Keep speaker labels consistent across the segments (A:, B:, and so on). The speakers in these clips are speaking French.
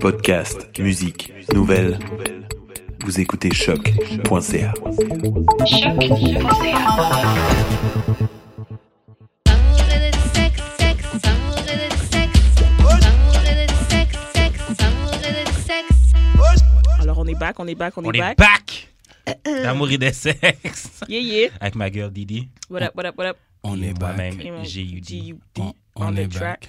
A: Podcast, musique, nouvelles. Vous écoutez choc.ca.
B: Alors on est back, on est back, on,
C: On
B: est
C: est
B: back.
C: back! D'amour et de sexe!
B: Yeah, yeah.
C: Avec ma girl Didi.
B: What up, what up, Mm. what up?
D: On est back.
C: Moi-même, j'ai eu dit.
B: G-U-D
D: On, on
B: on
D: est
B: the
D: back.
B: track.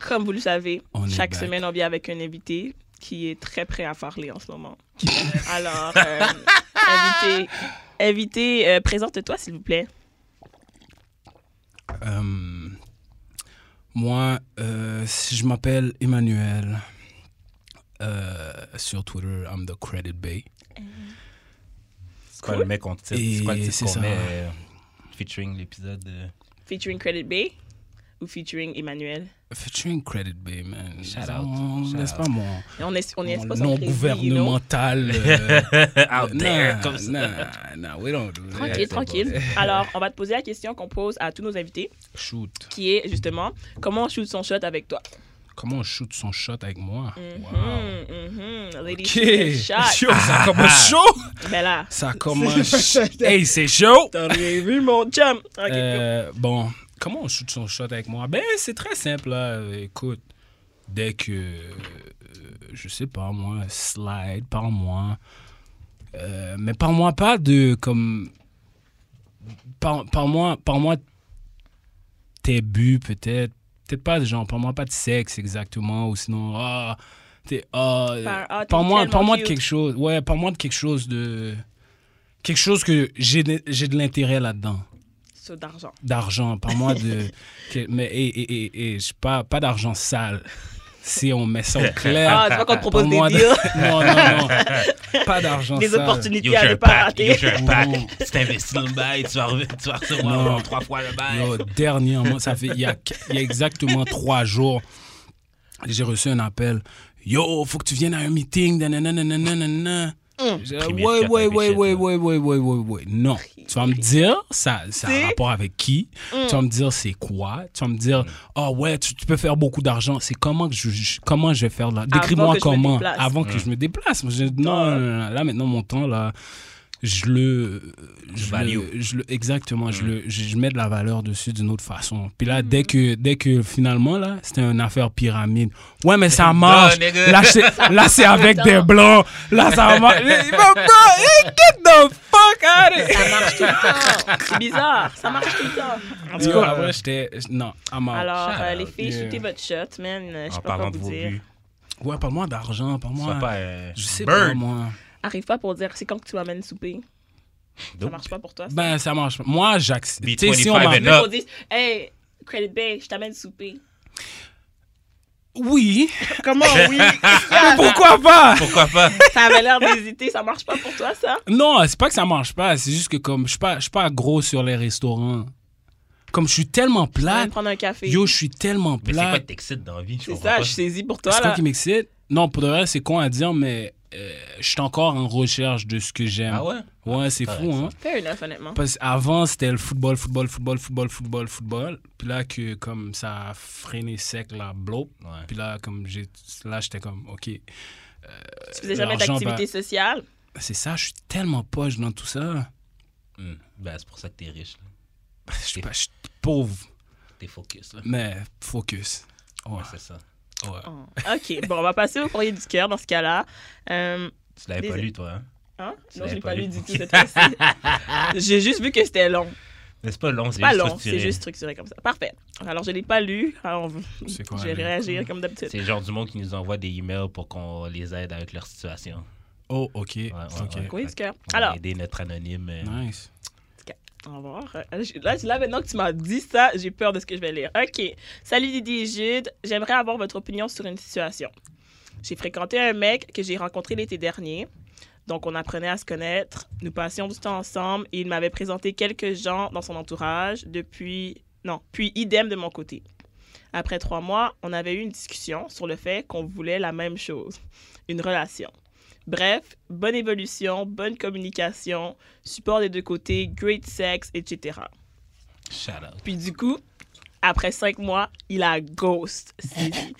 B: Comme vous le savez,
D: On est
B: chaque
D: back.
B: semaine, on vient avec un invité qui est très prêt à parler en ce moment. Alors, euh, invité, invité euh, présente-toi, s'il vous plaît.
D: Euh, moi, euh, si je m'appelle Emmanuel. euh, sur Twitter, I'm the Credit Bay.
C: C'est quoi le mec qu'on titre?
D: Et
C: C'est quoi le
D: c'est
C: titre
D: ça.
C: qu'on met euh, featuring l'épisode? euh,
B: Featuring Credit Bay ou featuring Emmanuel?
D: Featuring Credit Bay, man.
C: Shout out.
D: On
C: Shout
D: laisse
C: out.
D: pas mon,
B: Et On est, on est
D: mon
B: pas sur
D: nom
B: crédit, you know?
D: gouvernemental. euh,
C: Out there, comme ça.
D: Nah, nah, we don't do that.
B: Tranquille,
C: Ouais, c'est
B: tranquille. Alors, on va te poser la question qu'on pose à tous nos invités,
D: Shoot.
B: qui est justement comment on shoot son shot avec toi.
D: Comment on shoot son shot avec moi? Wow.
B: Mhm, mhm. Lady
D: Ah. Ok.
B: shoot your shot.
D: Yo, ça commence chaud!
B: Ben là,
D: Ça commence. hey, c'est chaud!
B: t'as rien vu, mon chum. Ah, Ok,
D: Euh, bon, comment on shoot son shot avec moi? Ben, c'est très simple, là. Écoute, dès que, euh, je sais pas, moi, slide par moi. Euh, mais par moi, pas de comme. Par, par moi, par moi tes buts, peut-être. Peut-être pas, genre, par moi, pas de sexe exactement, ou sinon, ah, t'es, ah, euh,
B: Par- ah, t'es
D: par moi, par
B: tellement
D: moi de
B: cute.
D: quelque chose. Ouais, par moi de quelque chose de. Quelque chose que j'ai de- j'ai de l'intérêt là-dedans
B: Saut d'argent.
D: d'argent, par mois de. que- mais et, et, et, et, je sais pas, pas d'argent sale. Si on met ça au clair.
B: Ah, c'est pas qu'on te propose
D: Par
B: des
D: mois de-
B: deals,
D: Non, non, non. Pas d'argent
B: des
D: sale.
C: Yo,
B: opportunités
C: j'ai
B: à ne
C: un
B: pas
C: pack. Yo,
B: rater.
C: j'ai un pack. Tu t'investis dans le bail, tu vas re- tu vas recevoir genre trois fois le
D: Yo,
C: bail.
D: dernièrement, ça fait il y a, il y a exactement trois jours, j'ai reçu un appel. Yo, faut que tu viennes à un meeting. nanana, nanana, nanana.
B: Mm.
D: J'ai dit,
C: Premier
D: Ouais,
C: fiat
D: ouais,
C: avec
D: ouais,
C: shit,
D: ouais,
C: là.
D: ouais, ouais, ouais, ouais, ouais. Non. Tu vas me dire, ça, ça
B: Si. Mm.
D: a rapport avec qui? Tu vas me dire, c'est quoi? Tu vas me dire, ah ouais, tu, tu peux faire beaucoup d'argent. C'est comment que je, je- comment je vais faire là? Décris-moi
B: que je me
D: comment.
B: déplace.
D: Avant que je me déplace. Moi, j'ai dit, non, non, non, non. là, maintenant, mon temps, là, je le. Je
C: value. Mm.
D: le, je le- exactement, je, le, je, je mets de la valeur dessus d'une autre façon. Puis
B: Mm.
D: là, dès, que, dès que finalement, là, c'était une affaire pyramide. Ouais, mais ça marche.
C: nigga.
D: là, c'est- là, c'est avec des blancs. Là, ça marche. Mais bro, hey, get the fuck out of here.
B: Ça marche tout le temps. Oh, C'est bizarre. Ça marche tout le temps. En tout
D: Du coup,
B: cas,
D: après, j'étais. Non, I'm out.
B: alors,
C: shout
B: euh,
C: out,
B: les filles,
D: Oh, yeah.
B: shootez votre shot, man. Euh, Je sais
C: En
B: pas
C: parlant
B: quoi
C: de
B: vous
C: vos
B: dire.
C: buts.
D: Ouais, parle-moi d'argent, parle-moi.
C: Sois pas. euh,
D: Je sais
C: Bird.
D: pas, moi.
B: Arrive pas pour dire c'est quand que tu m'amènes souper. Ça
C: Dope.
B: marche pas pour toi. ça?
D: Ben, ça marche. pas. Moi, j'accepte.
C: Be
D: Tu sais, si on
C: 25
D: m'a-
C: and
B: Mais
C: up.
B: qu'on dise, hey, Credit Bay, je t'amène souper.
D: Oui.
B: Comment Ben oui?
D: Mais pourquoi pas?
C: Pourquoi pas?
B: ça avait l'air d'hésiter, ça marche pas pour toi, ça?
D: Non, c'est pas que ça marche pas. C'est juste que comme je suis pas, je suis pas gros sur les restaurants. Comme je suis tellement
B: On va
D: plat.
B: me prendre un café.
D: Yo, je suis tellement
C: Mais c'est quoi
D: plat.
C: que t'excites dans la vie? Je
B: C'est
C: comprends
B: ça,
C: pas.
B: je saisis pour toi,
D: C'est quoi
B: là.
D: qui m'excite? Non, pour de vrai, c'est con à dire, mais euh, je suis encore en recherche de ce que j'aime.
C: Ah ouais?
D: Ouais, c'est
C: Ah,
D: fou,
C: ça.
D: hein?
B: Fair enough, honnêtement.
D: Parce qu'avant, c'était le football, football, football, football, football, football. Puis là, que comme ça a freiné sec, la blow.
C: Ouais.
D: Puis là, comme j'ai. Là, j'étais comme, OK. euh,
B: Tu faisais jamais
D: l'argent, bah,
B: d'activité sociale.
D: C'est ça, je suis tellement poche dans tout ça.
C: Hmm. Ben, c'est pour ça que t'es riche. là.
D: Je suis pas- je suis pauvre,
C: T'es focus. là.
D: mais focus. Ouais.
C: Ouais, c'est ça.
D: ouais.
B: OK, bon, on va passer au courrier du cœur dans ce cas-là. Euh,
C: Tu l'avais pas
B: Désolé.
C: lu, toi, hein?
B: hein?
C: Tu
B: Non, je
C: l'avais
B: l'ai
C: pas
B: pas
C: lu.
B: lu du tout cette fois-ci. J'ai juste vu que c'était long.
C: Mais c'est pas long, c'est
B: Pas
C: juste
B: long,
C: structuré.
B: c'est juste structuré comme ça. Parfait. Alors, je ne l'ai pas lu. Alors,
D: C'est quoi,
B: je vais
D: lui?
B: réagir comme d'habitude.
C: C'est le genre du monde qui nous envoie des emails pour qu'on les aide avec leur situation.
D: Oh, ok.
C: ouais,
D: ok.
C: ouais.
B: Courrier du cœur.
C: On va
B: Alors,
C: aider notre anonyme. euh,
D: Nice.
B: Au revoir. Euh, je- Là, là, maintenant que tu m'as dit ça, j'ai peur de ce que je vais lire. OK. Salut Didi et Jude. J'aimerais avoir votre opinion sur une situation. J'ai fréquenté un mec que j'ai rencontré l'été dernier. Donc, on apprenait à se connaître. Nous passions du temps ensemble et il m'avait présenté quelques gens dans son entourage depuis... Non, puis idem de mon côté. Après trois mois, on avait eu une discussion sur le fait qu'on voulait la même chose, une relation. Bref, bonne évolution, bonne communication, support des deux côtés, great sex, etc.
C: Shout out.
B: Puis du coup, après cinq mois, il a ghost. Sylvie.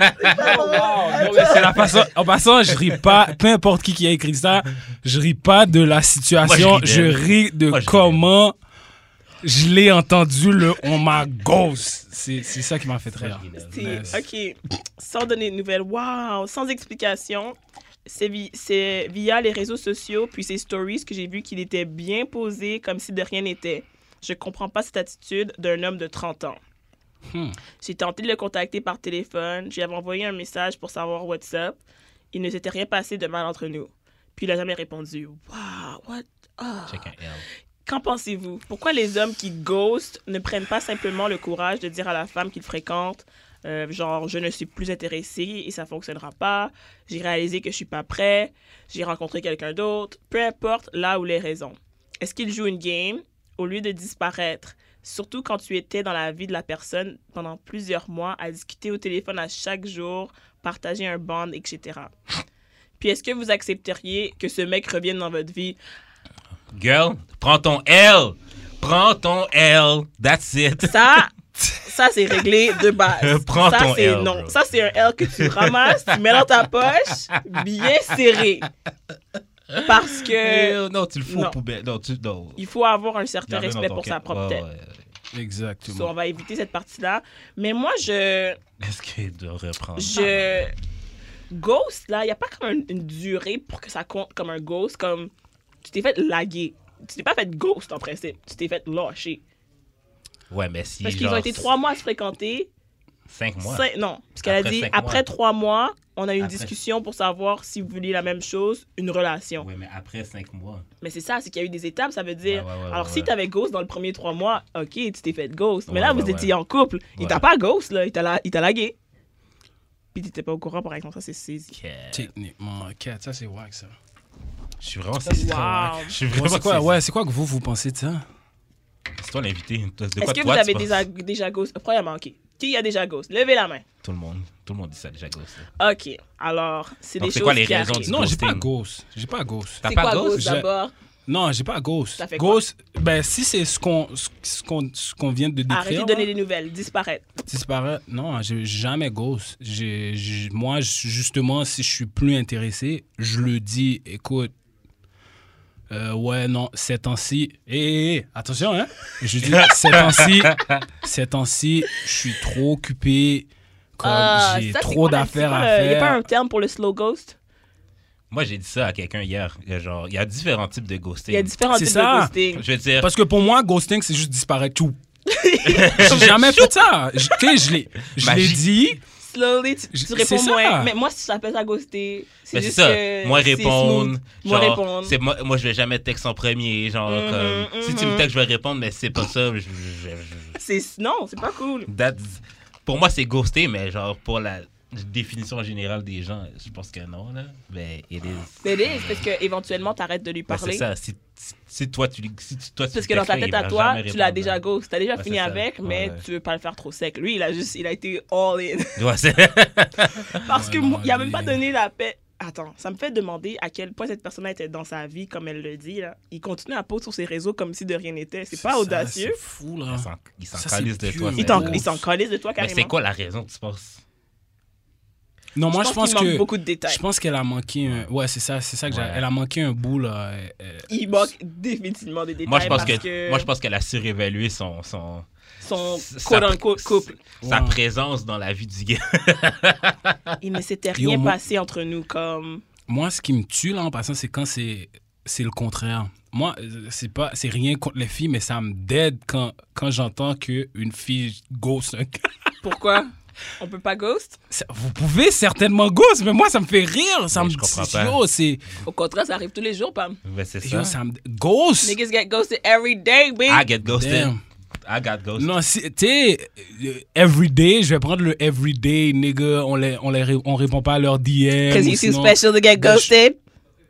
D: Non, mais c'est la façon- En passant, je ris pas, peu importe qui qui a écrit ça, je ris pas de la situation,
C: Moi,
D: je
C: je ris d'elle.
D: ris de
C: Moi, je ris
D: comment je l'ai entendu le on m'a ghost. C'est c'est ça qui m'a fait rire.
B: C'est-
D: Nice.
B: OK. Sans donner de nouvelles, wow, sans explication, c'est vi- c'est via les réseaux sociaux puis ses stories que j'ai vu qu'il était bien posé comme si de rien n'était. Je comprends pas cette attitude d'un homme de 30 ans.
D: Hmm.
B: J'ai tenté de le contacter par téléphone, j'y avais envoyé un message pour savoir WhatsApp. Il ne s'était rien passé de mal entre nous. Puis il n'a jamais répondu. Wow, what? Ah.
C: Check un L.
B: Qu'en pensez-vous? Pourquoi les hommes qui ghostent ne prennent pas simplement le courage de dire à la femme qu'ils fréquentent, euh, genre, je ne suis plus intéressé et ça fonctionnera pas, j'ai réalisé que je suis pas prêt, j'ai rencontré quelqu'un d'autre, peu importe là ou les raisons. Est-ce qu'ils jouent une game au lieu de disparaître? Surtout quand tu étais dans la vie de la personne pendant plusieurs mois à discuter au téléphone à chaque jour, partager un band, etc. Puis est-ce que vous accepteriez que ce mec revienne dans votre vie?
C: Girl, prends ton L. Prends ton L. That's it.
B: Ça, ça c'est réglé de base.
C: Prends
B: ça,
C: ton
B: c'est
C: L,
B: non.
C: bro.
B: Ça, c'est un L que tu ramasses, tu mets dans ta poche, bien serré. Parce que
C: Ew, Euh, non, tu le fous
B: non.
C: aux poubelles. Non, tu. Non.
B: il faut avoir un certain
C: Garde-le dans
B: respect
C: ton
B: pour
C: cœur.
B: sa propre
C: Ouais,
B: tête.
C: ouais.
D: Exactement.
B: So, on va éviter cette partie-là. Mais moi, je.
C: Est-ce qu'il doit reprendre?
B: je... Ghost, là, il n'y a pas comme un- une durée pour que ça compte comme un ghost. Comme tu t'es fait laguer. Tu t'es pas fait ghost en principe. Tu t'es fait lâcher.
C: Ouais, mais si.
B: Parce qu'ils ont
C: genre,
B: été trois mois à se fréquenter.
C: 5 mois.
B: Cin- non, parce qu'elle a
C: Après
B: dit
C: cinq
B: après
C: mois.
B: trois mois, on a eu une
C: Après.
B: discussion pour savoir si vous vouliez la même chose, une relation.
C: Ouais, mais après 5 mois.
B: Mais c'est ça, c'est qu'il y a eu des étapes, ça veut dire.
C: Ouais, ouais, ouais,
B: alors
C: ouais,
B: si
C: ouais.
B: t'avais ghost dans le premier trois mois, ok, tu t'es fait ghost. mais
C: Ouais,
B: là,
C: ouais,
B: vous
C: ouais.
B: étiez en couple. Il
C: Ouais.
B: t'a pas ghost, là, il t'a la- il t'a lagué. Puis t'étais pas au courant, par exemple, ça c'est saisi.
D: Techniquement, ok, ça c'est wack ça.
C: Je suis vraiment. c'est
B: Wow.
C: très- Je suis
D: Bon,
C: vraiment.
D: c'est quoi,
C: saisi.
D: ouais, c'est quoi que vous vous pensez de ça
C: C'est toi l'invité. De quoi,
B: Est-ce que vous
C: toi, tu
B: avez
C: penses?
B: déjà, déjà ghost Premièrement, ok. Qui a déjà ghost Levez la main.
C: Tout le monde. Tout le monde dit ça déjà, gosse.
B: Ok, alors, c'est des
C: Donc,
B: choses.
C: c'est quoi les
B: qui
C: raisons
B: arrivent.
C: du-
D: Non, j'ai pas
C: Ghosting.
D: ghost, j'ai pas ghost.
C: T'as
B: C'est
C: pas
B: quoi
C: ghost?
B: ghost
D: Je-
B: d'abord
D: Non, j'ai pas ghost.
B: Ça fait quoi?
D: ghost, ben si c'est ce qu'on ce- ce qu'on ce qu'on vient de décrire.
B: Arrêtez de
D: là.
B: donner des nouvelles, disparaître.
D: disparaît. Non, j'ai jamais ghost. J'ai- j'ai- moi, je- justement, si je suis plus intéressé, je le dis, écoute, euh, ouais, non, ces temps-ci, hé, hé, hé, attention, hein. Je dis, ces temps-ci, ces temps-ci, je suis trop occupé, comme
B: Ah,
D: j'ai
B: ça, c'est
D: trop
B: quoi la-
D: d'affaires
B: c'est quoi
D: à
B: le-
D: faire.
B: Il n'y a pas un terme pour le slow ghost
C: Moi, j'ai dit ça à quelqu'un hier. Il y a Genre, il y a différents types de ghosting.
B: Il y a différents
D: C'est
B: types
D: ça.
B: de ghosting.
C: Je veux dire,
D: Parce que pour moi, ghosting, c'est juste disparaître tout. J'ai jamais fait ça. Je- Tu sais, je l'ai- je l'ai
C: Magique.
D: dit.
B: Slowly, tu,
D: Je-
B: tu
D: c'est
B: réponds
D: ça.
B: moins. Mais moi, si j'appelle ça ghoster, c'est
C: mais Ben, c'est
B: juste
C: ça.
B: que
C: Moi,
B: c'est
C: répondre.
B: smooth. Moi,
C: genre,
B: répondre.
C: c'est moi, moi, je vais jamais te texte en premier. Genre,
B: Mhm,
C: comme, si tu
B: mhm.
C: me textes, je vais répondre, mais c'est pas ça. je- je- je-
B: C'est- Non, c'est pas cool.
C: that's- Pour moi, c'est ghoster, mais genre, pour la définition générale des gens, je pense que non, là. Mais it is.
B: Mais dis, c'est parce que éventuellement, t'arrêtes de lui
C: Ouais, Ben,
B: parler.
C: c'est ça. Si, si- si toi, tu lui- si tu- toi, tu
B: parce
C: lui
B: que dans ta
C: textes, il
B: tête à
C: va
B: toi,
C: jamais
B: tu l'as
C: répondre,
B: déjà
C: là.
B: ghost. T'as déjà
C: Ouais,
B: fini
C: c'est ça.
B: avec, mais
C: Ouais.
B: tu veux pas le faire trop sec. Lui, il a juste, il a été all in.
C: Ouais, c'est-
B: Parce que
D: Ouais,
B: moi,
D: non,
B: il a
D: lui-
B: même pas donné la paix. Attends, ça me fait demander à quel point cette personne était dans sa vie, comme elle le dit. Là. Il continue à poser sur ses réseaux comme si de rien n'était. C'est pas
D: Ça,
B: audacieux.
D: C'est fou, là.
C: Il s'en- Il s'en
D: Ça,
C: calisse
D: c'est
C: de toi.
D: pur.
B: Il
C: c'est
B: t'en-
C: gros.
B: il s'en calisse de toi
C: Mais
B: carrément.
C: Ben, c'est quoi la raison, tu penses?
D: Non, moi, je pense,
B: qu'il
D: que.
B: manque beaucoup de détails.
D: Je pense qu'elle a manqué un. Ouais, c'est ça, c'est ça que j'ai.
C: Ouais.
D: Elle a manqué un bout, là. euh, euh,
B: Il manque définitivement des détails.
C: Moi, je pense
B: parce
C: que,
B: que,
C: moi, je pense qu'elle a surévalué son, son,
B: son
C: sa-
B: quote-unquote
C: sa-
B: couple.
C: sa
D: Ouais.
C: présence dans la vie du gars.
B: Il ne s'était
D: Yo,
B: rien
D: moi-
B: passé entre nous comme.
D: Moi, ce qui me tue, là, en passant, c'est quand c'est, c'est le contraire. Moi, euh, c'est pas c'est rien contre les filles, mais ça me dead quand, quand j'entends qu'une fille ghost un gars.
B: Pourquoi On peut pas ghost
D: Ça- Vous pouvez certainement ghost, mais moi, ça me fait rire. Ça
C: Mais
D: me
C: je comprends pas.
D: Yo, c'est.
B: Au contraire, ça arrive tous les jours, Pam.
C: Mais Ben, c'est ça.
D: Yo, ça me. Ghost!
B: Niggas get ghosted every day, bitch.
C: I get ghosted.
D: Damn.
C: I got ghosted.
D: Non, si- tu sais, euh, everyday, je vais prendre le everyday, nigga. On, les, on, les, ré- on répond pas à leurs DM.
B: Because
D: ou
B: you're too
D: sinon-
B: special to get
D: Ben, je-
B: ghosted.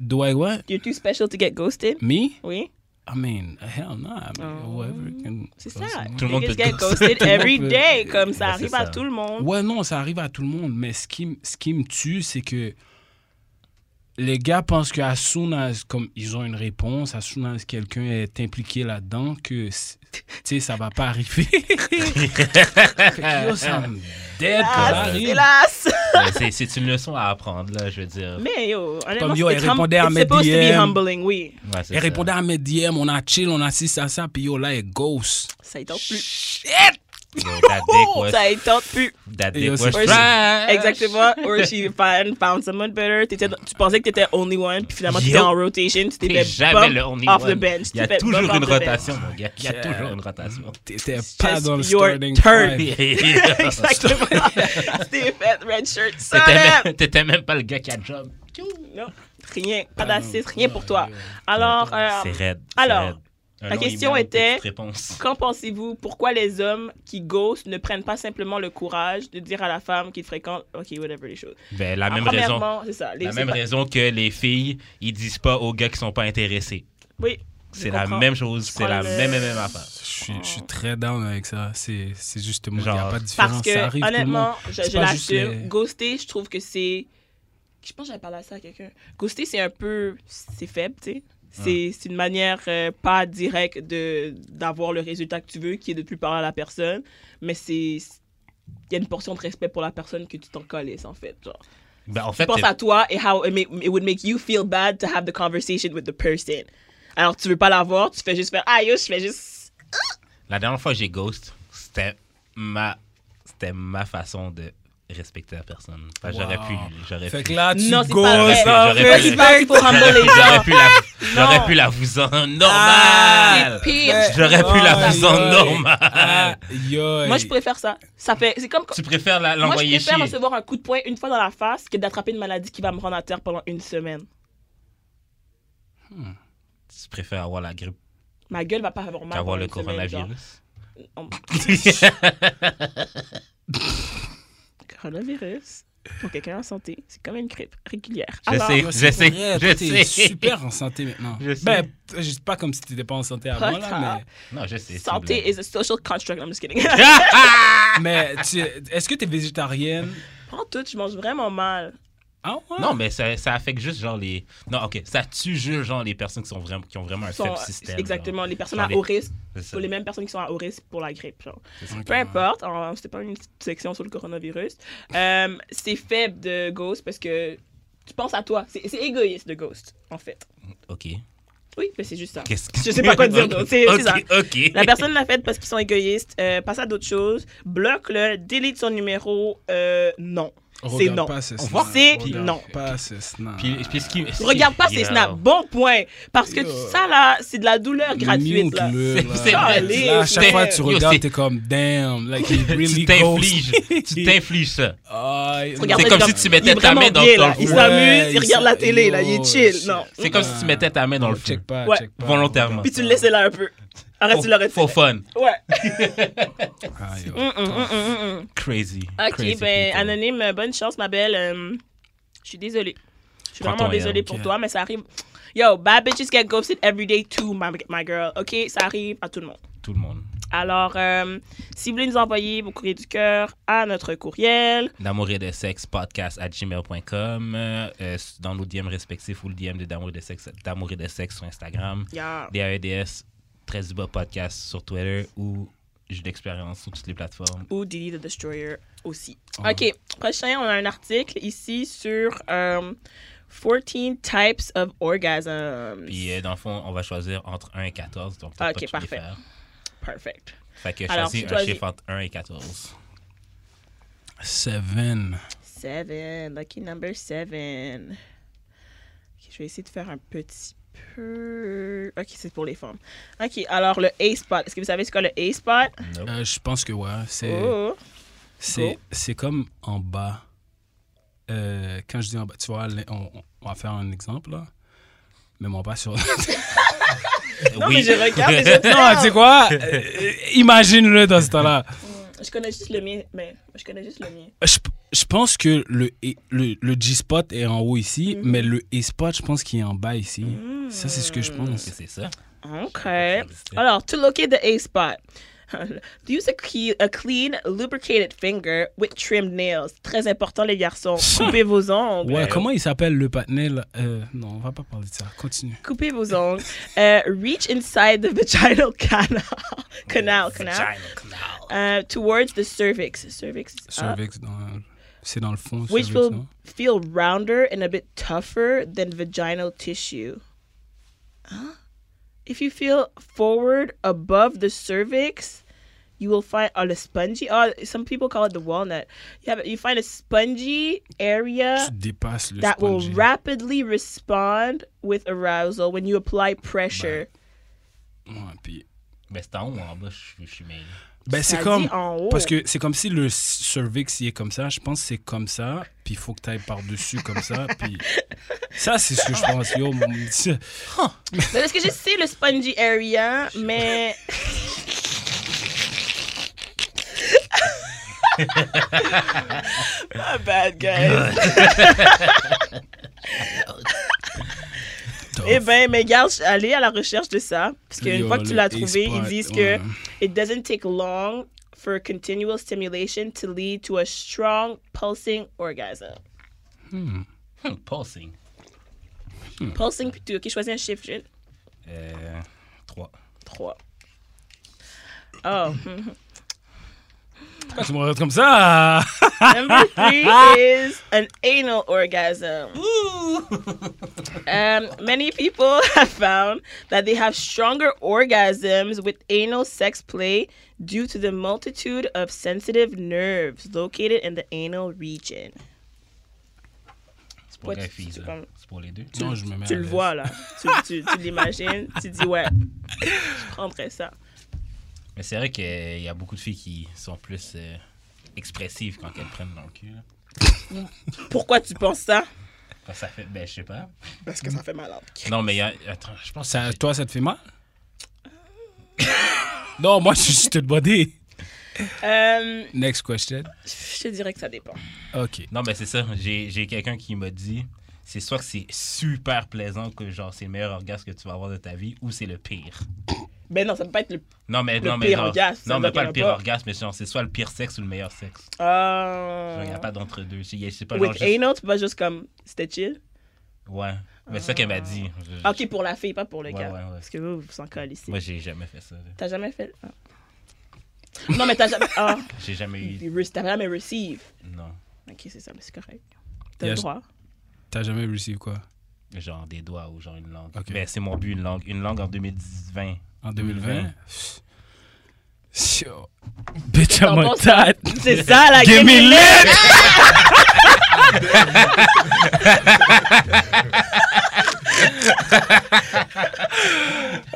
D: Do I what?
B: You're too special to get ghosted.
D: Me?
B: Oui.
D: I mean, hell no. I mean,
B: Oh.
D: whoever can-
B: C'est ça.
C: Tout le monde
B: Niggas
C: peut
B: get
C: ghost.
B: ghosted
D: Tout le monde
B: every
D: peut-
B: day. Comme ça
C: Ouais,
B: arrive
C: c'est
B: à
C: ça.
B: tout le monde.
D: Ouais, non, ça arrive à tout le monde, mais ce qui, m- ce qui me tue, c'est que les gars pensent que as soon as- comme ils ont une réponse, as soon as quelqu'un est impliqué là-dedans, que c'est- tu sais, ça va pas arriver. Fait que, yo, ça me dead,
B: Hélas,
D: ça arrive.
B: Ah, hélas.
C: Mais Ben, c'est- C'est une leçon à apprendre, là, je veux dire.
B: Mais yo, honnêtement,
D: Comme yo,
B: c'est
D: elle
B: hum-
D: répondait à
B: it's
D: mes
B: supposed to be
D: DM.
B: humbling, oui.
C: Ouais, c'est
D: Elle
C: ça.
D: répondait à mes DM, on a chill, on assiste à ça, puis yo, là, elle ghost.
B: Ça y tente plus.
C: Yo, That dick was,
B: Oh, Ça y tente plus.
C: that dick
D: Yo,
C: was
D: c'est-
B: Or she-
C: trash.
B: Exactement. Or she found, found someone better. T'étais- tu pensais que t'étais only one, puis finalement
C: Yo.
B: t'étais en rotation. Tu t'es
C: T'es
B: fait
C: jamais
B: bump
C: le only
B: off
C: one.
B: the bench.
C: Il y a
B: Tu t'es fait
C: toujours
B: bump
C: une
B: off the bench.
C: rotation, mon gars. Il y a toujours une rotation.
D: T'étais
B: It's
D: pas
B: just
D: dans le
B: your
D: starting
B: turn.
D: five.
B: Exactement. T'es fait red shirt.
C: T'étais
B: Sonnet.
C: même- T'étais même pas le gars qui a job.
B: Non, rien. Pas
D: Ah non.
B: d'assist, rien pour toi.
D: Ouais, ouais.
B: Alors, euh,
C: Oh C'est raide.
B: alors,
C: la
B: ta question était-
C: Réponse.
B: euh, Qu'en pensez-vous Pourquoi les hommes qui ghostent ne prennent pas simplement le courage de dire à la femme qu'ils fréquentent, OK, whatever les choses
C: Ben, la
B: Ah,
C: même raison.
B: Premièrement, c'est ça. les-
C: La
B: c'est
C: même
B: pas-
C: raison que les filles, ils disent pas aux gars qui sont pas intéressés.
B: Oui. je
C: C'est la
B: comprends.
C: même chose, c'est
B: prends
C: la
B: le-
C: même, même, même affaire.
D: Je suis, je suis très down avec ça. C'est c'est justement, il n'y a
C: Genre-
D: pas
B: Parce
D: de différence.
B: que,
D: ça arrive tout le
B: honnêtement,
D: monde.
B: je,
D: C'est
B: je
D: pas juste
B: l'assume.
D: les-
B: Ghoster, je trouve que c'est. Je pense que j'avais parlé à ça à quelqu'un. Ghoster, c'est un peu. C'est faible, tu sais. C'est c'est une manière euh, pas directe de- d'avoir le résultat que tu veux, qui est de plus parler à la personne. Mais c'est. Il y a une portion de respect pour la personne que tu t'en colles, en fait. Genre.
C: Ben, en
B: Tu
C: fait,
B: penses
C: t'es-
B: à toi et how it, ma- it would make you feel bad to have the conversation with the person. Alors, tu veux pas l'avoir, tu fais juste faire Ah, yo, je fais juste.
C: la dernière fois que j'ai ghost, c'était ma, c'était ma façon de respecter la personne. Fait que J'aurais
D: Wow.
C: pu, j'aurais
D: Fait
C: pu.
D: que là, tu
B: Non, c'est pas vrai.
C: J'aurais
D: gosses.
C: pas
B: C'est pas qu'il faut humble
C: J'aurais
B: les
C: pu,
B: gens.
C: j'aurais pu la,
B: Non.
C: j'aurais pu la vous en
B: C'est
C: normal.
B: pire. Ah.
C: J'aurais pu la
D: Aïe,
C: vous en
D: aïe.
C: normal.
D: Aïe, aïe.
B: Moi, je préfère ça. Ça fait. C'est comme.
C: Tu préfères la-
B: Moi, je
C: l'envoyer chier.
B: préfère recevoir un coup de poing une fois dans la face que d'attraper une maladie qui va me rendre à terre pendant une semaine.
C: Tu préfères avoir la grippe
B: Ma gueule va pas avoir mal.
C: qu'avoir
B: pendant
C: le
B: une semaine, Oh
C: coronavirus.
B: genre. Coronavirus. Pour quelqu'un en santé, c'est comme une grippe régulière.
C: Je
B: Alors,
C: sais.
D: Yo,
C: Je
D: c'est
C: sais,
D: vrai,
C: je
D: toi, t'es
C: sais.
D: super en santé maintenant.
C: Je sais.
D: Ben, t- je sais pas comme si t'étais pas en santé avant, là,
C: Non, je sais. c'est une
B: santé
C: blague.
B: is a social construct. I'm just kidding.
D: mais, mais tu- est-ce que t'es végétarienne?
B: Prends tout, je mange vraiment mal.
D: Ah ouais?
C: Non, mais ça, ça affecte juste genre les. Non, ok, ça tue juste genre les personnes qui, sont vraiment, qui ont vraiment un
B: Sont-
C: faible système.
B: exactement, les personnes
C: Genre
B: à
C: les-
B: haut risque,
C: genre. C'est ça.
B: pour les mêmes personnes qui sont à haut risque pour la grippe. Genre.
D: Ok.
B: Peu importe, on- c'était pas une petite section sur le coronavirus. Euh, c'est faible de Ghost parce que tu penses à toi. C'est c'est égoïste de Ghost, en fait.
C: Ok.
B: Oui, mais c'est juste ça.
C: Qu'est-ce que-
B: Je sais pas quoi dire d'autre, c'est- c'est ça.
C: Ok, ok.
B: La personne l'a fait parce qu'ils sont égoïstes. Euh, passe à d'autres choses. Bloque-le, délite son numéro. Euh, non. C'est
D: Regarde
B: non.
D: pas ce
C: Au
D: snap.
C: revoir.
B: C'est
D: Regarde
B: non.
D: Pas ce snap.
C: Puis, puis ce qui-
B: Regarde pas ces
C: Yo.
B: snaps. Bon point. Parce que
D: Yo.
B: ça, là, c'est de la douleur gratuite. Là.
D: Mute-le, là.
C: C'est- c'est vrai.
D: Là, à chaque
C: Yo,
D: fois que tu
C: c'est-
D: regardes, t'es comme damn, like he really
C: Tu
D: goes.
C: t'infliges. tu t'infliges ça.
D: Aïe,
B: Regarde,
C: C'est
B: là,
C: comme
B: il est
C: si tu
B: il
C: mettais
B: est
C: ta main
B: vraiment
C: dans
B: bien,
C: ton
B: là. Il
C: fou.
B: s'amuse,
D: Ouais,
B: il
D: il
B: regarde la
D: s'a-
B: télé, là. Il
D: yo,
B: est chill.
D: shit.
B: Non.
C: C'est comme si tu mettais ta main dans le
D: non,
C: feu.
D: check pas,
B: Ouais.
D: check pas.
C: Volontairement.
B: Puis tu le laissais là un peu. Arrête, tu l'aurais fait.
C: Faux fun.
B: Ouais.
D: Aïe, yo.
B: Mm, mm, mm, mm, mm, mm.
C: Crazy.
B: Ok,
C: Crazy
B: ben,
C: people.
B: anonyme, euh, bonne chance, ma belle. Euh, je suis désolée. Je suis
C: Prends
B: vraiment
C: ton L,
B: désolée pour
D: ok.
B: toi, mais ça arrive. Yo, bad bitches get ghosted every day too, my, my girl. Ok, ça arrive à tout le monde.
C: Tout le monde.
B: Alors, euh, si vous voulez nous envoyer vos courriers du cœur à notre courriel,
C: D'amour et de sexe podcast à gmail.com. euh, euh, dans nos DM respectifs ou le DM de D'amour et de sexe, D'amour et de sexe sur Instagram. E
B: il y a
C: DAEDS, très du bas podcast sur Twitter ou J'ai de l'expérience sur toutes les plateformes.
B: ou Dilly the Destroyer aussi.
C: Oh.
B: Ok, prochain, on a un article ici sur euh, 14 types of orgasms.
C: Puis euh, dans le fond, on va choisir entre 1 et 14. Donc, t'as
B: Ah, Ok,
C: pas toutes les
B: parfait.
C: faire.
B: Perfect.
C: Fait que
B: Alors,
C: choisis
B: tu
C: un
B: choisis.
C: chiffre entre 1 et 14.
D: Seven.
B: Seven, lucky number seven. Ok, je vais essayer de faire un petit peu. Ok, c'est pour les femmes. Ok, alors le A-spot. Est-ce que vous savez ce qu'est le A-spot?
C: Nope.
D: Euh, je pense que ouais, c'est
B: Oh,
D: c'est
B: go.
D: c'est comme en bas. Euh, quand je dis en bas, tu vois, les- on, on va faire un exemple là. Mais mon pas sur. non,
B: Non, mais je regarde les autres.
D: tu sais quoi Euh, Imagine-le dans ce temps-là.
B: Je connais juste le mien. Mais je connais juste le mien.
D: Je, je pense que le, E- le, le G-spot est en haut ici,
B: Mm.
D: mais le E-spot, je pense qu'il est en bas ici. Ça, c'est ce que je
C: Est-ce
D: pense.
C: que C'est ça.
B: Ok. Alors, to locate the A-spot. Use a, key- a clean, lubricated finger with trimmed nails. Très important, les garçons. Coupez vos ongles.
D: Ouais, comment il s'appelle le patinet là Euh, Non, on va pas parler de ça. Continue.
B: Coupez vos ongles. Euh, reach inside the vaginal canal. canal, canal.
C: Vagina canal.
B: Uh, towards the cervix. Cervix is up.
D: Cervix, dans- c'est dans le fond.
B: Ah. Which
D: cervix,
B: will
D: non?
B: feel rounder and a bit tougher than vaginal tissue. Huh? If you feel forward above the cervix, you will find on a spongy. Oh, some people call it the walnut. Yeah, but you find a spongy area
D: Tu dépasses le
B: that will
D: spongy.
B: rapidly respond with arousal when you apply pressure.
D: Ouais, puis-
C: Ben, c'est en haut ou en bas, je je suis mêlé.
D: Ben,
B: Ça
D: c'est
B: dit
D: comme.
B: en haut.
D: Parce que c'est comme si le cervix il est comme ça. Je pense que c'est comme ça. Puis il faut que tu ailles par-dessus comme ça. Puis ça, c'est ce que je pense. Yo, mon-
B: Mais Ben, parce que je sais le spongy area, mais. My bad, guys. eh ben, mais regarde, je suis allée à la recherche de ça. Parce qu'une
D: Yo,
B: fois que tu
D: le
B: l'as trouvé,
D: A-spot,
B: ils disent
D: ouais.
B: que it doesn't take long for continual stimulation to lead to a strong pulsing orgasm. Hmm.
C: Hum, Pulsing.
B: Pulsing plutôt. Ok, choisis un chiffre, Jules.
C: Euh, 3.
B: 3. Oh. mhm.
D: Pourquoi tu me regardes comme ça
B: Number three is an anal orgasm. Um, many people have found that they have stronger orgasms with anal sex play due to the multitude of sensitive nerves located in the anal region.
C: C'est pour
B: Ouais,
C: les
B: tu-
C: filles,
B: tu-
C: ça. C'est pour les deux.
D: Non, je me mets à
B: Tu le
D: l'aise.
B: vois là, tu, tu, tu l'imagines, tu dis ouais, je prendrais ça.
C: Mais c'est vrai qu'il y a beaucoup de filles qui sont plus euh, expressives quand elles prennent dans le cul. là.
B: Pourquoi tu penses ça?
C: Quand ça fait. Ben, je sais pas.
B: Parce que ça fait mal à la tête.
C: Non, mais il y a. Attends, je pense que
D: Ça, toi, ça te fait mal Non, moi, je suis juste body.
B: Euh,
D: Next question.
B: je te dirais que ça dépend.
D: OK.
C: Non, mais c'est ça. J'ai j'ai quelqu'un qui m'a dit c'est soit que c'est super plaisant, que genre c'est le meilleur orgasme que tu vas avoir de ta vie, ou c'est le pire.
B: Ben non, ça peut pas être le.
C: Non, mais.
B: Le
C: non, mais
B: pire
C: genre-
B: orgasme, ça
C: Non,
B: doit
C: mais
B: qu'il y en
C: pas le
B: a
C: pire
B: pas.
C: orgasme, mais genre c'est soit le pire sexe ou le meilleur sexe.
B: Ah.
C: Genre, Il n'y a pas d'entre-deux. Je je sais pas. genre,
B: With
C: juste-
B: anal, tu peux pas juste comme c'était chill. Ah,
C: Ouais. Mais c'est ça qu'elle m'a dit. Je- je-
B: Ok, pour la fille, pas pour le
C: Ouais,
B: gars.
C: ouais, ouais.
B: Parce que vous, vous en collez ici.
C: Moi, j'ai jamais fait ça. là.
B: T'as jamais fait. ah. Non, mais t'as jamais. Ah,
C: J'ai jamais eu.
B: you re- t'as jamais receive.
C: Non.
B: Ok, c'est ça, mais c'est correct. T'as le
D: Yes.
B: droit.
D: T'as jamais reçu quoi
C: Genre des doigts ou genre une langue.
D: Ok.
C: Ben, c'est mon but, une langue. Une langue en 2020.
D: En
C: 2020.
D: 2020 Yo. Bitch, I'm
B: T'en
D: a
B: penses- C'est ça, la
D: Give
B: game.
D: me lit!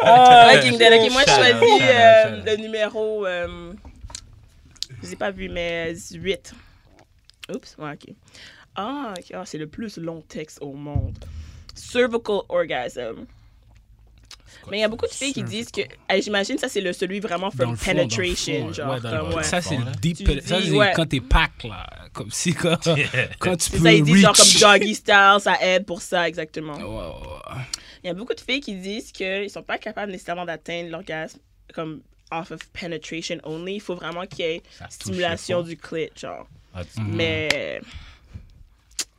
B: Ok, Kimden, ok, moi je
C: Shout out,
B: choisis
C: shout out,
B: euh,
C: shout out.
B: le numéro. euh, je l'ai pas vu, mais 18. Oups, ouais, ok. Ah, ok, ah, c'est le plus long texte au monde. Cervical orgasm. Mais il y a beaucoup de filles qui disent que. eh, J'imagine ça, c'est le celui vraiment
D: Dans
B: from
D: le fond, dans le
B: penetration.
D: fond,
B: genre,
D: ouais, dans le
B: comme,
D: fond.
B: ouais.
D: Ça, c'est le deep.
B: Tu
D: pena- Ça,
B: dis,
D: c'est
B: ouais.
D: quand t'es pack, là. Comme si, quand, quand tu
B: C'est
D: peux
B: ça, ils disent genre comme
D: reach.
B: doggy style, ça aide pour ça, exactement.
C: Oh.
D: Ouais, ouais, ouais.
B: Il y a beaucoup de filles qui disent qu'ils ne sont pas capables nécessairement d'atteindre l'orgasme comme off of penetration only. Il faut vraiment qu'il y ait
C: Ça touche
B: stimulation
C: le fond.
B: du clit, genre.
C: Ah, tu-
D: Mm.
B: Mais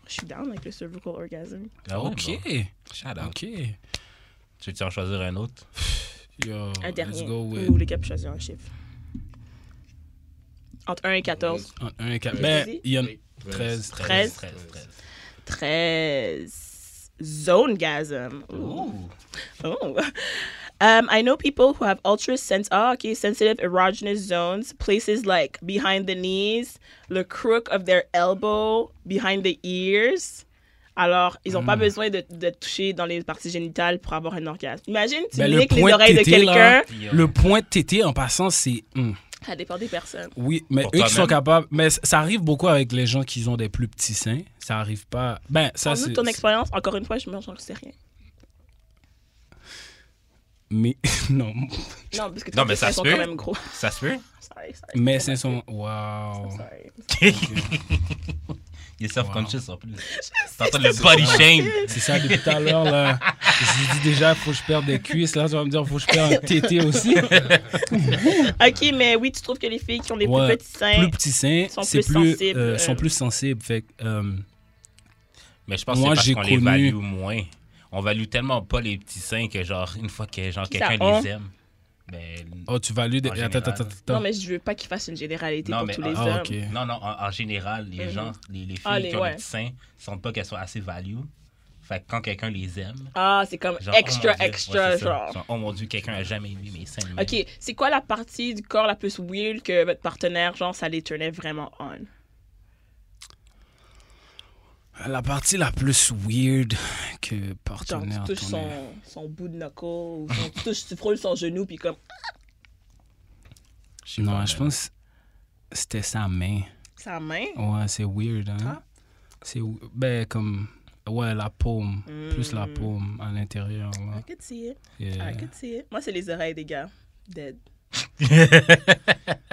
B: je suis down avec le cervical orgasm.
C: Ah ouais,
D: OK.
C: bon. Shout out.
D: OK.
C: Tu veux en choisir un autre?
D: Yo,
B: Un
D: let's
B: dernier.
D: go
B: Ou
D: with...
B: les cap choisir un chiffre. Entre 1 et 14.
D: En 1 et 4. Ben, il y en a 13.
B: 13.
C: 13, 13.
B: 13. Zonegasm. Ooh.
C: Ouh.
B: Oh. Um, I know people who have ultra sens- oh, okay, sensitive erogenous zones, places like behind the knees, the crook of their elbow, behind the ears. Alors, ils n'ont pas
D: Mm.
B: besoin de, de toucher dans les parties génitales pour avoir un orgasme. Imagine, tu
D: Ben, le
B: niques les
D: point de
B: oreilles de
D: tété, là. euh,
B: quelqu'un.
C: Yo.
D: Le point de tété, en passant, c'est... hmm.
B: Ça dépend des personnes.
D: Oui, mais
C: Pour
D: eux qui
C: toi-même.
D: sont capables. Mais c- ça arrive beaucoup avec les gens qui ont des plus petits seins. Ça arrive pas. Ben, ça,
B: Parle-nous
D: c'est.
B: de ton expérience. Encore une fois, je ne sais rien.
D: Mais, non.
B: Non, parce que tes
C: Non, mais ça
B: seins
C: se
B: sont
C: peut.
B: quand même gros.
C: Ça se peut?
B: Sorry, sorry.
D: Mais c'est son. Waouh.
B: Sorry.
C: Il est self-conscious en plus. T'entends le body shame.
D: C'est ça depuis tout à l'heure, là. Je lui dis déjà, faut que je perde des cuisses. Là, tu vas me dire, faut que je perde un tété aussi.
B: Ok, mais oui, tu trouves que les filles qui ont des
D: Ouais,
B: plus petits seins.
D: Plus petits seins,
B: Sont
D: c'est
B: plus
D: plus,
B: sensibles,
D: euh,
B: euh.
D: sont plus sensibles. Fait que, euh,
C: Mais je pense
D: Moi,
C: que c'est
D: j'ai
C: parce qu'on les
D: connu-
C: value moins. On value tellement pas les petits seins que, genre, une fois que genre,
B: Ça,
C: quelqu'un
B: on-
C: les aime, ben,
D: oh, tu values des.
C: En
D: Attends, attends,
C: général.
D: attends.
B: Non,
D: attends.
B: mais je veux pas qu'ils fassent une généralité
C: Non,
B: pour
C: mais-
B: tous les
D: ah,
B: hommes.
D: ok.
C: Ben, Non, non, en, en général, les
B: Mhm.
C: gens, les, les filles
B: Ah, les-
C: qui ont
B: ouais.
C: des petits seins, sentent pas qu'elles sont assez value. Fait que quand quelqu'un les aime,
B: Ah, c'est comme
C: genre,
B: extra,
C: oh mon Dieu,
B: extra,
C: ouais, c'est ça.
B: genre.
C: Oh mon dieu, quelqu'un a jamais aimé mes seins. mais-
B: Ok, c'est quoi la partie du corps la plus weird que votre partenaire, genre, ça les tenait vraiment on?
D: La partie la plus weird que
B: Genre,
D: partenaire.
B: tu touches
D: ton
B: son, son bout de knuckle, ou genre, tu, touches, tu frôles son genou, puis comme, ah,
C: Je sais
D: Non,
C: pas,
D: je
C: mais-
D: pense que c'était sa main.
B: sa main.
C: Oh.
D: Ouais, c'est weird,
B: Ah.
D: hein? C'est... ou- Ben, comme... Ouais, la paume. Plus
B: Mm.
D: la paume à l'intérieur, là.
B: I could see it.
C: Euh.
D: Yeah.
B: I could see it. Moi, c'est les oreilles des gars. Dead.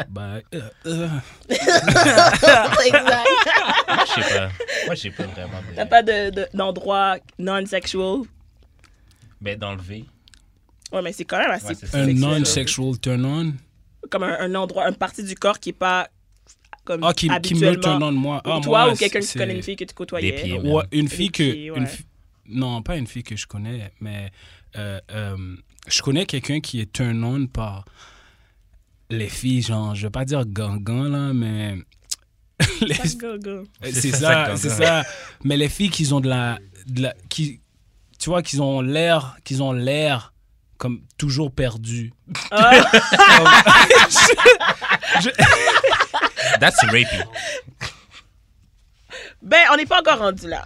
D: Ben, euh, euh,
B: exact.
C: Je sais pas. Moi, je sais pas vraiment. de-
B: T'as pas de- de- d'endroit non-sexual?
C: Ben, d'enlever.
B: Ouais, mais c'est quand même assez
C: Ouais, c'est ça.
D: un
B: sexuel.
D: non-sexual turn-on?
B: Comme un, un endroit, une partie du corps qui est pas comme
D: Ah, qui, qui me
B: habituellement.
D: turn on, moi.
B: Ou
D: Ah,
B: toi
D: moi,
B: ou quelqu'un que
D: c'est-
B: tu connais, une fille que tu côtoyais.
C: Des pieds.
D: Ouais, une fille que...
B: fille, ouais.
D: une fi- Non, pas une fille que je connais, mais... euh, euh, je connais quelqu'un qui est turn on par les filles, genre, je vais pas dire gangan, là, mais... les
B: Pas de gogo.
D: Euh,
C: C'est
D: C'est
C: ça,
D: ça,
C: ça,
D: c'est
C: ça.
D: ça. Mais les filles qui ont de la, de la- qui, tu vois, qu'ils ont l'air, qu'ils ont l'air comme toujours perdu.
B: Ah,
C: That's rapey.
B: ben, on n'est pas encore rendu là.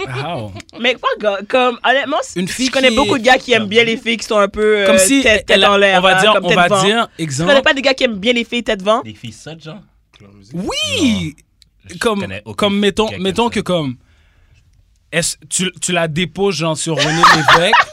D: Wow.
B: Mais pas go- comme, honnêtement, c-
D: Une fille
B: je connais
D: qui- Ah.
B: beaucoup de gars qui aiment bien les filles qui sont un peu euh,
D: Comme si
B: tête, tête
D: elle a-
B: en l'air.
D: on va
B: hein,
D: dire,
B: comme
D: on
B: tête
D: va
B: vent.
D: dire
B: Tu connais
D: exemple.
B: pas des gars qui aiment bien les filles tête vent?
C: Des filles sottes, genre?
D: Oui,
C: Je
D: comme,
C: connais aucune
D: comme
C: fille
D: mettons,
C: qui aime
D: mettons
C: ça.
D: que comme, est-ce tu, tu la déposes genre sur René Lévesque.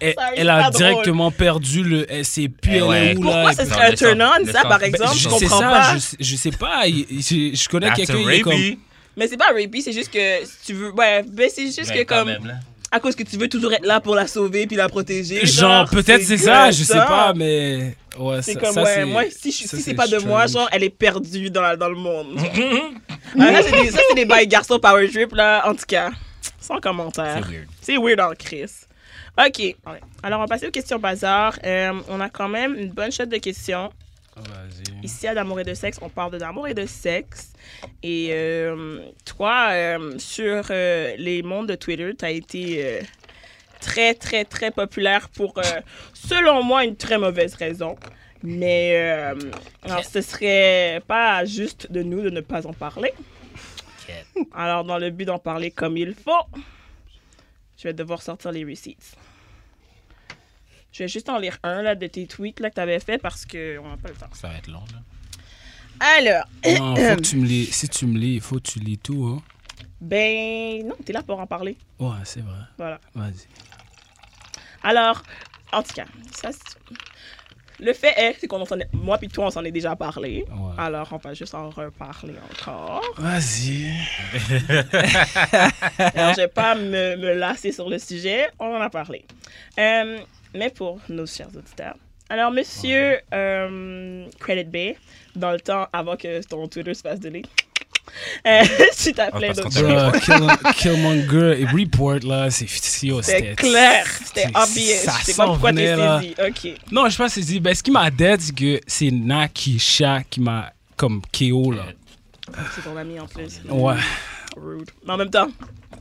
D: Elle,
B: Ça, c'est
D: elle a
B: pas drôle.
D: directement perdu le. Elle sait plus,
C: Eh
D: elle
C: ouais.
D: est où
B: Pourquoi
D: là.
B: ça
D: et
B: se-
D: puis-
B: un
C: le
B: turn on,
C: sens- le
B: ça,
C: sens-
B: par
C: Ben,
B: exemple,
D: je,
B: je
D: c'est
B: comprends
D: ça,
B: pas.
D: Je, sais- je sais pas. il- Je, je connais
C: That's
D: quelqu'un qui est comme.
C: rapey.
B: Mais c'est pas rapey, c'est juste que si tu veux. Ouais, ben c'est juste
C: Ben,
B: que
C: quand
B: comme.
C: même, là.
B: À cause que tu veux toujours être là pour la sauver puis la protéger.
D: Genre, peut-être c'est ça, je sais
B: ça.
D: pas, mais. Ouais,
B: C'est
D: ça-
B: comme,
D: ça,
B: ouais,
D: c'est-
B: moi, si, je-
D: ça,
B: si c'est pas de moi,
D: strange.
B: genre, elle est perdue dans, la- dans le monde. genre. Ah, là, c'est des- ça, c'est des bails garçons power trip, là, en tout cas. Sans commentaire.
C: C'est weird.
B: C'est weird en crise. OK. Ouais. Alors, on va passer aux questions bazar. Euh, on a quand même une bonne shot de questions.
D: Vas-y.
B: Ici, à D'amour et de sexe, on parle de d'amour et de sexe. Et euh, toi, euh, sur euh, les mondes de Twitter, tu as été euh, très, très, très populaire pour, euh, selon moi, une très mauvaise raison. Mais euh, alors, ce serait pas juste de nous de ne pas en parler.
C: Quête.
B: Alors, dans le but d'en parler comme il faut, je vais devoir sortir les receipts. Je vais juste en lire un là, de tes tweets là, que tu avais fait parce qu'on n'a pas le temps.
C: Ça va être long, là.
B: Alors,
D: Non, faut que tu me lis. Si tu me lis, il faut que tu lis tout, hein.
B: ben non, t'es là pour en parler.
D: Ouais, c'est vrai.
B: Voilà.
D: Vas-y.
B: Alors, en tout cas, ça, c'est- le fait est, c'est qu'on s'en est- moi puis toi, on s'en est déjà parlé.
D: Ouais.
B: Alors, on va juste en reparler encore.
D: Vas-y. Hein?
B: Alors, je vais pas me, me lasser sur le sujet. On en a parlé. Euh, mais pour nos chers auditeurs. Alors, monsieur euh, Credit Bay, dans le temps avant que ton Twitter se fasse donner, euh, tu t'appelais
C: Ouais,
D: Ah,
C: parce qu'on
B: d'autres
C: t'a-
D: Bro, Kill- Killmonger et Report, là, c'est yo,
B: C'était
D: c'était-
B: clair, c'était
D: c'est-
B: obvious.
D: ça
B: Je sais pas
D: s'en
B: pourquoi t'es
D: venait, là.
B: saisi. Ok.
D: Non, je sais pas si c'est dit. Ben, ce qui m'a dead, c'est que c'est Nakisha qui m'a comme KO, là.
B: C'est ton ami en plus.
D: Ouais.
B: Rude. Mais en même temps,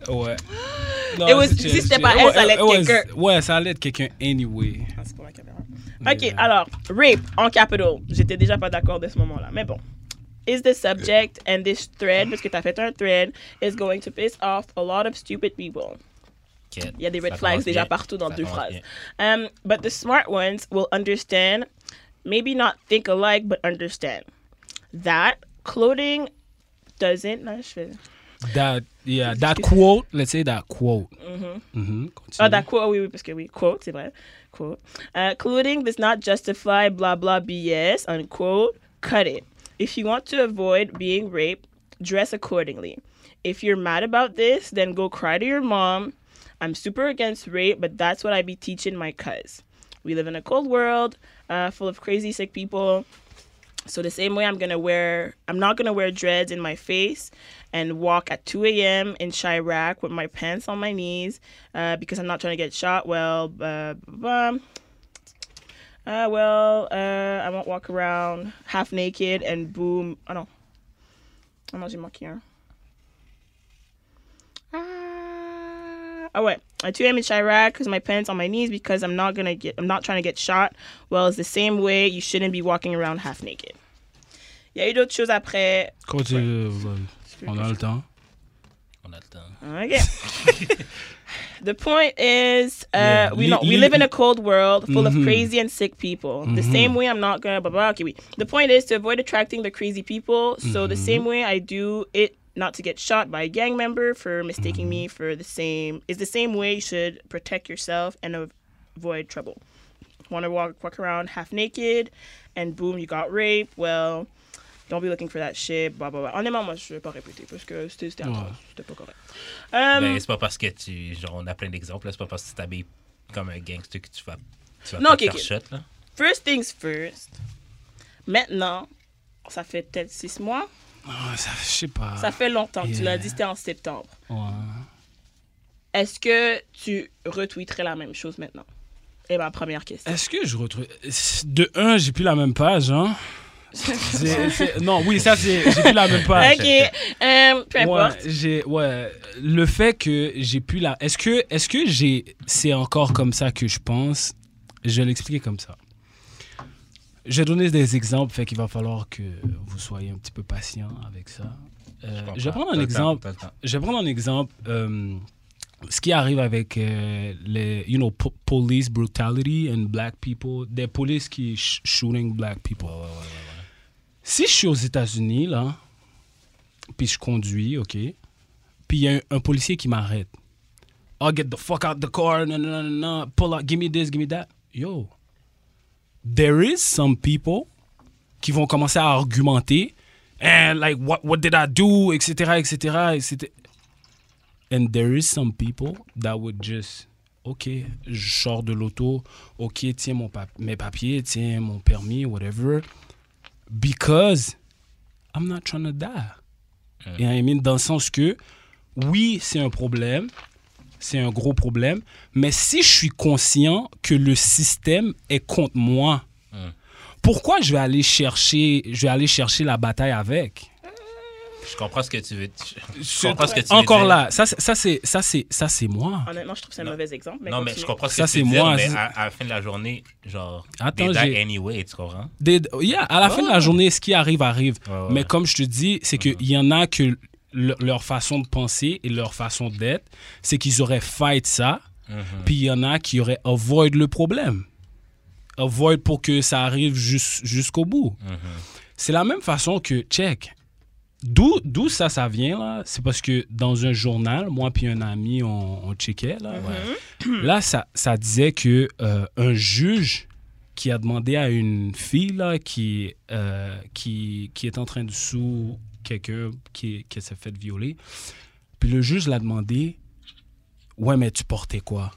D: Ouais. Non,
B: It was-
D: c'est-
B: si c'était pas elle, ça allait être
D: ouais,
B: quelqu'un.
D: Ouais, ça allait être quelqu'un anyway.
B: Ah, c'est pour la caméra. Ok, alors, rape en capital. J'étais déjà pas d'accord de ce moment-là, mais bon. Is the subject and this thread, parce que t'as fait un thread, is going to piss off a lot of stupid people.
C: Quête.
B: Il y a des red
C: Ça
B: flags
C: commence
B: déjà
C: bien.
B: partout dans
C: Ça
B: deux
C: commence
B: phrases.
C: bien.
B: Um, but the smart ones will understand, maybe not think alike, but understand. That clothing doesn't. là, je fais-
D: That, yeah, that quote, let's say that quote. Mhm, continue.
B: Ah, that quote, oui, oui, parce que oui, quote, c'est vrai. Quote. Uh, clothing does not justify blah blah BS, unquote. Cut it. If you want to avoid being raped, dress accordingly. If you're mad about this, then go cry to your mom. I'm super against rape, but that's what I be teaching my cuz. We live in a cold world uh, full of crazy sick people. So the same way I'm gonna wear, I'm not gonna wear dreads in my face and walk at 2 a.m. in Chirac with my pants on my knees uh, because I'm not trying to get shot. Well, uh, blah, blah. Uh, well, uh, I won't walk around half naked and boom. Oh non, oh non, j'ai manqué un. Ah, oh wait. At 2 a.m. in Chirac, because my pants on my knees, because I'm not gonna get, I'm not trying to get shot. Well, it's the same way. You shouldn't be walking around half naked. Il y a eu d'autres choses après.
D: Continue, euh, on a le temps.
C: On a le temps.
B: Okay. Uh, the point is, uh,
D: Yeah,
B: we
D: li-
B: know, we
D: li-
B: live in a cold world full of
D: Mhm.
B: crazy and sick people. The same way I'm not gonna blah blah. Okay, wait. The point is to avoid attracting the crazy people. So the same way I do it not to get shot by a gang member for mistaking me for the same is the same way you should protect yourself and av- avoid trouble. Want to walk walk around half naked, and boom, you got raped. Well. Don't be looking for that shit, blah blah blah. Honnêtement, moi, je vais pas répéter parce que c'était c'était atroce, c'était pas correct. Euh,
C: Ben, c'est pas parce que tu. Genre, on a plein d'exemples, là, c'est pas parce que tu t'habilles comme un gangster que tu vas. Tu vas
B: Non,
C: pas
B: ok,
C: te faire
B: ok.
C: shot, là.
B: First things first. Maintenant, ça fait peut-être six mois.
D: Ah, ça, je sais pas.
B: Ça fait longtemps que tu l'as
D: Yeah.
B: dit, c'était en septembre.
D: Ouais.
B: Est-ce que tu retweeterais la même chose maintenant? Et ma première question.
D: Est-ce que je retrouve. De un, j'ai plus la même page, hein. C'est- c'est- Non, oui, ça, c'est. J'ai plus la même page.
B: Ok, euh, peu
D: Ouais,
B: importe.
D: j'ai ouais, le fait que j'ai pu la est-ce que est-ce que j'ai c'est encore comme ça que je pense Je vais l'expliquer comme ça. J'ai donné des exemples, fait qu'il va falloir que vous soyez un petit peu patient avec ça. Euh, je vais prendre un exemple. Je vais prendre un exemple. euh, ce qui arrive avec euh, les, you know, po- police brutality and black people, des police qui sh- shooting black people. Si je suis aux États-Unis, là, puis je conduis, OK, puis il y a un, un policier qui m'arrête. Oh, get the fuck out the car, non, non, non, non, pull out, give me this, give me that. Yo, there is some people qui vont commencer à argumenter. And like, what, what did I do, etc., etc., etc. And there is some people that would just, OK, je sors de l'auto, OK, tiens mon pap- mes papiers, tiens mon permis, whatever. Because I'm not trying to die. Et I mean, dans le sens que, oui, c'est un problème, c'est un gros problème, mais si je suis conscient que le système est contre moi,
C: Mm.
D: pourquoi je vais aller chercher, je vais aller chercher la bataille avec
C: Je comprends ce que tu veux. Je,
D: Je-
C: comprends ce que tu veux
D: Encore
C: dire.
D: là, ça, c'est- ça c'est, ça c'est, ça c'est moi.
B: Honnêtement, je trouve que c'est un
C: Non.
B: mauvais exemple. Mais
C: non, mais
B: continue.
C: je comprends ce que
D: Ça,
C: tu veux
D: c'est
C: dire,
D: moi,
C: mais
D: c'est-
C: à, à la fin de la journée, genre,
D: Attends,
C: des dagues
D: j'ai-
C: anyway, tu comprends?
D: Des- yeah, à la fin de la journée, ce qui arrive, arrive.
C: Oh. Ouais, ouais.
D: Mais comme je te dis, c'est qu'il y en a que le- leur façon de penser et leur façon d'être, c'est qu'ils auraient fight ça,
C: Mhm.
D: puis il y en a qui auraient avoid le problème. Avoid pour que ça arrive jus- jusqu'au bout.
C: Mhm.
D: C'est la même façon que check. D'où, d'où ça, ça vient, là? C'est parce que dans un journal, moi puis un ami, on, on checkait, là. Là, ça, ça disait que euh, un juge qui a demandé à une fille là, qui, euh, qui, qui est en train de sous quelqu'un qui, qui s'est fait violer, puis le juge l'a demandé Ouais, mais tu portais quoi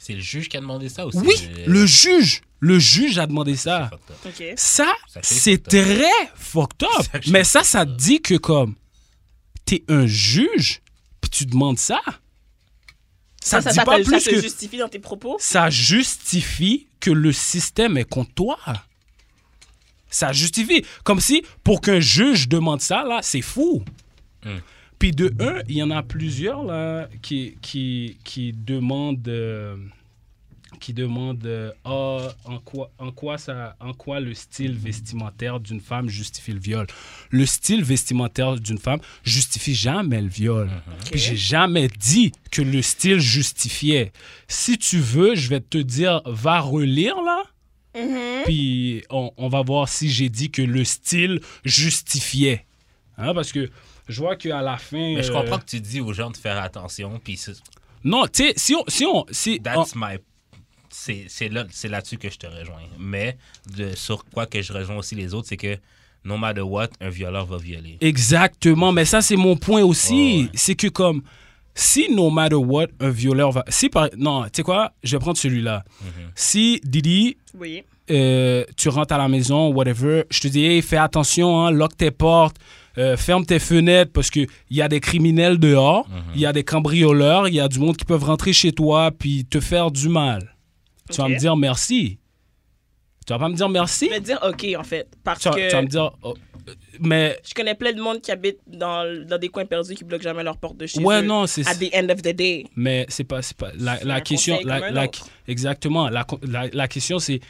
C: C'est le juge qui a demandé ça aussi. Euh,
D: Oui, le juge Le juge a demandé ça.
B: Ok.
D: Ça,
C: Ça fait
D: c'est
C: fucked up.
D: très fucked
C: Ça
D: up.
C: fait
D: Mais ça, ça dit que comme t'es un juge, puis tu demandes ça. Ça,
B: ça,
D: dit
B: ça
D: pas
B: te- ça
D: plus
B: te
D: que
B: justifie dans tes propos?
D: ça justifie que le système est contre toi. Ça justifie. Comme si pour qu'un juge demande ça, là, c'est fou.
C: Mm.
D: Puis de un, il y en a plusieurs là, qui, qui, qui demandent, euh, qui demandent euh, Ah, en, quoi, en, quoi ça, en quoi le style vestimentaire d'une femme justifie le viol. Le style vestimentaire d'une femme justifie jamais le viol. Puis j'ai jamais dit que le style justifiait. Si tu veux, je vais te dire, va relire là. Puis on, on va voir si j'ai dit que le style justifiait. Hein, parce que je vois qu'à la fin.
C: Mais je
D: euh,
C: comprends que tu dis aux gens de faire attention, puis c'est-
D: Non, tu sais, si on. Si on si,
C: that's my... C'est c'est là- c'est là-dessus que je te rejoins. Mais de- sur quoi que je rejoins aussi les autres, c'est que no matter what, un violeur va violer.
D: Exactement, mais ça c'est mon point aussi,
C: Ouais, ouais.
D: c'est que comme Si no matter what, un violeur va. Si par... Non, tu sais quoi, je vais prendre celui-là.
C: Mm-hmm.
D: Si Didi,
B: Oui.
D: euh, tu rentres à la maison, whatever, je te dis, hey, fais attention, hein, lock tes portes, euh, ferme tes fenêtres parce qu'il y a des criminels dehors, il y a des cambrioleurs, il y a du monde qui peuvent rentrer chez toi puis te faire du mal. Tu vas
B: Ok.
D: me dire merci. Tu vas pas me dire merci.
B: Je vais dire OK, en fait. Parce
D: Tu, vas-
B: que
D: tu vas me dire. oh, mais
B: je connais plein de monde qui habite dans, l- dans des coins perdus qui bloquent jamais leur porte de chez
D: ouais,
B: eux.
D: non, c'est
B: At the end of the day.
D: Mais c'est pas, c'est pas la,
B: C'est
D: la
B: un
D: question.
B: conseil
D: La,
B: comme un
D: la-
B: autre.
D: exactement. La, co- la- la question, c'est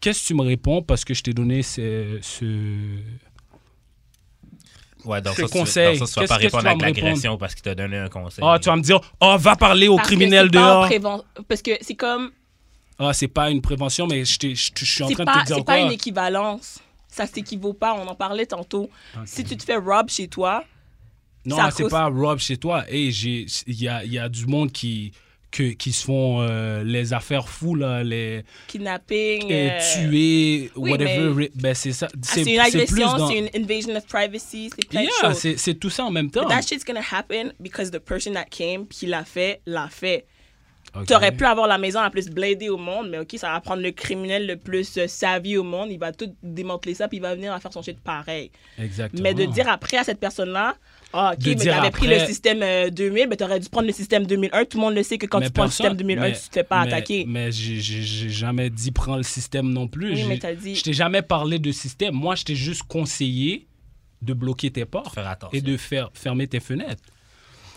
D: qu'est-ce que tu me réponds parce que je t'ai donné ce. ce-
C: Ouais, donc
D: Ce
C: ça, tu-
D: conseil,
C: dans ça, tu vas pas
D: qu'est-ce que tu
C: répondre
D: vas
C: avec
D: me
C: l'agression parce qu'il t'a donné un conseil.
D: Ah, tu vas me dire, oh, va parler aux
B: Parce que
D: criminels
B: c'est pas en
D: dehors.
B: préven- Parce que c'est comme.
D: Ah, c'est pas une prévention, mais je, t'ai- je- je suis en
B: C'est
D: train
B: pas,
D: de te
B: c'est
D: dire
B: pas
D: quoi.
B: une équivalence. Ça s'équivaut pas. On en parlait tantôt.
D: Ah,
B: Si tu te fais rob chez toi,
D: Non,
B: ça
D: c'est
B: cause-
D: pas Rob chez toi. Et j'ai, il y a, il y a du monde qui. Que, qui se font euh, les affaires fous, là, les
B: kidnapping.
D: et
B: euh,
D: tuer,
B: oui,
D: whatever.
B: mais-
D: ri- Ben, c'est ça.
B: ah, C'est une agression,
D: plus dans-
B: c'est une invasion of privacy, c'est plein de
D: Yeah,
B: choses.
D: c'est c'est tout ça en même temps.
B: But that shit's gonna happen because the person that came, qui l'a fait, l'a fait.
D: Ok.
B: T'aurais pu avoir la maison la plus blindée au monde, mais ok, ça va prendre le criminel le plus euh, savvy au monde, il va tout démanteler ça, puis il va venir à faire son shit pareil.
D: Exactement.
B: Mais de dire après à cette personne-là, ah, ok,
D: Ah. De
B: mais
D: dire
B: t'avais pris le
D: après-
B: système euh, 2000, mais t'aurais dû prendre le système 2001. Tout le monde le sait que quand
D: Mais
B: tu prends le
D: personne-
B: système 2001,
D: mais-
B: tu te fais pas
D: mais-
B: attaquer.
D: Mais j'ai- j'ai j'ai jamais dit prends le système non plus.
B: Oui,
D: J'ai-
B: mais t'as dit-
D: Je t'ai jamais parlé de système. Moi, je t'ai juste conseillé de bloquer tes portes
C: Faire attention.
D: et de faire fermer tes fenêtres.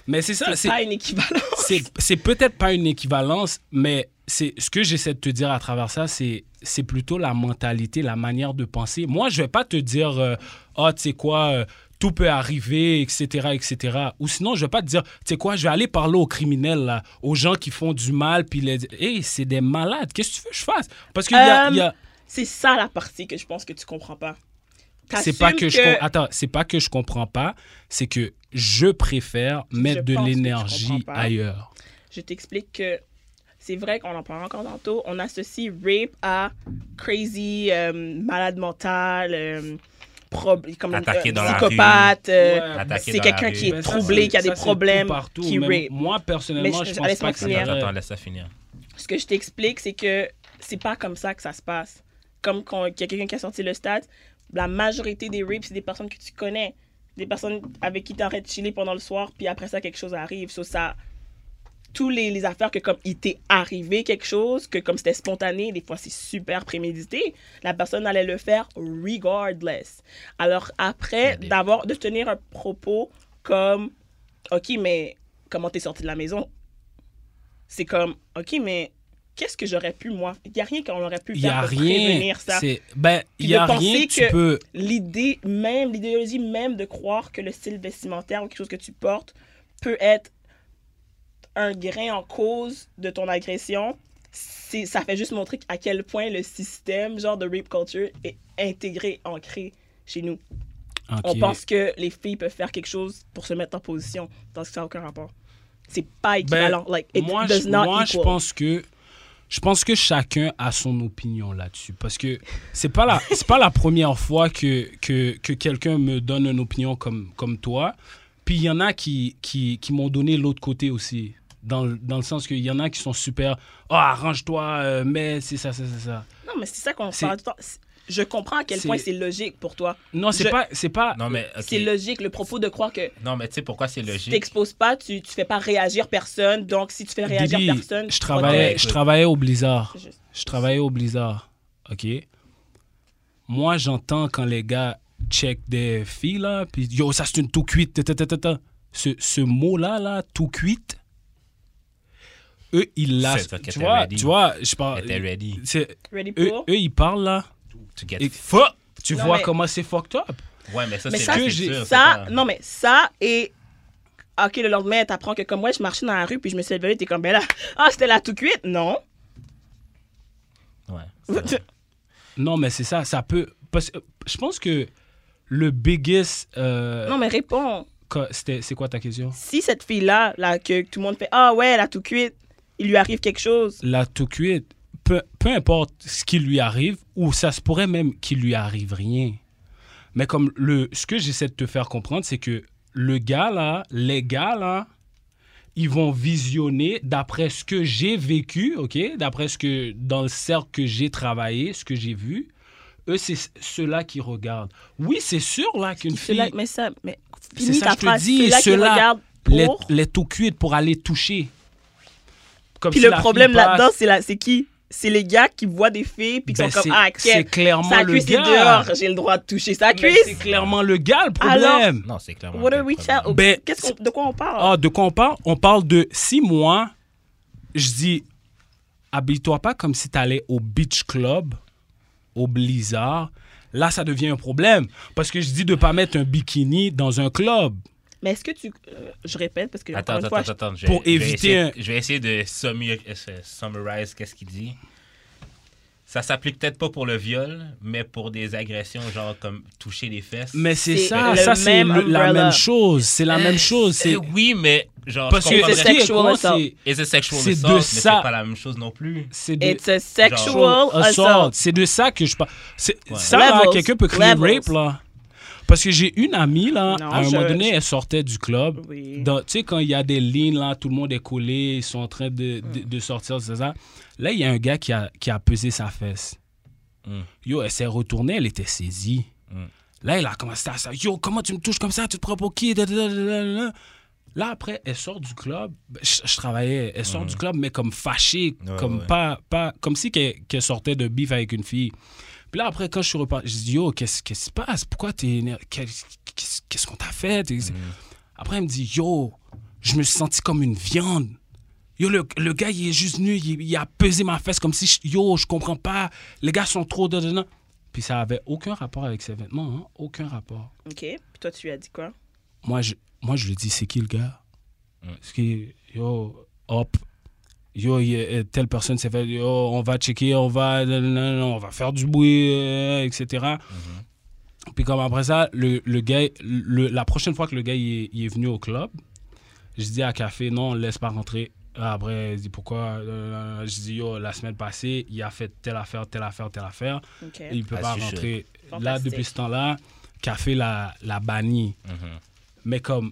D: Mais c'est ça.
B: C'est
D: c'est-
B: pas une équivalence.
D: c'est c'est peut-être pas une équivalence, mais c'est ce que j'essaie de te dire à travers ça, c'est c'est plutôt la mentalité, la manière de penser. Moi, je vais pas te dire, euh, Ah, tu sais quoi, euh, tout peut arriver, etc., etc. Ou sinon, je vais pas te dire, tu sais quoi, je vais aller parler aux criminels, là, aux gens qui font du mal, puis les, hey, c'est des malades. Qu'est-ce que tu veux que je fasse Parce que il y a- il y a,
B: C'est ça la partie que je pense que tu comprends pas.
D: c'est pas que,
B: Euh, T'assumes
D: je com- attends, c'est pas que je comprends pas, c'est que je préfère mettre de
B: pense que tu comprends
D: l'énergie
B: pas.
D: ailleurs.
B: je t'explique que c'est vrai qu'on en parle encore tantôt, on associe rape à crazy, euh, malade mental, euh, prob- comme un
C: Attaqué dans la
B: psychopathe. euh,
D: Ouais,
C: Attaqué
B: c'est
C: dans la
B: quelqu'un qui
C: rue.
B: est
D: Ben, ça,
B: troublé,
D: c'est-
B: qui a
D: ça,
B: des
D: c'est
B: problèmes,
D: tout partout,
B: qui
D: mais
B: rape.
D: Moi, personnellement,
B: Mais
D: je,
B: je-
D: pense
B: laisse-moi
D: pas que c'est
B: finir.
C: Attends, attends,
D: vrai.
C: laisse ça finir.
B: Ce que je t'explique, c'est que c'est pas comme ça que ça se passe. Comme quand il y a quelqu'un qui a sorti le stade, la majorité des rapes, c'est des personnes que tu connais. Des personnes avec qui t'arrêtes de chiller pendant le soir, puis après ça, quelque chose arrive. So, ça, tous les, les affaires que comme il t'est arrivé quelque chose, que comme c'était spontané, des fois c'est super prémédité, la personne allait le faire regardless. Alors après,
C: des-
B: d'avoir, de tenir un propos comme, OK, mais comment t'es sorti de la maison? C'est comme, OK, mais qu'est-ce que j'aurais pu, moi? Il n'y a rien qu'on aurait pu
D: Il n'y
B: faire
D: a
B: pour
D: rien.
B: prévenir ça.
D: c'est- Ben,
B: Puis
D: il n'y a
B: de penser
D: rien que tu
B: que-
D: peux.
B: L'idée même, l'idéologie même de croire que le style vestimentaire ou quelque chose que tu portes peut être un grain en cause de ton agression, c'est- ça fait juste montrer à quel point le système, genre de rape culture, est intégré, ancré chez nous. On
D: Ok.
B: pense que les filles peuvent faire quelque chose pour se mettre en position, dans que ça n'a aucun rapport. C'est pas
D: Ben,
B: équivalent. like, it
D: moi,
B: does
D: je,
B: not
D: moi, je
B: equal.
D: pense que je pense que chacun a son opinion là-dessus parce que c'est pas la c'est pas la première fois que que, que quelqu'un me donne une opinion comme comme toi. Puis il y en a qui qui, qui m'ont donné l'autre côté aussi dans, le- dans le sens qu'il y en a qui sont super oh arrange-toi euh, mais c'est ça c'est ça, c'est ça.
B: Non, mais c'est ça qu'on
D: C'est-
B: parle tout le temps. C'est- Je comprends à quel
D: C'est-
B: point c'est logique pour toi.
D: Non, c'est
B: Je-
D: pas c'est pas
C: Non, mais, ok.
B: C'est logique, le propos de croire que
C: Non, mais tu sais pourquoi c'est
B: tu
C: logique?
B: t'exposes pas, tu, tu fais pas réagir personne. Donc, si tu fais réagir
D: Didi,
B: personne,
D: je
B: tu
D: travaillais,
C: protèges.
D: je travaillais au Blizzard.
B: protèges.
D: Je travaillais au Blizzard. OK? Moi, j'entends quand les gars check des filles, là, puis yo, ça c'est une tout cuite. ta, ta, ta, ta, ta. Ce, ce mot-là, là, tout cuite, eux, ils l'ont.
C: C'est ça qu'elle était
D: Tu vois,
C: ready.
D: tu vois, je parle.
C: Elle était ready
D: c'est-
B: Ready
D: Eux,
B: pour?
D: eux, ils parlent, là.
C: to get
D: et fuck! Tu
B: Oh. Non,
D: vois
B: mais-
D: comment c'est fucked up.
C: Ouais, mais ça,
B: Mais
C: c'est
B: ça,
C: la
D: que
C: culture,
D: j'ai-
C: c'est
B: Ça,
C: pas-
B: non, mais ça et. Ok, le lendemain, t'apprends que comme moi, je marchais dans la rue, puis je me suis levée, t'es comme, ben là, ah, c'était la tout cuite? Non.
C: Ouais.
B: Tu-
D: Non, mais c'est ça, ça peut. Parce que je pense que le biggest. euh,
B: Non, mais réponds.
D: co- c'était- C'est quoi ta question?
B: Si cette fille-là, là, que tout le monde fait, ah ouais, la tout cuite, il lui arrive quelque chose.
D: la tout cuite, peu, peu importe ce qui lui arrive, ou ça se pourrait même qu'il lui arrive rien. Mais comme le, ce que j'essaie de te faire comprendre, c'est que le gars là, les gars là, ils vont visionner d'après ce que j'ai vécu, OK? D'après ce que, dans le cercle que j'ai travaillé, ce que j'ai vu. Eux, c'est c- ceux-là qui regardent. Oui, c'est sûr, là, qu'une fille...
B: Ceux-là- mais ça, mais
D: C'est
B: finis
D: ça,
B: ta
D: je te
B: phrase.
D: dis,
B: Ceux-là qui
D: ceux-là,
B: regardent
D: les,
B: pour.
D: les tout cuites pour aller toucher. Comme
B: Puis
D: si
B: le
D: la fille
B: problème
D: passe.
B: là-dedans, c'est la- c'est qui C'est les gars qui voient des filles puis qui
D: Ben,
B: sont
D: c'est-
B: comme ah
D: c'est
B: quelle
D: clairement
B: sa
D: le
B: cuisse est
D: gars.
B: dehors, j'ai le droit de toucher sa
D: Mais
B: cuisse.
D: C'est clairement le gars, le
B: Alors-
D: problème.
C: Non, c'est clairement.
B: What
C: un
B: are we
C: problème.
B: chat- oh,
D: Ben,
B: qu'est-ce qu'on- de quoi on parle
D: Ah, de quoi on parle? On parle de six mois. Je dis, habille-toi pas comme si t'allais au beach club, au blizzard. Là, ça devient un problème. Parce que je dis de pas mettre un bikini dans un club.
B: Mais est-ce que tu euh, je répète parce que
C: Attends,
B: encore une
C: attends,
B: fois,
C: attends, attends, je-
D: Pour
C: je vais
D: éviter
C: essayer-
D: un-
C: Je vais essayer de summir- euh, se- summarize qu'est-ce qu'il dit. Ça s'applique peut-être pas pour le viol, mais pour des agressions, genre comme toucher les fesses.
D: Mais c'est
B: C'est
D: ça,
B: le
D: ça c'est
B: même
D: le- la
B: umbrella.
D: même chose. C'est la même chose.
C: Euh,
D: C'est
C: oui, mais genre.
D: parce que
B: comprends
D: ce
B: pas.
D: qui est
B: Sexual
D: con,
B: assault.
D: c'est-
C: Et c'est sexual
D: c'est
C: assault,
D: de
C: mais
D: ça.
C: c'est pas la même chose non plus.
D: c'est de
B: it's a sexual
D: sexual
B: assault.
D: assault. C'est de ça que je parle. C'est-
C: Ouais.
D: Ça, là,
B: Levels.
D: quelqu'un peut crier
B: Levels.
D: rape, là. Parce que j'ai une amie, là,
B: Non,
D: à un
B: je-
D: moment donné, elle sortait du club.
B: Oui.
D: Dans- Tu sais, quand il y a des lignes, là, tout le monde est collé, ils sont en train de, de,
B: Mm.
D: de sortir, c'est ça. Là, il y a un gars qui a, qui a pesé sa fesse.
C: Mm.
D: Yo, elle s'est retournée, elle était saisie.
C: Mm.
D: Là, il a commencé à ça. Yo, comment tu me touches comme ça? Tu te prends pour qui? Da, da, da, da, da, da. Là, après, elle sort du club. Ben, Je, je travaillais. Elle sort du club, mais comme fâchée,
C: Mhm. Ouais,
D: comme
C: ouais.
D: pas, pas. Comme si qu'elle qu'elle sortait de bif avec une fille. Puis là, après, quand je suis reparti, je dis Yo, qu'est-ce qu'est-ce qui se passe? Pourquoi t'es énervé? Qu'est-ce qu'est-ce- qu'est-ce qu'on t'a fait? T'es-
C: Mhm.
D: Après, elle me dit Yo, je me suis senti comme une viande. Yo, le, le gars, il est juste nu, il, il a pesé ma fesse comme si, je- yo, je comprends pas, les gars sont trop... de- de- de- Puis ça avait aucun rapport avec ses vêtements, hein, aucun rapport.
B: OK. Puis toi tu lui as dit quoi
D: Moi, je, moi, je lui dis, c'est qui le gars
C: Mm.
D: Parce que, yo, hop, yo, il y a- euh, telle personne s'est fait, yo, on va checker, on va, nan, nan, nan, on va faire du bruit, euh, etc. Puis comme après ça, le, le gars, le- la prochaine fois que le gars il est, il est venu au club, je dis à Café, non, laisse pas rentrer. Après, il dit pourquoi Nan, nan, nan. Je dis, yo, la semaine passée, il a fait telle affaire, telle affaire, telle affaire.
B: OK.
D: Il peut
C: As
D: pas
C: you should.
D: rentrer. Là,
B: Fantastique.
D: depuis ce temps-là, Café l'a l'a banni.
C: Mhm.
D: Mais comme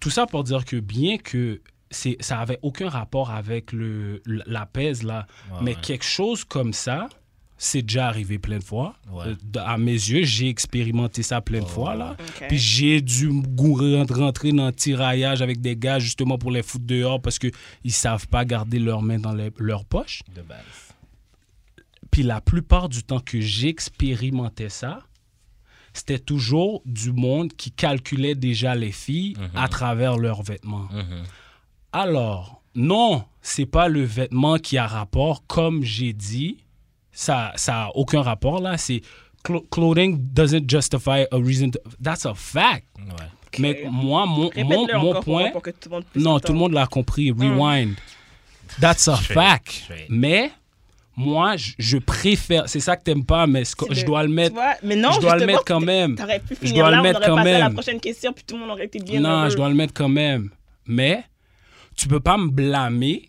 D: tout ça pour dire que bien que c'est ça avait aucun rapport avec le l- la pèse là,
C: Ouais,
D: mais
C: Ah ouais.
D: quelque chose comme ça, c'est déjà arrivé plein de fois.
C: Ouais. Ah
D: Euh, d- à mes yeux, j'ai expérimenté ça plein de fois là.
B: OK.
D: Puis j'ai dû me gourer- rent- rentrer dans le tiraillage avec des gars justement pour les foutre dehors parce que ils savent pas garder leurs mains dans les- leurs poches.
C: De base.
D: Puis la plupart du temps que j'expérimentais ça, c'était toujours du monde qui calculait déjà les filles
B: Mhm.
D: à travers leurs vêtements.
C: Mhm.
D: Alors, non, c'est pas le vêtement qui a rapport, comme j'ai dit. Ça ça a aucun rapport là. C'est clo- clothing doesn't justify a reason. to- that's a fact.
C: Ouais.
D: Mais moi, mon, mon,
B: Répète-le
D: mon
B: encore pour
D: point.
B: moi, pour que Ah. tout le monde puisse
D: Non, tout le
B: entendre.
D: monde l'a compris. Rewind. That's a
C: Straight,
D: fact.
C: straight.
D: Mais moi, je, je préfère. C'est ça que t'aimes pas, mais ce que-
B: C'est
D: je
B: de-
D: dois le
B: Tu
D: mettre.
B: vois, mais non,
D: je dois le
B: justement,
D: mettre quand même.
B: T'aurais pu
D: Je
B: finir
D: dois
B: là,
D: le mettre
B: on aurait
D: quand
B: passé à la
D: même.
B: prochaine question puis tout le monde aurait été bien
D: Non,
B: heureux.
D: je dois le mettre quand même. Mais tu peux pas me blâmer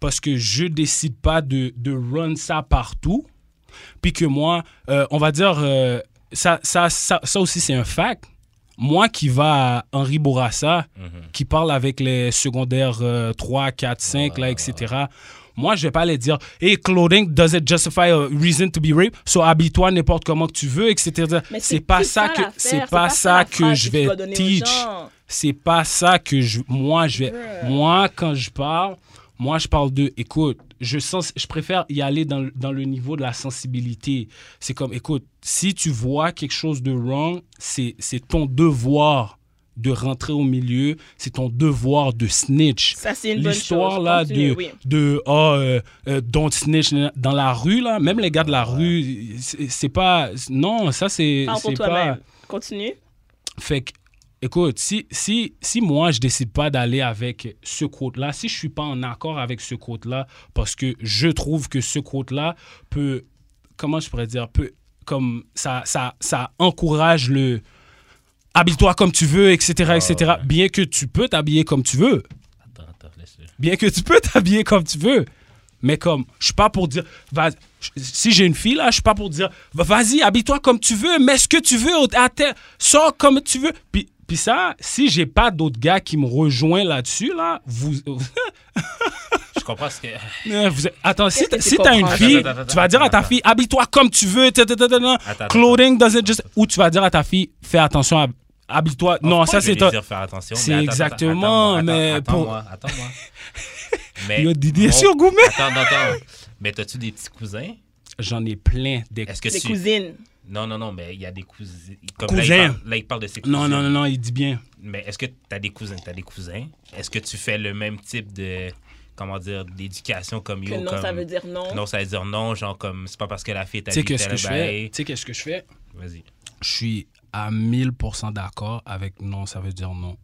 D: parce que je décide pas de, de run ça partout. Puis que moi, euh, on va dire, euh, ça, ça, ça, ça aussi c'est un fact. Moi qui va à Henri Bourassa, qui parle avec les secondaires euh, 3, 4, 5, là, etc. Moi, je vais pas les dire, hey, clothing doesn't justify a reason to be raped, so habille-toi n'importe comment que tu veux, etc.
B: Mais
D: C'est pas
B: plus
D: ça que,
B: l'affaire,
D: c'est pas ça
B: la
D: que
B: phrase
D: je
B: tu
D: vais
B: dois donner aux
D: teach
B: gens.
D: c'est pas ça que je moi je vais
B: Bruh.
D: moi quand je parle moi je parle de écoute je sens je préfère y aller dans, le- dans le niveau de la sensibilité c'est comme écoute si tu vois quelque chose de wrong c'est c'est ton devoir de rentrer au milieu c'est ton devoir de snitch
B: Ça, c'est une bonne chose.
D: l'histoire là
B: Continue,
D: de
B: oui.
D: de oh euh, euh, don't snitch dans la rue là même les gars de la rue c'est c'est pas non ça c'est
B: Parle pour
D: c'est pas
B: toi-même. Continue.
D: fait que, écoute, si, si, si moi, je décide pas d'aller avec ce quote-là, si je suis pas en accord avec ce quote-là, parce que je trouve que ce quote-là peut, comment je pourrais dire, peut, comme, ça, ça, ça encourage le habille-toi comme tu veux, etc., etc.,
C: ouais.
D: bien que tu peux t'habiller comme tu veux,
C: Attends, attends, laisse-le.
D: bien que tu peux t'habiller comme tu veux. Mais comme, je suis pas pour dire, vas- si j'ai une fille là, je suis pas pour dire, vas-y, habille-toi comme tu veux, mets ce que tu veux, au- à terre, sors comme tu veux. Puis, Puis ça, si j'ai pas d'autres gars qui me rejoignent là-dessus, là, vous.
C: Je comprends ce que.
D: Euh, vous êtes- Attends, si
E: Qu'est-ce
D: t'as
E: que
D: si
E: tu
D: t'as une
E: comprends?
D: fille,
C: Attends, attends,
D: tu vas dire à ta
C: attends.
D: fille, habille-toi comme tu veux, ta, ta, ta, ta, ta.
C: attends,
D: clothing doesn't just. Ou tu vas dire à ta fille, fais attention, hab- habille-toi. Non, ça c'est
C: un...
D: un.
C: dire faire attention. mais
D: C'est
C: attends, attends,
D: exactement,
C: attends,
D: mais
C: attends,
D: pour-
C: Attends-moi, attends-moi. mais.
D: Yo, Didier
C: mon-
D: sur Gourmet.
C: Attends, attends. Mais t'as-tu des petits cousins?
D: J'en ai plein des.
C: Est-ce que
B: Des
C: tu.
B: cousines.
C: Non, non, non, mais il y a des cousins. Là,
D: Cousins.
C: il parle, là, il parle de ses cousins.
D: Non, non, non, non, il dit bien.
C: Mais est-ce que tu as des cousins? Tu as des cousins? Est-ce que tu fais le même type de, comment dire, d'éducation comme
B: Que
C: yo?
B: non,
C: comme-
B: ça veut dire non.
C: Non, ça veut dire non, genre comme, c'est pas parce que la fille t'a
D: Tu
C: dit
D: sais qu'est-ce que
C: tel
D: je
C: bail.
D: fais? Tu sais qu'est-ce que je fais?
C: Vas-y.
D: Je suis à 1000% d'accord avec non, ça veut dire non.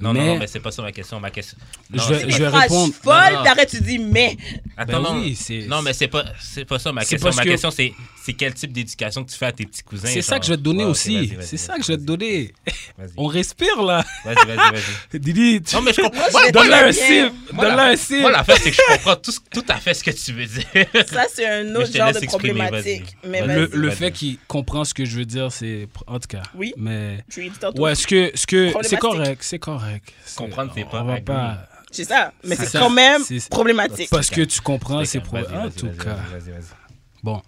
C: Non, non,
D: Mais-
C: non, mais c'est pas ça ma question. Ma question... Non,
D: Je vais-
C: c'est
B: Des
C: pas-
D: je vais
B: phrases
D: répondre.
B: folles,
C: Non, non.
B: t'arrêtes, tu dis mais.
C: Attends,
D: Ben
C: non,
D: oui, c'est-
C: non, mais c'est pas, c'est pas ça ma
D: C'est
C: question.
D: parce
C: Ma
D: que-
C: question, c'est, c'est quel type d'éducation que tu fais à tes petits cousins?
D: C'est ça
C: genre?
D: que je vais te donner
C: Ouais, ok,
D: aussi.
C: vas-y, vas-y,
D: C'est ça
C: vas-y,
D: que je vais te donner.
C: Vas-y,
D: On respire là.
C: vas-y, vas-y. vas-y.
D: Didi, tu...
C: Non, mais je comprends.
B: Moi, je
D: donne-le un
B: vais très bien.
D: cible. Donne-le un cible.
C: Moi, l'affaire, c'est que je comprends tout, ce- tout à fait ce que tu veux dire.
B: Ça, c'est un
C: Mais
B: autre
C: je te
B: genre
C: laisse
B: de
C: exprimer,
B: problématique.
C: vas-y.
B: Mais
C: Vas-y.
D: Le,
B: vas-y.
D: le
C: vas-y.
D: fait qu'il comprend ce que je veux dire, c'est. En tout cas.
B: Oui.
D: Mais.
B: Je lui ai dit tantôt.
D: Ouais, ce que. Ce que... C'est
B: Problématique.
D: correct, c'est correct. C'est-
C: Comprendre, c'est
D: on
C: pas
D: va
C: agree.
D: pas.
B: C'est ça. Mais
D: C'est
B: c'est
D: ça.
B: quand même
D: C'est-
B: problématique.
D: Parce que tu comprends, c'est
C: Vas-y,
D: problématique.
C: vas-y,
D: En tout
C: vas-y,
D: cas.
C: vas-y, vas-y.
D: Bon.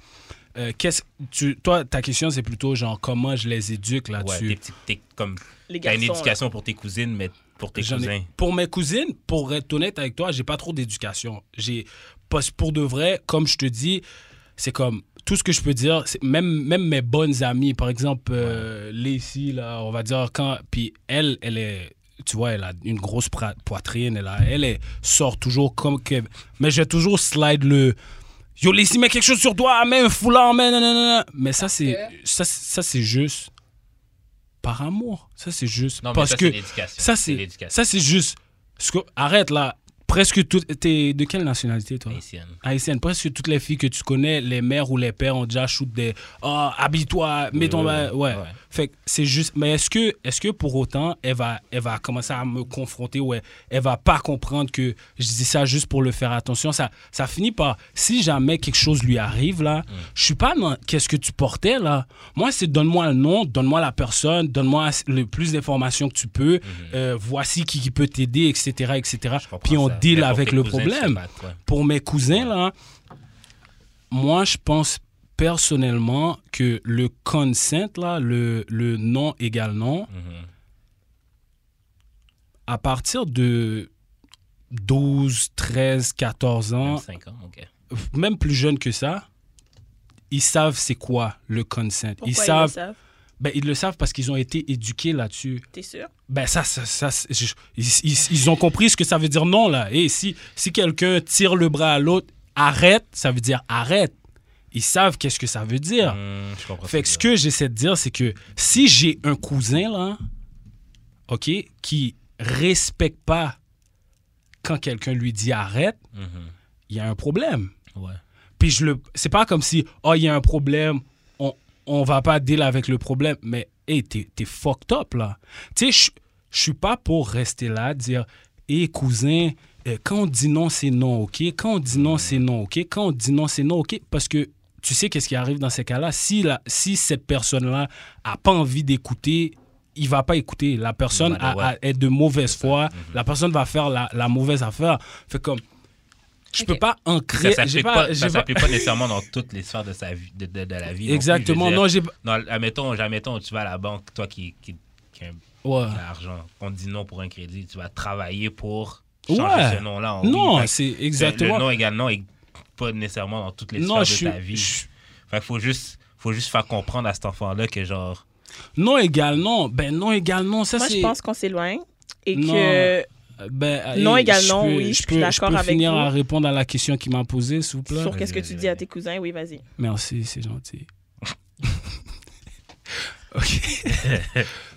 D: Euh, qu'est-ce- tu, toi, ta question, c'est plutôt genre comment je les éduque
C: Ouais,
D: là-dessus.
C: t'es petit- t'es comme.
B: Les
C: T'as une
B: garçons,
C: éducation pour tes cousines, mais pour tes
D: J'en ai-
C: cousins.
D: Pour mes cousines, pour être honnête avec toi, j'ai pas trop d'éducation. J'ai parce pour de vrai, comme je te dis, c'est comme tout ce que je peux dire, c'est même même mes bonnes amies, par exemple euh, Lacey là, on va dire quand puis elle elle est tu vois, elle a une grosse pra- poitrine, elle, a- elle est- sort toujours comme que mais j'ai toujours slide le Yo, Lacey, mets quelque chose sur toi, mets un foulard, mets nanana. Mais ça, c'est ça, c'est- ça, c'est juste par amour. Ça, c'est juste
C: Non, mais
D: parce
C: ça,
D: que
C: c'est l'éducation.
D: ça, c'est
C: l'éducation.
D: ça c'est juste. Parce que, arrête là. Presque tout. T'es de quelle nationalité, toi
C: haïtienne.
D: Haïtienne. Presque toutes les filles que tu connais, les mères ou les pères ont déjà shoot des. Oh, habille-toi, mets ton.
C: oui, oui.
D: Ouais.
C: Ouais.
D: Fait que c'est juste. Mais est-ce que, est que pour autant, elle va, elle va commencer à me confronter ou elle, elle va pas comprendre que je dis ça juste pour le faire attention Ça, ça finit par. Si jamais quelque chose lui arrive, là,
C: Mm.
D: je suis pas dans qu'est-ce que tu portais, là. Moi, c'est donne-moi le nom, donne-moi la personne, donne-moi le plus d'informations que tu peux. Euh, voici qui, qui peut t'aider, etc., etc.
C: Mm-hmm. Je comprends
D: Puis on
C: ça. Mais
D: deal
C: pour
D: avec
C: tes
D: le
C: cousins, tu
D: problème
C: sais pas, ouais.
D: pour mes cousins, là, moi, je pense personnellement que le consent, là, le, le non égal non,
C: Mhm.
D: à partir de 12, 13, 14
C: Même
D: ans,
C: cinq ans, ok.
D: même plus jeune que ça, ils savent c'est quoi le consent.
B: Pourquoi ils, le
D: savent,
B: savent?
D: ben, ils le savent parce qu'ils ont été éduqués là-dessus.
B: T'es sûr?
D: Ben ça, ça, ça, c'est- je- ils, ils- ils ont compris ce que ça veut dire non là. Et si, si quelqu'un tire le bras à l'autre, arrête, ça veut dire arrête. Ils savent qu'est-ce que ça veut dire.
C: Hmm, je comprends.
D: Ah. Fait que ce que j'essaie de dire, c'est que si j'ai un cousin là, ok, qui respecte pas quand quelqu'un lui dit arrête,
C: veux dire. Mhm.
D: il y a un problème.
C: Ouais.
D: Puis je le, c'est pas comme si, oh, il y a un problème, on, on va pas deal avec le problème. Mais, hey, t'es, t'es fucked up, là. Tu sais, je- je suis pas pour rester là, dire, hé, cousin, euh, quand on dit non, c'est non, OK? Quand on dit non, c'est non, OK? Quand on dit non, c'est non, OK? Parce que tu sais qu'est-ce qui arrive dans ces cas-là. Si, la, si cette personne-là a pas envie d'écouter, il va pas écouter. La personne
C: Voilà,
D: a-
C: ouais. Mhm.
D: a- est de mauvaise foi. La personne va faire la, la mauvaise affaire. Fait comme... Je peux
B: Ok.
D: pas
C: Ça
D: ancrer. j'ai
C: s'applique
D: pas-
C: pas, ça
D: j'ai pas-
C: s'applique pas nécessairement dans toutes les sphères de, sa vie, de, de- de la vie. non plus,
D: Exactement.
C: je veux
D: Non,
C: dire.
D: j'ai.
C: Non, admettons, admettons, tu vas à la banque, toi qui, qui, qui a
D: Ouais.
C: de l'argent, on te dit non pour un crédit, tu vas travailler pour
D: Ouais.
C: changer ce nom-là. en oui.
D: Non,
C: Fait que
D: c'est
C: le-
D: exactement.
C: Le nom également est pas nécessairement dans toutes les
D: Non, je
C: sphères
D: suis.
C: de ta vie.
D: je-
C: Fait que faut juste, faut juste faire comprendre à cet enfant-là que genre.
D: Non égal non. Ben non égal non. Ça
B: Moi, je
D: c'est.
B: pense qu'on s'éloigne et
D: Non.
B: que
D: Ben,
B: Non
D: hey,
B: égal
D: je
B: non,
D: peux-
B: oui, je suis
D: peux-
B: d'accord
D: peux
B: avec
D: finir
B: vous.
D: à répondre à la question qui m'a posée, s'il vous plaît.
B: sur qu'est-ce que
C: Vas-y,
B: tu
C: vas-y,
B: dis à
C: vas-y.
B: tes cousins, oui, vas-y.
D: Merci, c'est gentil. ok.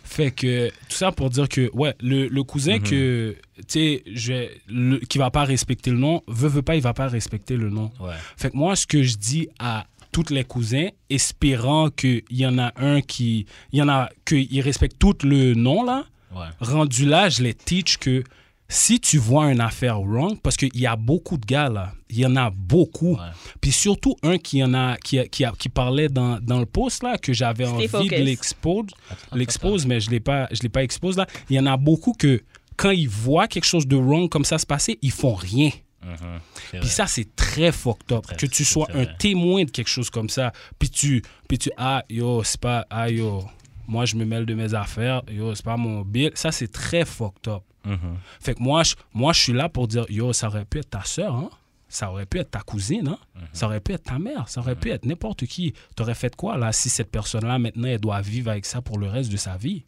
D: fait que tout ça pour dire que ouais, le, le cousin
C: Mhm.
D: que tu sais, je vais- le- qui va pas respecter le nom, veut veut pas, il va pas respecter le nom.
C: Ouais.
D: Fait que moi, ce que je dis à toutes les cousins, espérant qu'il y en a un qui. Il y en a. qu'ils respectent tout le nom, là,
C: Ouais.
D: rendu là, je les teach que si tu vois une affaire wrong, parce qu'il y a beaucoup de gars là, il y en a beaucoup. Puis surtout un qui en a qui, a- qui, a- qui parlait dans, dans le post là que j'avais
B: Stay
D: envie
B: focus.
D: de l'expose, l'expose mais je l'ai pas je l'ai pas expose là. Il y en a beaucoup que quand ils voient quelque chose de wrong comme ça se passer, ils font rien.
C: Mhm, c'est
D: Puis
C: vrai.
D: ça, c'est très fucked up.
C: Très,
D: que tu
C: c'est
D: sois
C: très
D: un
C: vrai.
D: témoin de quelque chose comme ça. Puis tu, puis tu ah, yo, c'est pas, ah, yo, moi, je me mêle de mes affaires. Yo, c'est pas mon bill. Ça, c'est très fucked up.
C: Mhm.
D: Fait que moi, je, moi, je suis là pour dire, yo, ça aurait pu être ta soeur, hein? Ça aurait pu être ta cousine, hein?
C: Mm-hmm.
D: Ça aurait pu être ta mère. Ça aurait pu être n'importe qui. T'aurais fait quoi, là, si cette personne-là, maintenant, elle doit vivre avec ça pour le reste de sa vie?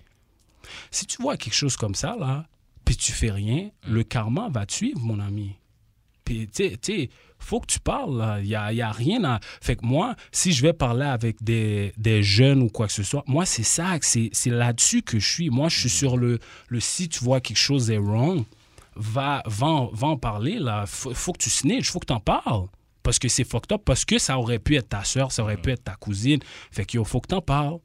D: Si tu vois quelque chose comme ça, là, puis tu fais rien,
C: Mm.
D: le karma va te suivre, mon ami. Puis, tu sais, tu sais, faut que tu parles, là. Il n'y a, y a rien à... Fait que moi, si je vais parler avec des, des jeunes ou quoi que ce soit, moi, c'est ça, que c'est c'est là-dessus que je suis. Moi, je suis sur le, le si tu vois quelque chose est wrong, va, va, en- va en parler, là. Faut, faut que tu snitch, faut que tu en parles. Parce que c'est fucked up, parce que ça aurait pu être ta soeur, ça
C: Mm.
D: aurait pu être ta cousine. Fait que, yo, faut que tu en parles.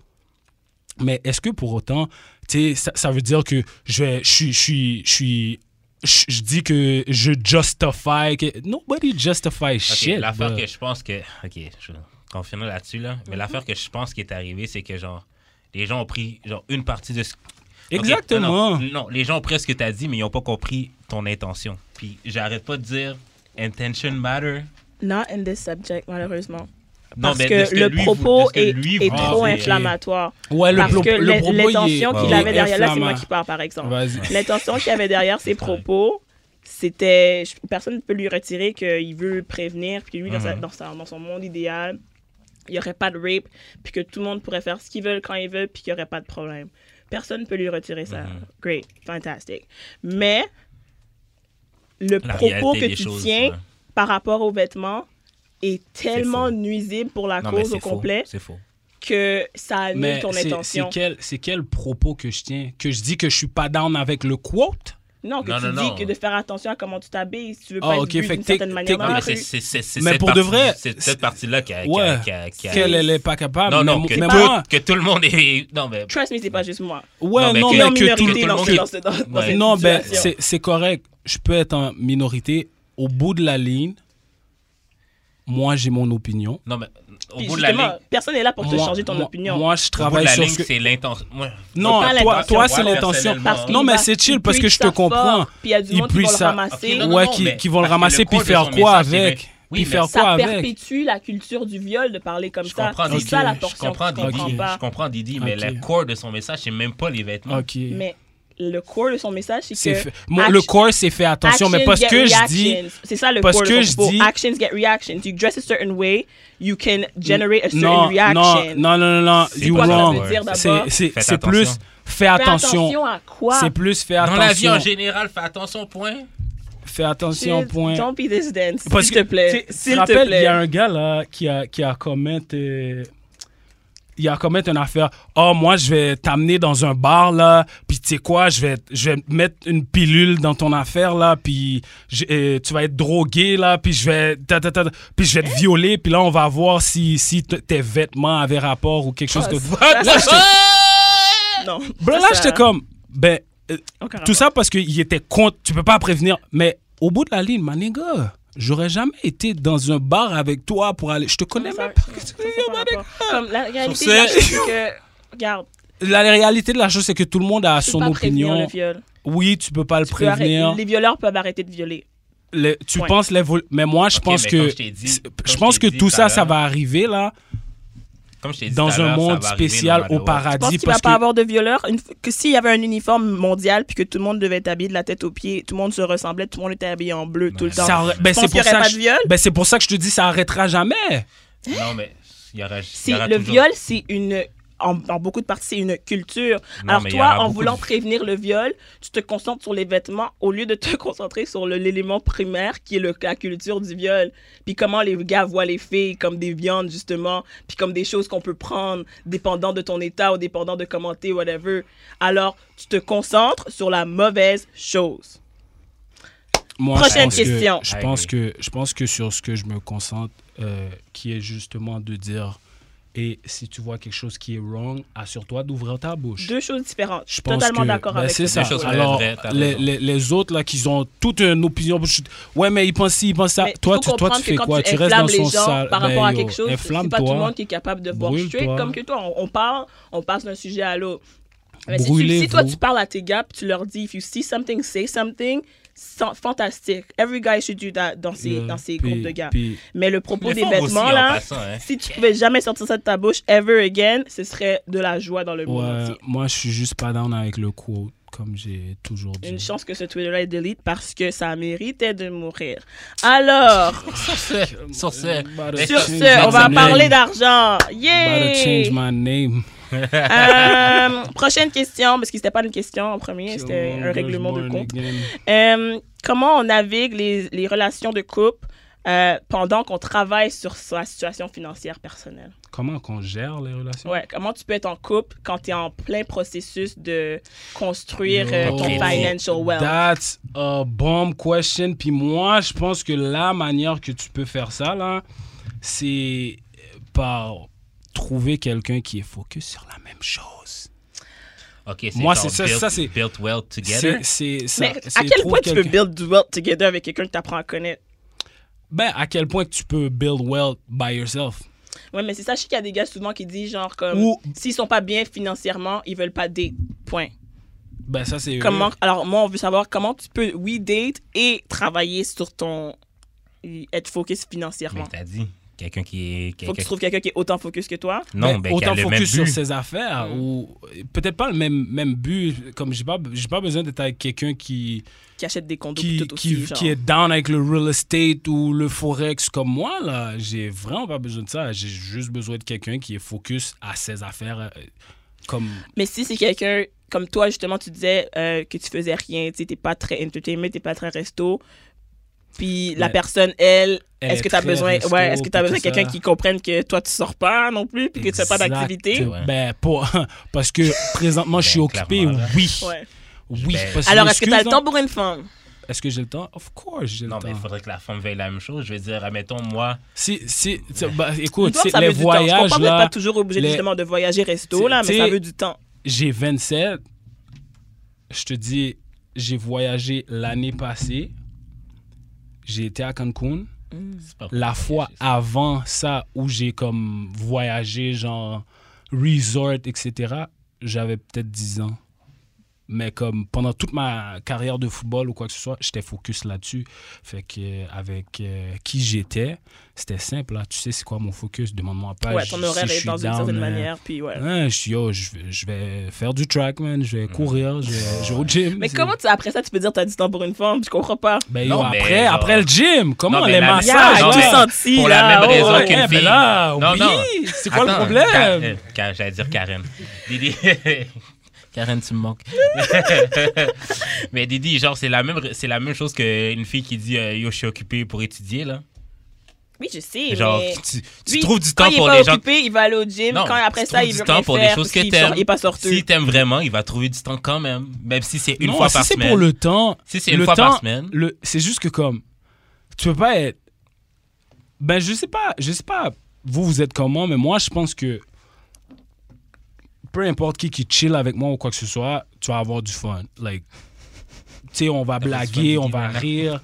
D: Mais est-ce que pour autant, tu sais, ça, ça veut dire que je, vais- je, suis- je, suis- je, suis- je, je dis que je justify. Que... Nobody justify
C: Ok,
D: shit.
C: l'affaire
D: bro.
C: que je pense que. Ok, je vais confirmer là-dessus, là. Mais l'affaire que je pense qui est arrivée, c'est que, genre, les gens ont pris, genre, une partie de ce. Ok,
D: Exactement.
C: non, non, non, les gens ont pris ce que tu as dit, mais ils n'ont pas compris ton intention. Puis j'arrête pas de dire intention matter.
B: Not in this subject, malheureusement.
C: Non,
B: Parce
C: mais de ce
B: que le
C: lui vou- de
B: propos
C: ce que
B: est,
C: lui
B: est
C: voulait
B: trop
C: dire.
B: inflammatoire.
D: Ouais, le
B: parce
D: pro-
B: que
D: le
B: l'in-
D: propos, il est-
B: l'intention qu'il
D: il est
B: avait derrière, là, c'est moi
D: inflammable.
B: qui parle, par exemple.
D: Vas-y.
B: L'intention qu'il avait derrière ses propos, c'était. je- Personne ne peut lui retirer qu'il veut prévenir, puis lui, dans, sa-
C: Mhm.
B: dans, sa- dans son monde idéal, il n'y aurait pas de rape, puis que tout le monde pourrait faire ce qu'ils veulent quand ils veulent, puis qu'il n'y aurait pas de problème. Personne ne peut lui retirer ça.
C: Mhm.
B: Great, fantastic. Mais le
C: La
B: propos
C: réalité
B: que
C: des
B: tu
C: choses,
B: tiens
C: ouais.
B: par rapport aux vêtements est tellement
C: faux.
B: nuisible pour la
C: Non, mais
B: cause
C: c'est
B: au
C: faux,
B: complet
C: C'est faux.
B: que ça annule
D: Mais
B: ton
D: c'est- c'est
B: intention.
D: quel, c'est quel propos que je tiens Que je dis que je suis pas down avec le quote
B: Non, que
C: Non,
B: tu
C: non,
B: dis
C: non.
B: que de faire attention à comment tu t'habilles, si tu veux
D: Ah,
B: pas
D: ok,
B: être vu
D: fait
B: d'une
D: que t'es-
B: certaine manière
D: t'es-
B: dans la
C: mais c'est-
B: rue.
C: c'est- c'est- c'est
D: Mais
C: cette
D: pour de
C: partie-
D: vrai,
C: C'est
D: c'est-
C: cette partie-là qui a. qui a-
D: Ouais.
C: qui a- qui a-
D: Qu'elle elle est pas capable.
C: Non, non,
D: mais,
C: que,
D: mais
C: tout,
D: moi,
C: que tout le monde est. Non, mais.
B: Trust me, c'est pas juste moi.
D: ouais, non,
C: Non, mais
D: mais
B: en
D: que tout
B: minorité
D: le
C: tout
B: dans,
D: monde.
B: ce-
C: monde-
B: dans, ce- dans, dans
C: Ouais.
B: cette
D: Non, ben,
B: situation.
D: c'est c'est correct. Je peux être en minorité. Au bout de la ligne, moi, j'ai mon opinion.
C: Non, mais. Au
B: Puis
C: bout de la
B: justement,
C: ligne.
B: Personne n'est là pour te
D: Moi-
B: changer ton
D: moi-
B: opinion.
D: Moi, je
C: Au bout de
D: travaille
C: la
D: sur
C: ligne,
D: ce que.
C: c'est l'intention. Moi-
D: Non,
B: pas
D: toi,
B: l'intention.
D: toi
B: Moi,
D: c'est l'intention.
C: personnellement,
B: Parce qu'il
D: Non, mais
B: va-
D: c'est
B: il
D: chill parce que
B: puise
D: je te
B: ça
D: comprends.
B: fort, puis il y a du
D: Ils
B: monde qui va
D: puissent
B: le
D: ça-
B: ramasser.
C: Ok, non, non,
D: ouais,
C: non,
D: qui,
C: mais-
D: qui vont le
C: parce que
D: ramasser
C: le
D: puis
C: code de
D: faire
C: son
D: quoi
C: message, c'est
D: avec
C: vrai. Oui,
D: Puis
C: mais
D: faire quoi
B: ça
D: avec
B: perpétue la culture du viol de parler comme
C: Je
B: ça.
C: comprends
B: C'est
C: Didi.
B: ça la
D: Je
C: Je
B: portion
C: comprends
B: que tu
C: Didi.
B: comprends
D: Ok.
B: pas.
C: Je comprends Didi, mais
D: Ok.
C: le corps de son message, c'est même pas les vêtements.
D: Ok.
B: Mais le corps de son message,
D: C'est
B: c'est que
D: fait- Moi,
B: action-
D: le corps, c'est fait attention, mais
B: Actions
D: parce
B: get
D: que je dis.
B: reactions. c'est ça le
D: parce
B: corps de
D: que
B: son
D: je
B: propos.
D: dis-
B: actions get reactions. You dress a certain way, you can generate a certain
D: Non,
B: reaction.
D: non, non, non, non,
C: C'est
D: you
C: quoi que ça
D: wrong.
C: veut dire
B: d'abord?
D: C'est- C'est
C: Faites
D: c'est plus,
C: attention.
D: fais
B: Fais
D: attention.
B: attention à quoi
D: C'est plus, fais
C: Dans la vie
D: attention.
C: en général, fais attention, point.
D: Fais attention,
B: Just
D: point.
B: Don't be this dense,
D: Parce
B: s'il
D: que,
B: te plaît.
D: tu sais,
B: S'il
D: te
B: te
D: rappelles, il y a
B: plaît.
D: un gars là qui a, qui a commis. euh, il a commis une affaire. Oh, moi, je vais t'amener dans un bar, là. Puis, tu sais quoi, je vais, je vais mettre une pilule dans ton affaire, là. Puis, je- euh, tu vas être drogué, là. Puis, je vais, ta, ta, ta, ta, puis je vais
B: Hein?
D: te violer. Puis là, on va voir si, si t- tes vêtements avaient rapport ou quelque chose
B: Ah,
D: comme
B: ça,
D: ça. Là, j'étais-
B: Non.
D: bro,
B: ça,
D: là,
B: ça- hein.
D: j'étais comme. Ben, euh,
B: Aucun
D: tout
B: rapport.
D: ça parce qu'il était contre, tu peux pas prévenir. Mais au bout de la ligne, maniga, j'aurais jamais été dans un bar avec toi pour aller. Je te connais
B: Ça,
D: même
B: ça,
D: pas.
B: ça, ça, ça, ça, Comme la réalité,
D: ce-
B: la chose, c'est que. Regarde,
D: La réalité de la chose, c'est que tout le monde a
B: tu peux
D: son
B: pas prévenir
D: opinion.
B: le viol.
D: Oui, tu peux pas le
B: Tu peux
D: prévenir.
B: arrêter- les violeurs peuvent arrêter de violer.
D: Les- tu
B: Point.
D: penses les vol- Mais moi, je
C: Ok,
D: pense
C: mais
D: que.
C: comme je t'ai dit-
D: c'est-
C: comme
D: je
C: je
D: pense que
C: t'ai dit
D: tout
C: tout
D: ça,
C: à
D: ça
C: l'heure,
D: va arriver là,
C: Comme je t'ai dit tout à
D: dans un
C: l'heure, ça
D: monde
C: va arriver
D: spécial
C: no matter
D: au
C: what.
B: Tu penses
D: paradis.
B: qu'il va
D: Parce
B: pas
D: que.
B: avoir de violeurs Une f- Que s'il y avait un uniforme mondial puis que tout le monde devait être habillé de la tête aux pieds, tout le monde se ressemblait, tout le monde était habillé en bleu tout le
C: Ouais.
B: temps.
D: ça aurait- ben,
B: Tu penses
D: c'est
B: qu'il y aurait
D: pour ça
B: pas
D: que
B: de
D: je-
B: viol?
D: ben, c'est pour ça que je te dis, ça arrêtera jamais.
C: Non, mais il y aura, il y
B: C'est-
C: aura
B: le
C: toujours-
B: viol, c'est une. En, en beaucoup de parties, c'est une culture.
C: Non,
B: Alors,
C: mais il y aura
B: toi, en
C: beaucoup
B: voulant
C: de-
B: prévenir le viol, tu te concentres sur les vêtements au lieu de te concentrer sur le- l'élément primaire qui est le, la culture du viol. Puis comment les gars voient les filles comme des viandes, justement, puis comme des choses qu'on peut prendre, dépendant de ton état ou dépendant de comment t'es, whatever. Alors, tu te concentres sur la mauvaise chose.
D: Moi, je
B: Prochaine
D: pense que-
B: question.
D: je, pense que, je pense que sur ce que je me concentre, euh, qui est justement de dire Et si tu vois quelque chose qui est wrong, assure-toi d'ouvrir ta bouche.
B: Deux choses différentes. Je
D: Je
B: suis
D: pense
B: totalement
D: que-
B: d'accord
D: ben,
B: avec
D: c'est
B: toi.
D: ça.
C: Des choses
D: Alors,
C: vraies, t'as
D: les,
C: raison.
D: les- les autres, là, qui ont toute une opinion. je- Ouais, mais ils pensent ci, ils pensent ça.
B: Mais
D: Ah, toi,
B: il faut
D: tu, toi, tu
B: comprendre que
D: fais
B: quand
D: quoi
B: Tu,
D: Tu restes dans
B: inflammes
D: son
B: les gens
D: sale.
B: par
D: Ben,
B: rapport à
D: yo,
B: quelque chose. C'est pas
D: Inflamme-toi.
B: tout le monde qui est capable de voir
D: Brûle-toi.
B: straight comme que toi. On, on parle, on passe d'un sujet à l'autre. Mais si, tu,
D: Brûlez-vous.
B: si toi, tu parles à tes gars, puis tu leur dis, if you see something, say something, c'est fantastique. Every guy should do that dans ces,
D: Yeah.
B: dans ces
D: euh, Puis-
B: groupes de gars.
D: puis-
B: Mais le propos
C: Les
B: des
C: femmes aussi,
B: vêtements,
C: en
B: là,
C: passant, hein.
B: si tu pouvais jamais sortir ça de ta bouche ever again, ce serait de la joie dans le monde
D: Ouais,
B: entier.
D: moi, je suis juste pas down avec le quote, comme j'ai toujours dit.
B: Une chance que ce Twitter-là est delete parce que ça méritait de mourir. Alors,
C: Sur ce, sur ce,
D: Better
B: Sur
D: change
B: ce, on
D: my
B: va
D: name.
B: parler d'argent.
D: Better change
B: Yay!
D: my name.
B: Euh, prochaine question, parce que c'était pas une question en premier, c'était un règlement de compte. Euh, comment on navigue les, les relations de couple euh, pendant qu'on travaille sur sa situation financière personnelle?
D: Comment qu'on gère les relations
B: Ouais, comment tu peux être en couple quand tu es en plein processus de construire euh,
D: Yo,
B: ton financial wealth?
D: That's a bomb question. Puis moi, je pense que la manière que tu peux faire ça, là, c'est par trouver quelqu'un qui est focus sur la même chose.
C: ok, c'est
D: Moi,
C: genre
D: c'est ça,
C: built-
D: ça, c'est-
C: built well together.
D: C'est c'est ça.
B: Mais à
D: c'est
B: quel
D: trouve
B: point tu peux
D: quelqu'un-
B: build wealth together avec quelqu'un que tu apprends à connaître?
D: Ben, à quel point que tu peux build wealth by yourself.
B: Ouais, mais c'est ça, je sais qu'il y a des gars souvent qui disent genre comme
D: Ou-
B: s'ils sont pas bien financièrement, ils veulent pas date. Point.
D: Ben, ça, c'est...
B: Comment alors moi on veut savoir comment tu peux oui date et travailler sur ton être focus
C: Mais
B: financièrement.
C: t'as dit, quelqu'un qui est.
B: Faut que
C: quelqu'un-
B: tu trouves quelqu'un qui est autant focus que toi.
C: Non,
D: Mais
C: ben, qui a
D: autant
C: le même
D: focus sur
C: but.
D: ses affaires
B: Mm.
D: ou peut-être pas le même, même but. Comme j'ai pas, j'ai pas besoin d'être avec quelqu'un qui,
B: Qui achète des condos
D: qui,
B: tout
D: qui,
B: aussi, genre.
D: qui est down avec le real estate ou le forex comme moi. là. J'ai vraiment pas besoin de ça. J'ai juste besoin de quelqu'un qui est focus à ses affaires. euh, Comme
B: Mais si c'est quelqu'un comme toi justement tu disais euh, que tu faisais rien, tu sais, t'es pas très entertainment, t'es pas très resto. Puis la
D: Mais-
B: personne elle,
D: Elle
B: est-ce
D: est
B: que tu as
D: très
B: besoin
D: resto,
B: ouais, est-ce que tu as
D: puis
B: besoin de
D: tout ça.
B: quelqu'un qui comprenne que toi tu sors pas non plus puis que tu fais pas
D: Exact.
B: d'activité
C: Ouais.
D: Ben, pas, parce que présentement, je suis
C: Ben,
D: occupé.
C: clairement, là.
D: Oui.
B: Ouais.
D: oui
C: Ben-
D: parce
B: Alors est-ce que tu as le
D: excuse,
B: temps pour une femme
D: hein. Est-ce que j'ai le temps? Of course, j'ai le
C: Non, mais il
D: temps.
C: faudrait que la femme veuille la même chose. Je veux dire, admettons, moi,
D: Si, si, tu- bah, écoute,
B: Toi,
D: si-
B: ça
D: les
B: veut du temps. Je
D: voyages,
B: comprends que t'es
D: là,
B: pas toujours obligé
D: les-
B: justement de voyager resto,
D: T'sais-
B: là, mais ça
D: t'sais-
B: veut du temps.
D: j'ai 27. Je te dis, j'ai voyagé l'année passée. J'ai été à Cancun.
C: c'est pas
D: La fois avant ça, où j'ai comme voyagé, genre resort, etc., j'avais peut-être 10 ans. Mais comme pendant toute ma carrière de football ou quoi que ce soit, j'étais focus là-dessus. Fait que euh, avec euh, qui j'étais, c'était simple. Là. Tu sais, c'est quoi mon focus? Demande-moi
C: bah,
D: pas.
B: ouais,
D: Je-
B: ton
D: si
B: horaire
D: je
B: est
D: suis
B: dans une
D: down,
B: certaine
D: euh,
B: manière, puis ouais.
D: Ouais, je suis, yo, je, vais- je vais faire du track, man. Je vais courir, je
C: Ah.
D: vais, je vais au gym.
B: Mais
D: C'est-
B: comment tu, après ça, tu peux dire t'as du temps pour une femme? Je comprends pas.
D: Ben, yo,
C: Non, mais
D: après,
C: genre-
D: après le gym, comment
C: Non, mais
D: les
C: la-
D: massages?
C: non,
D: tout
B: tout
C: mais-
D: ça?
B: senti,
C: pour
B: là.
C: la même
B: oh,
C: raison
B: ouais.
C: qu'une
D: ben
C: fille.
D: là, oui, c'est quoi le
C: Attends,
D: problème?
C: Ka- euh, Ka- J'allais dire Karen. Didi. Karen, tu me manques. Mais Didi, genre, c'est la, même- c'est la même chose qu'une fille qui dit euh, Yo, je suis occupée pour étudier, là.
B: Oui, je sais,
C: Genre,
B: mais...
C: tu, tu
B: Lui,
C: trouves du
B: quand
C: temps
B: il est
C: pour
B: pas
C: les gens.
B: occupé, il va aller au gym.
C: Non,
B: quand après
C: tu
B: ça,
C: trouves
B: il
C: du
B: veut
C: temps
B: rien
C: pour des
B: faire,
C: choses
B: parce
C: que
B: qu'il
C: t'aimes.
B: sort- il est pas sorteux.
C: S'il t'aime vraiment, il va trouver du temps quand même. Même si c'est une
D: Non,
C: fois
D: si
C: par
D: c'est
C: semaine.
D: pour le temps.
C: Si c'est une
D: le
C: fois par
D: temps,
C: semaine.
D: le- C'est juste que comme. Tu peux pas être. Ben, je sais pas. Je sais pas. Vous, vous êtes comment, mais moi, je pense que. Peu importe qui qui chill avec moi ou quoi que ce soit, tu vas avoir du fun. Like. Tu sais, on va
C: T'as pas du fun,
D: blaguer, on
C: Didi,
D: va
C: nana.
D: rire,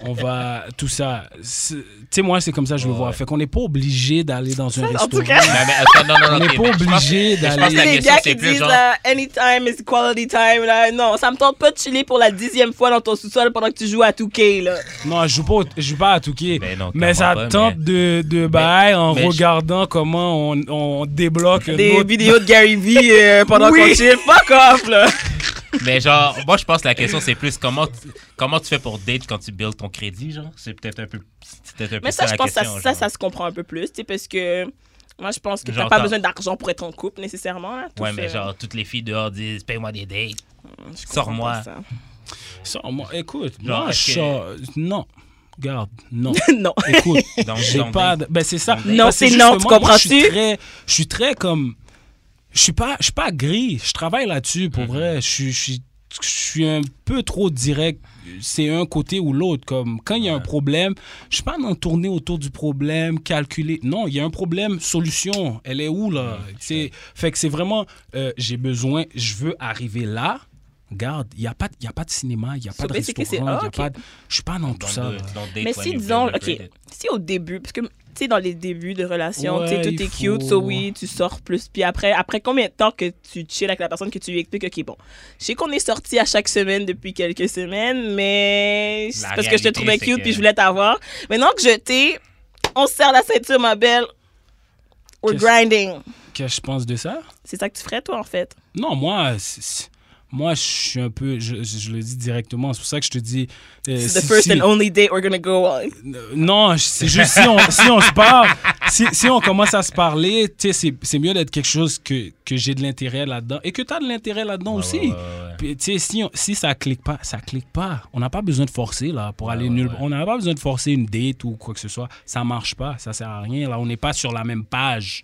D: on va. Tout ça. C'est- Tu sais, moi, c'est comme ça que je le
C: Ouais,
D: vois.
C: ouais.
D: Fait qu'on n'est pas obligé d'aller dans un
B: En
D: restaurant.
B: tout cas,
C: Non, mais attends, non, non,
D: On
C: non,
D: n'est
C: ok,
D: pas
C: mais je pense-
D: obligé
C: pense
D: d'aller.
C: que la
B: les
C: question,
B: gars
C: c'est
B: qui
C: plus
B: disent
C: genre-
B: euh, anytime is quality time, là. Non, ça me tente pas de chiller pour la dixième fois dans ton sous-sol pendant que tu joues à 2K, là.
D: Non, je joue pas, au- je joue pas à Touquet.
C: Ben non,
D: mais
C: clairement
D: ça
C: pas,
D: tente de, de bail en
C: mais je-
D: regardant comment on, on débloque
B: Des
D: notre-
B: vidéos de Gary Vee euh, pendant
D: Oui.
B: qu'on chill. Fuck off, là.
C: Mais genre, moi, je pense que la question, c'est plus comment tu, comment tu fais pour date quand tu builds ton crédit, genre. C'est peut-être un peu, c'est peut-être un peu
B: Mais ça,
C: la
B: je pense que ça,
C: question,
B: ça,
C: genre.
B: ça se comprend un peu plus, tu sais, parce que moi, je pense que t'as
C: Genre,
B: pas
C: t'as-
B: besoin d'argent pour être en couple nécessairement. Là, tout
C: Ouais,
B: ça.
C: mais genre, toutes les filles dehors disent paye-moi des dates.
B: Je comprends
C: sors-moi.
B: pas ça.
D: Ça, moi, écoute,
C: Genre,
D: moi,
C: est-ce
D: je
C: que-
D: sors- Non, garde, non.
B: non.
D: écoute,
C: Donc,
D: j'ai
C: donc,
D: pas. de- Ben, c'est ça.
B: Non,
D: Parce que
B: c'est non, tu
D: justement, moi, Je suis
B: comprends-tu?
D: très, je suis très comme. Je suis pas, Mhm. je suis pas gris. Je travaille là-dessus, pour vrai. Je suis, je suis, je suis un peu trop direct c'est un côté ou l'autre. Comme quand il y a un problème, je suis pas en tourner autour du problème, calculer. Non, il y a un problème, solution. Elle est où là Tu sais, Fait que c'est vraiment, euh, j'ai besoin, je veux arriver là. Regarde, il n'y a, pas- il y a pas de cinéma, il n'y a pas
B: So
D: de
B: basically, c'est-
D: restaurant, il y
B: ah,
D: a
B: ok.
D: pas de- Je suis pas dans tout
C: Don't
D: ça.
C: do
D: là.
C: it. Don't date
B: Mais
C: when
B: si,
C: you've
B: disons,
C: been
B: OK,
C: rated.
B: si au début, parce que, tu sais, dans les débuts de relation, tu sais,
D: Ouais,
B: tout
D: il
B: est cute, so
D: faut-
B: oui, tu sors plus. Puis après, après combien de temps que tu chill avec la personne, que tu lui expliques, OK, bon, je sais qu'on est sortis à chaque semaine depuis quelques semaines, mais c'est
C: La
B: parce que je te
C: réalité,
B: trouvais
C: c'est
B: cute
C: que-
B: puis je voulais t'avoir. Maintenant que je t'ai, on se serre la ceinture, ma belle. We're
D: Qu'est-ce-
B: grinding.
D: Qu'est-ce que je pense de ça
B: C'est ça que tu ferais, toi, en fait.
D: Non, moi, c'est- c'est- moi, je suis un peu, je, je- je le dis directement. C'est pour ça que je te dis. euh,
B: C'est
D: si-
B: the first
D: si-
B: and only date we're gonna go on.
D: euh, non, c'est juste si on, si on se parle, si, si on commence à se parler, tu sais, c'est- c'est mieux d'être quelque chose que, que j'ai de l'intérêt là-dedans et que tu as de l'intérêt là-dedans aussi.
C: Ouais, ouais, ouais,
D: Puis, tu sais, si, on- si ça clique pas, ça clique pas. On n'a pas besoin de forcer là pour aller
C: ouais,
D: nulle
C: ouais.
D: part. On n'a pas besoin de forcer une date ou quoi que ce soit. Ça marche pas, ça sert à rien. Là, on n'est pas sur la même page.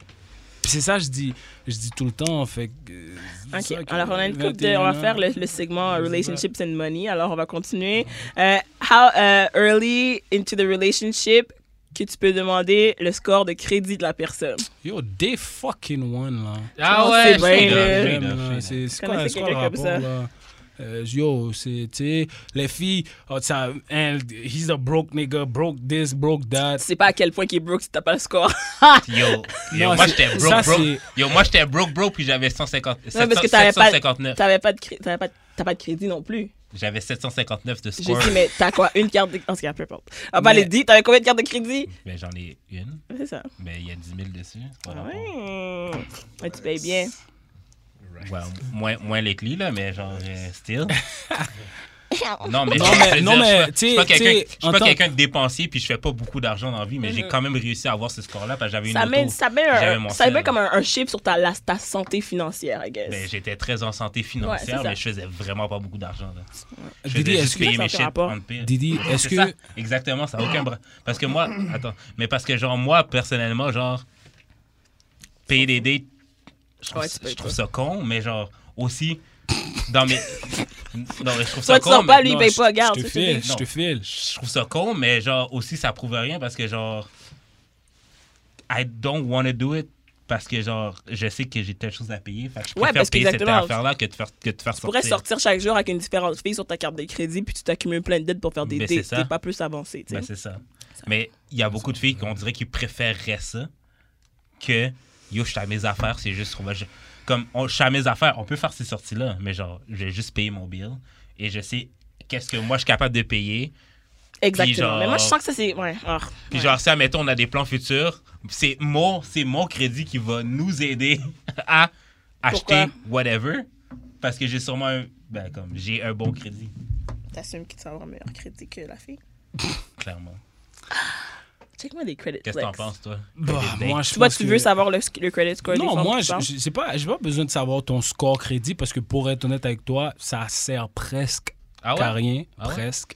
D: Puis c'est ça, je dis, je dis tout le temps. Fait. que, euh, c'est
B: OK.
D: ça que-
B: Alors, on a une coupe de...
D: 21
B: On va
D: ans.
B: faire le, le segment euh, Relationships and Money. Alors, on va continuer. Euh, how euh, early into the relationship que tu peux demander le score de crédit de la personne?
D: Yo, day fucking one là.
C: Ah
B: Non,
C: ouais,
B: c'est
C: je
B: bien,
C: suis
B: là.
C: d'accord, je suis
D: J'aime, là,
C: d'accord, je suis
D: C'est
B: Connaissez
D: c'est quoi, c'est quoi le
B: quelqu'un comme
D: rapport
B: ça?
D: là? Euh, yo, c'est, tu sais, les filles, oh, ça, hein, he's a broke nigga, broke this, broke that.
B: Tu sais pas à quel point qui est broke si t'as pas le score.
C: Yo, yo
D: Non,
C: moi
D: c'est-
C: j'étais broke,
D: ça,
C: broke.
D: c'est-
C: Yo, moi j'étais broke, broke, puis j'avais 150
B: Non, parce que
C: 700
B: t'avais pas-
C: 759.
B: T'avais pas de, cré- t'avais pas de- t'as pas de crédit non plus.
C: J'avais 759 de
B: J'ai
C: score.
B: dit, mais t'as quoi? Une carte de... En tout cas, peu importe. Ah, bah,
D: Mais-
B: les dix, t'avais combien de cartes de crédit?
C: Mais j'en ai une,
B: C'est ça.
C: mais il y a 10 000 dessus. c'est pas
B: Ah
C: rapport.
B: Ouais. Ouais, tu payes bien.
C: Ouais, moins, moins les clés, là, mais genre, euh, still. Non, mais,
D: Non,
C: je-
D: mais-
C: je veux
D: non,
C: dire,
D: mais,
C: je suis pas- je suis pas
D: tu sais,
C: quelqu'un-
D: tu sais,
C: je suis
D: en
C: pas
D: tant-
C: quelqu'un de dépensier, puis je fais pas beaucoup d'argent dans la vie, mais j'ai quand même réussi à avoir ce score-là parce que j'avais une
B: Mm-hmm. Ça
C: auto.
B: met, ça met,
C: J'avais
B: un,
C: mon
B: ça met
C: sel.
B: comme un, un chiffre sur ta, la- ta santé financière, I guess.
C: Ben, j'étais très en santé
B: Ouais, c'est
C: financière,
B: ça.
C: mais je faisais vraiment pas beaucoup d'argent. là. Je
D: Didi,
C: faisais
D: est-ce
C: juste
D: que,
C: payer
B: Ça,
C: mes
B: ça
C: shit,
B: rapport.
C: prendre pire.
D: Didi,
C: C'est
D: est-ce que,
C: ça, exactement, ça n'a aucun bras. Parce que moi, attends, mais parce que genre moi, personnellement, genre, payer des dates, je trouve,
B: Ouais, tu peux
C: je trouve
B: pas.
C: ça con, mais genre, aussi, dans mes... non, mais je trouve
B: Soit
C: ça
B: tu
C: con,
B: sors
C: mais-
B: pas, lui, il
C: non,
B: paye
C: je-
B: pas, garde.
D: je te
B: c'est ce que je
D: file,
B: dis.
D: je te file.
C: je trouve ça con, mais genre aussi ça prouve rien parce que genre I don't want to do it parce que genre je sais que j'ai telle chose à payer. Fait que je
B: Ouais,
C: préfère
B: parce
C: payer cette
B: qu'exactement,
C: affaire là que de faire que de faire
B: Tu pourrais
C: sortir.
B: sortir chaque jour avec une différente fille sur ta carte de crédit, puis tu t'accumules plein de dettes pour faire des
C: Ben, c'est
B: dates.
C: ça.
B: T'es pas plus avancé, tu
C: Ben,
B: sais.
C: c'est ça. Mais il y a beaucoup de filles qu'on dirait qu'ils préféreraient ça que yo je suis à mes affaires, c'est juste qu'on va- je- comme on, je suis à mes affaires, on peut faire ces sorties là, mais genre je vais juste payer mon bill et je sais qu'est-ce que moi je suis capable de payer.
B: Exactement.
C: Puis genre-
B: Mais moi, je sens que ça, c'est. Ouais. ah,
C: Puis
B: ouais.
C: genre, si, admettons, on a des plans futurs, c'est mon, c'est mon crédit qui va nous aider à acheter whatever. Parce que j'ai sûrement un, ben, comme, j'ai un bon crédit,
B: T'assumes que tu vas avoir un meilleur crédit que la fille.
C: clairement.
B: Check-moi des credit
C: Qu'est-ce que t'en
B: flex.
C: penses, toi?
D: Bah,
C: Credit date.
D: moi, je
B: Tu vois,
D: pense
B: tu
D: que-
B: veux savoir le, le credit score des
D: Non,
B: femmes
D: moi,
B: qui
D: je-
B: parlent.
D: je- j'ai pas, j'ai pas besoin de savoir ton score crédit parce que pour être honnête avec toi, ça sert presque
C: Ah ouais?
D: à rien,
C: Ah ouais?
D: presque.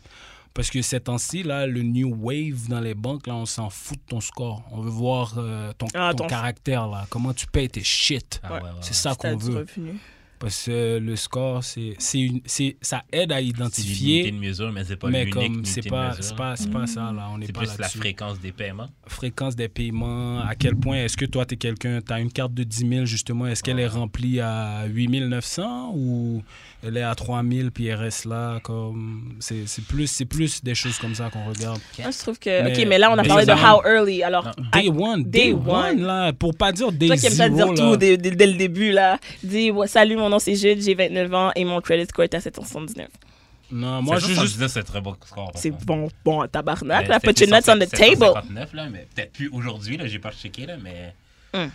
D: Parce que ces temps-ci, là, le new wave dans les banques, là, on s'en fout de ton score. On veut voir euh, ton,
B: Ah,
D: ton
B: ton-
D: caractère, là, comment tu payes tes shit.
C: Ah ouais, ouais, ouais.
D: C'est ça
B: T'as
D: qu'on
B: du
D: veut.
B: revenu.
D: Parce que le score, c'est, c'est une, c'est, ça aide à
C: C'est une unité
D: identifier,
C: de mesure, mais c'est pas
D: mais
C: l'unique
D: comme
C: unité
D: c'est
C: de
D: pas,
C: mesure.
D: c'est pas, c'est pas ça, là. On n'est
C: C'est
D: pas
C: plus la
D: là-dessus.
C: fréquence des paiements.
D: fréquence des paiements, à quel point est-ce que toi, tu es quelqu'un, tu as une carte de 10 000, justement, est-ce qu'elle est remplie à 8 900 ou elle est à 3 000 puis elle reste là comme... C'est c'est plus, c'est plus des choses comme ça qu'on regarde.
B: Moi, je trouve que.
D: Mais-
B: OK, mais là, on a
C: mais
B: parlé de
C: ça-
B: how early. Alors,
C: Non.
B: à-
D: Day one,
B: Ah, Day
D: day,
B: one.
D: one, là, pour pas dire day
B: Toi qui aimes ça dire
D: zero,
B: tout
D: là.
B: dès, dès- dès le début, là. Dis, ouais, salut, mon nom c'est Jude, j'ai 29 ans et mon credit score est à 779.
D: Non, moi, je veux juste...
C: c'est très bon score. par
B: C'est
C: contre.
B: bon, bon, tabarnak,
C: Mais
B: là. Put
C: c'était
B: your nuts on the table.
C: 759, là, mais peut-être plus aujourd'hui, là, j'ai pas checké, là, mais.
B: Hum.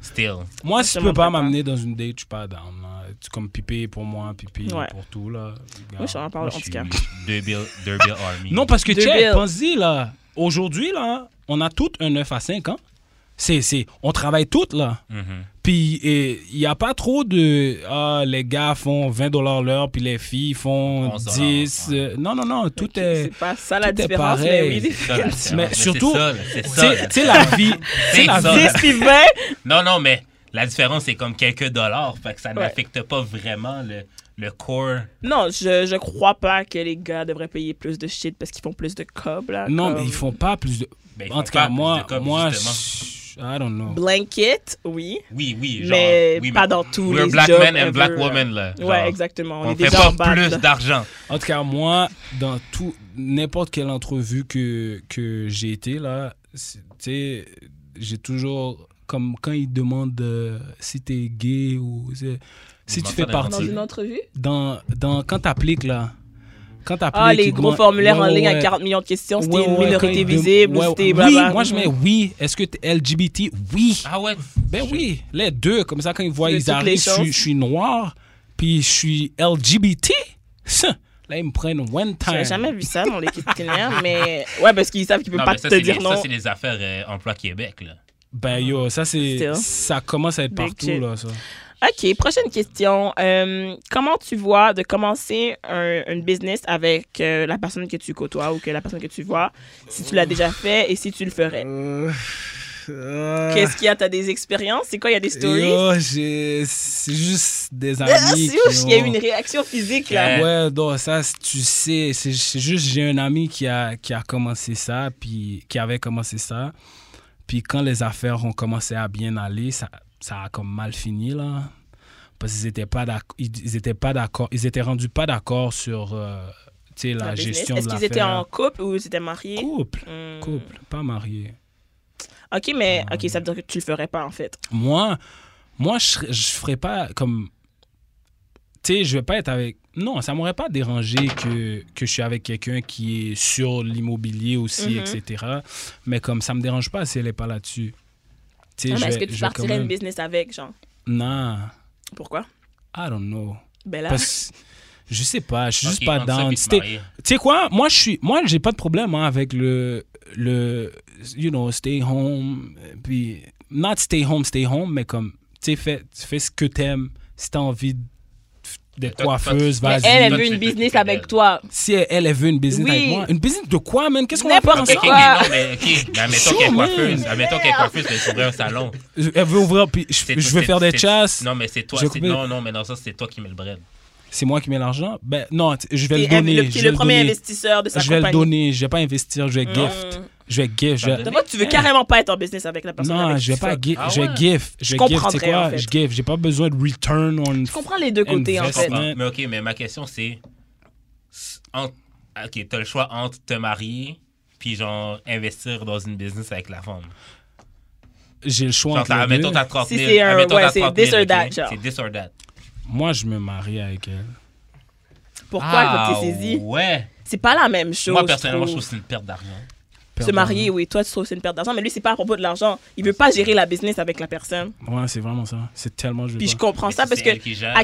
C: Still.
D: Moi, si
B: Je
D: tu
B: te
D: peux pas
B: montrerai pas.
D: m'amener dans une date, je suis pas down. là. Tu comme pipé pour moi, pipé
B: Ouais.
D: pour tout, là.
B: Moi, je t'en parle en
C: Je
B: tout
C: suis
B: cas.
C: deux bill, deux bill army.
D: Non, parce que
B: Deux bills.
D: check, pense-y, là. Aujourd'hui, là, on a toutes un 9 à 5 ans. C'est, c'est, on travaille toutes, là.
C: Mhm.
D: Puis, et il n'y a pas trop de. Ah, les gars font 20 l'heure, puis les filles font
C: 11
D: 10.
C: ouais.
D: euh, Non, non, non, tout
B: Ok,
D: est.
B: C'est pas ça la
D: tout est
B: différence, mais
D: pareil.
B: oui, des
C: C'est ça, la différence.
D: Mais
C: c'est
D: surtout,
C: ça, là, c'est
D: Tu
C: ça,
D: sais-
C: là.
D: tu sais, la vie. tu sais, la
C: ça.
D: vie-
B: 10 puis 20.
C: Non, non, mais la différence, c'est comme quelques dollars. Fait que ça
B: Ouais.
C: n'affecte pas vraiment le, le core.
B: Non, je, je crois pas que les gars devraient payer plus de shit parce qu'ils font plus de cob. Là,
D: Non,
B: comme-
D: mais ils font pas plus de.
C: Ben, ils
D: en
C: font
D: tout
C: pas
D: cas,
C: plus
D: moi,
C: de cob,
D: moi,
C: justement.
D: je- I don't know.
B: Blanket, oui.
C: Oui, oui, genre.
B: mais
C: oui,
B: pas dans tous
C: We're
B: les
C: black
B: jobs
C: men and
B: ever.
C: black women, là. Genre,
B: Ouais, exactement. On,
C: On
B: est
C: fait
B: déjà en
C: pas
B: bas,
C: plus
B: là.
C: d'argent.
D: En tout cas, moi, dans tout n'importe quelle entrevue que, que j'ai été là, c'est- tu sais, j'ai toujours comme quand ils demandent euh, si t'es gay ou c'est- si
C: Ils demandent
D: tu fais
C: pas
B: Dans
D: partie
B: une entrevue?
D: dans, dans quand t'appliques là, quand t'appliques
B: Ah, les
D: ils
B: gros
D: demandent-
B: formulaires
D: Ouais,
B: en
D: ouais,
B: ligne à
D: ouais.
B: 40 millions de questions, c'était
D: Ouais,
B: une
D: ouais, quand
B: minorité
D: ils dem-
B: visible,
D: ouais,
B: c'était
D: Oui,
B: blabla.
D: moi je mets oui. Est-ce que t'es LGBT Oui.
C: Ah ouais?
D: Ben oui, les deux, comme ça, quand ils voient,
B: De
D: ils
B: toutes les
D: arrivent, je,
B: choses.
D: suis- je suis noir, puis je suis LGBT. Ça, Hein, Là, ils me prennent one time.
B: J'avais jamais vu ça dans l'équipe primaire, mais ouais, parce qu'ils savent qu'ils peuvent
C: Non,
B: pas
C: mais ça,
B: te
C: c'est
B: dire
C: les,
B: non.
C: ça, c'est les affaires euh, Emploi Québec, là.
D: Ben yo, ça, c'est,
B: Still.
D: ça commence à être
B: Big
D: partout,
B: shit.
D: là, ça.
B: OK, prochaine question. Euh, comment tu vois de commencer un, une business avec euh, la personne que tu côtoies ou que la personne que tu vois, si tu l'as déjà fait et si tu le ferais? Qu'est-ce qu'il y a? T'as des expériences? C'est quoi? Il y a des stories?
D: Euh. Yo, j'ai- c'est juste des
B: Ah,
D: amis.
B: c'est
D: qui
B: ouf, Il y a eu
D: ont-
B: une réaction physique, là.
D: Ouais, donc ça, c- tu sais, c'est c'est juste, j'ai un ami qui a, qui a commencé ça, puis qui avait commencé ça. Puis quand les affaires ont commencé à bien aller, ça, ça a comme mal fini, là. Parce qu'ils étaient pas d'accord, ils ils étaient pas d'accord, ils étaient rendus pas d'accord sur, euh, tu sais, la,
B: la business.
D: gestion de
B: Est-ce qu'ils
D: l'affaire.
B: étaient en couple ou ils étaient mariés?
D: couple?
B: Hmm.
D: Couple, Ah. pas marié.
B: OK, mais OK, ça veut dire que tu le ferais pas, en fait.
D: Moi, moi, je, serais- je ferais pas comme... Tu sais, je vais pas être avec... Non, ça m'aurait pas dérangé que, que je suis avec quelqu'un qui est sur l'immobilier aussi,
B: Mhm.
D: etc. Mais comme ça me dérange pas si elle est pas là-dessus. Tu sais,
B: Non, Ah, mais
D: je
B: Est-ce que
D: vais-
B: tu
D: je vais quand
B: partirais
D: même...
B: une business avec, genre?
D: Non,
B: Pourquoi? Ben
D: I don't know.
B: Bella?
D: Parce je sais pas, je suis juste
C: Ok,
D: pas
C: entre ça
D: down.
C: puis se
D: C'était-
C: marier.
D: Tu sais quoi, moi je suis, moi j'ai pas de problème hein, avec le, le, you know, stay home, euh, puis not stay home, stay home, mais comme, tu sais, fais, tu fais ce que t'aimes, si t'as envie de- d'être
C: Toi, toi,
D: coiffeuse,
C: tu- Mais
B: Mais
D: vas-y.
B: elle, elle
C: Toi,
B: veut
C: tu
B: une
C: fais
B: business
C: tes
B: avec
C: belles.
B: toi.
D: Si elle, elle, elle veut une business
B: Oui.
D: avec moi, une business de quoi, man Qu'est-ce qu'on va faire
B: N'importe
C: Ok, ok,
D: ensemble
B: quoi.
C: non, mais ok, Ben, admettons qu'elle est
D: Sure, man.
C: coiffeuse, admettons qu'elle est coiffeuse, mais s'ouvrir un salon.
D: Elle veut ouvrir, puis je,
C: C'est
D: je
C: toi-
D: veux faire
C: c'est-
D: des
C: c'est-
D: chasses.
C: Non, mais c'est toi.
D: Je vais
C: c'est-
D: couper.
C: Non, non, mais dans ça, c'est toi qui mets le bread.
D: C'est moi qui mets l'argent. Ben non, t- je
B: T'es
D: vais le
B: le,
D: donner.
B: t'es
D: je
B: le
D: vais
B: premier
D: donner.
B: investisseur de sa
D: Je vais
B: compagnie. Mm. Mmh.
D: le donner. Je vais pas investir. Je vais gift. Je vais gift. Je vais-
C: Ça
B: T'as pas- tu veux carrément pas être en business avec la personne.
D: Non,
B: avec
D: je vais
B: qui tu
D: pas
B: fuck.
D: gift.
C: Ah
D: je vais
C: ouais?
D: gift. Je vais gift. C'est
B: comprendrais,
D: quoi
B: en fait.
D: Je gift. J'ai pas besoin de return on.
B: Je comprends les deux côtés, en
C: Je
B: fait.
D: Invest.
C: comprends. Mais ok, mais ma question, c'est. s- entre- Ok, t'as le choix entre te marier puis genre investir dans une business avec la femme.
D: J'ai le choix
C: Genre,
D: entre
C: t'as-
D: les deux.
C: admettons, t'as 30
B: Si
C: 000.
B: c'est un-
C: admettons,
B: ouais,
C: t'as
B: c'est
C: 30
B: this or
C: ok?
B: that, genre.
C: C'est this or that.
D: Moi, je me marie avec elle.
B: Pourquoi
C: Ah,
B: elle va te saisir?
C: ouais.
B: C'est pas la même chose.
C: Moi, personnellement, je trouve
B: trouve.
C: que c'est une perte d'argent.
B: Se marier, oui, toi, tu trouves que c'est une perte d'argent, mais lui, c'est pas à propos de l'argent. Il veut pas gérer la business avec la personne.
D: Ouais, c'est vraiment ça. C'est tellement. Je veux
B: Puis je
D: pas.
B: comprends
C: Mais
B: ça
C: si
B: parce
C: c'est
B: que
C: elle qui gère,
B: à-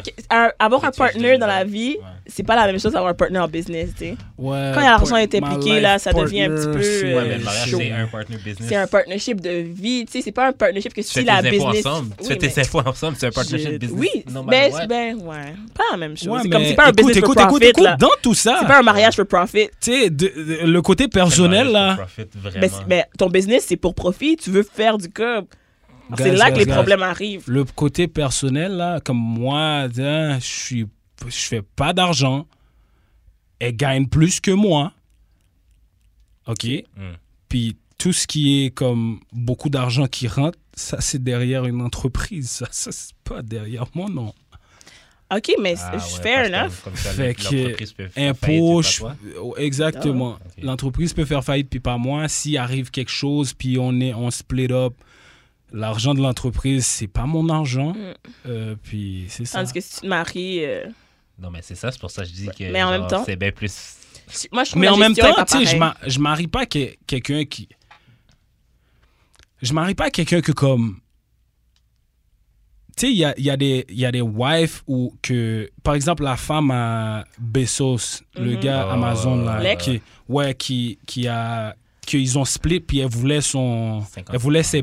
B: à- avoir un
C: c'est juste
B: partner
C: de-
B: dans la vie,
C: Ouais.
B: c'est pas la même chose d'avoir un partner en business, tu sais.
D: Ouais,
B: quand l'argent
D: part-
B: est impliqué,
D: my
B: là,
D: life
B: ça devient un petit peu,
D: partner,
B: euh,
C: Ouais, mais le mariage,
D: chaud.
C: c'est un partner business.
B: C'est un partnership de vie, tu sais. C'est pas un partnership que
C: Tu
B: si
C: fais
B: la
C: tes impôts
B: business.
C: ensemble. Tu
B: Oui,
C: fais
B: mais-
C: tes impôts ensemble. C'est un partnership
B: Je-
C: business.
B: Oui,
C: no matter
B: ben,
C: what.
B: ben, ouais. Pas la même chose.
D: Ouais,
B: c'est comme,
D: mais
B: c'est pas un business
D: écoute,
B: for
D: écoute,
B: profit,
D: écoute, ah.
B: là.
D: écoute, dans tout ça,
B: C'est pas un mariage for profit.
D: tu sais, de- de- le côté
C: Tellement
D: personnel,
C: riche
D: là,
C: pour profit,
B: Mais,
C: vraiment.
B: mais ton business, c'est pour profit. Tu veux faire du cob. Alors, C'est
D: Guys,
B: là que
D: guys,
B: les
D: guys.
B: problèmes arrivent.
D: le côté personnel, là, comme moi, hein, je suis, je fais pas d'argent. Elle gagne plus que moi. OK?
C: Hmm.
D: Puis tout ce qui est comme beaucoup d'argent qui rentre, ça, c'est derrière une entreprise. Ça, ça, c'est pas derrière mon nom.
B: OK, mais c'est-
C: Ah ouais,
B: fair
C: parce que
B: enough.
C: comme ça,
D: Fait
C: l'entreprise peut faire faillite,
D: Impôts,
C: c'est
D: je-
C: pas toi.
D: oh, exactement.
C: Ah, ok.
D: L'entreprise peut faire faillite, puis pas moi. S'il arrive quelque chose, puis on, est, on split up, l'argent de l'entreprise, c'est pas mon argent.
B: Mm.
D: Euh, puis c'est ça.
B: Tandis que si tu te maries... euh,
C: Non, mais c'est ça, c'est pour ça que je dis que
B: Mais en
C: genre,
B: même temps-
C: c'est bien plus.
B: si- Moi, je trouve
D: Mais
B: la
D: en même
B: gestion est
D: temps,
B: pas
D: tu sais, je
B: pareille.
D: ma- je marie pas que- quelqu'un qui. Je marie pas quelqu'un que comme. Tu sais, il y a, il y, a des- il y a des wives où que. Par exemple, la femme à Bezos, le
B: Mhm.
D: gars
C: Oh,
D: Amazon, là.
B: Lex.
D: Qui, ouais, qui, qui a. Qu'ils ont split, puis elle voulait son.
C: 50.
D: Elle voulait ses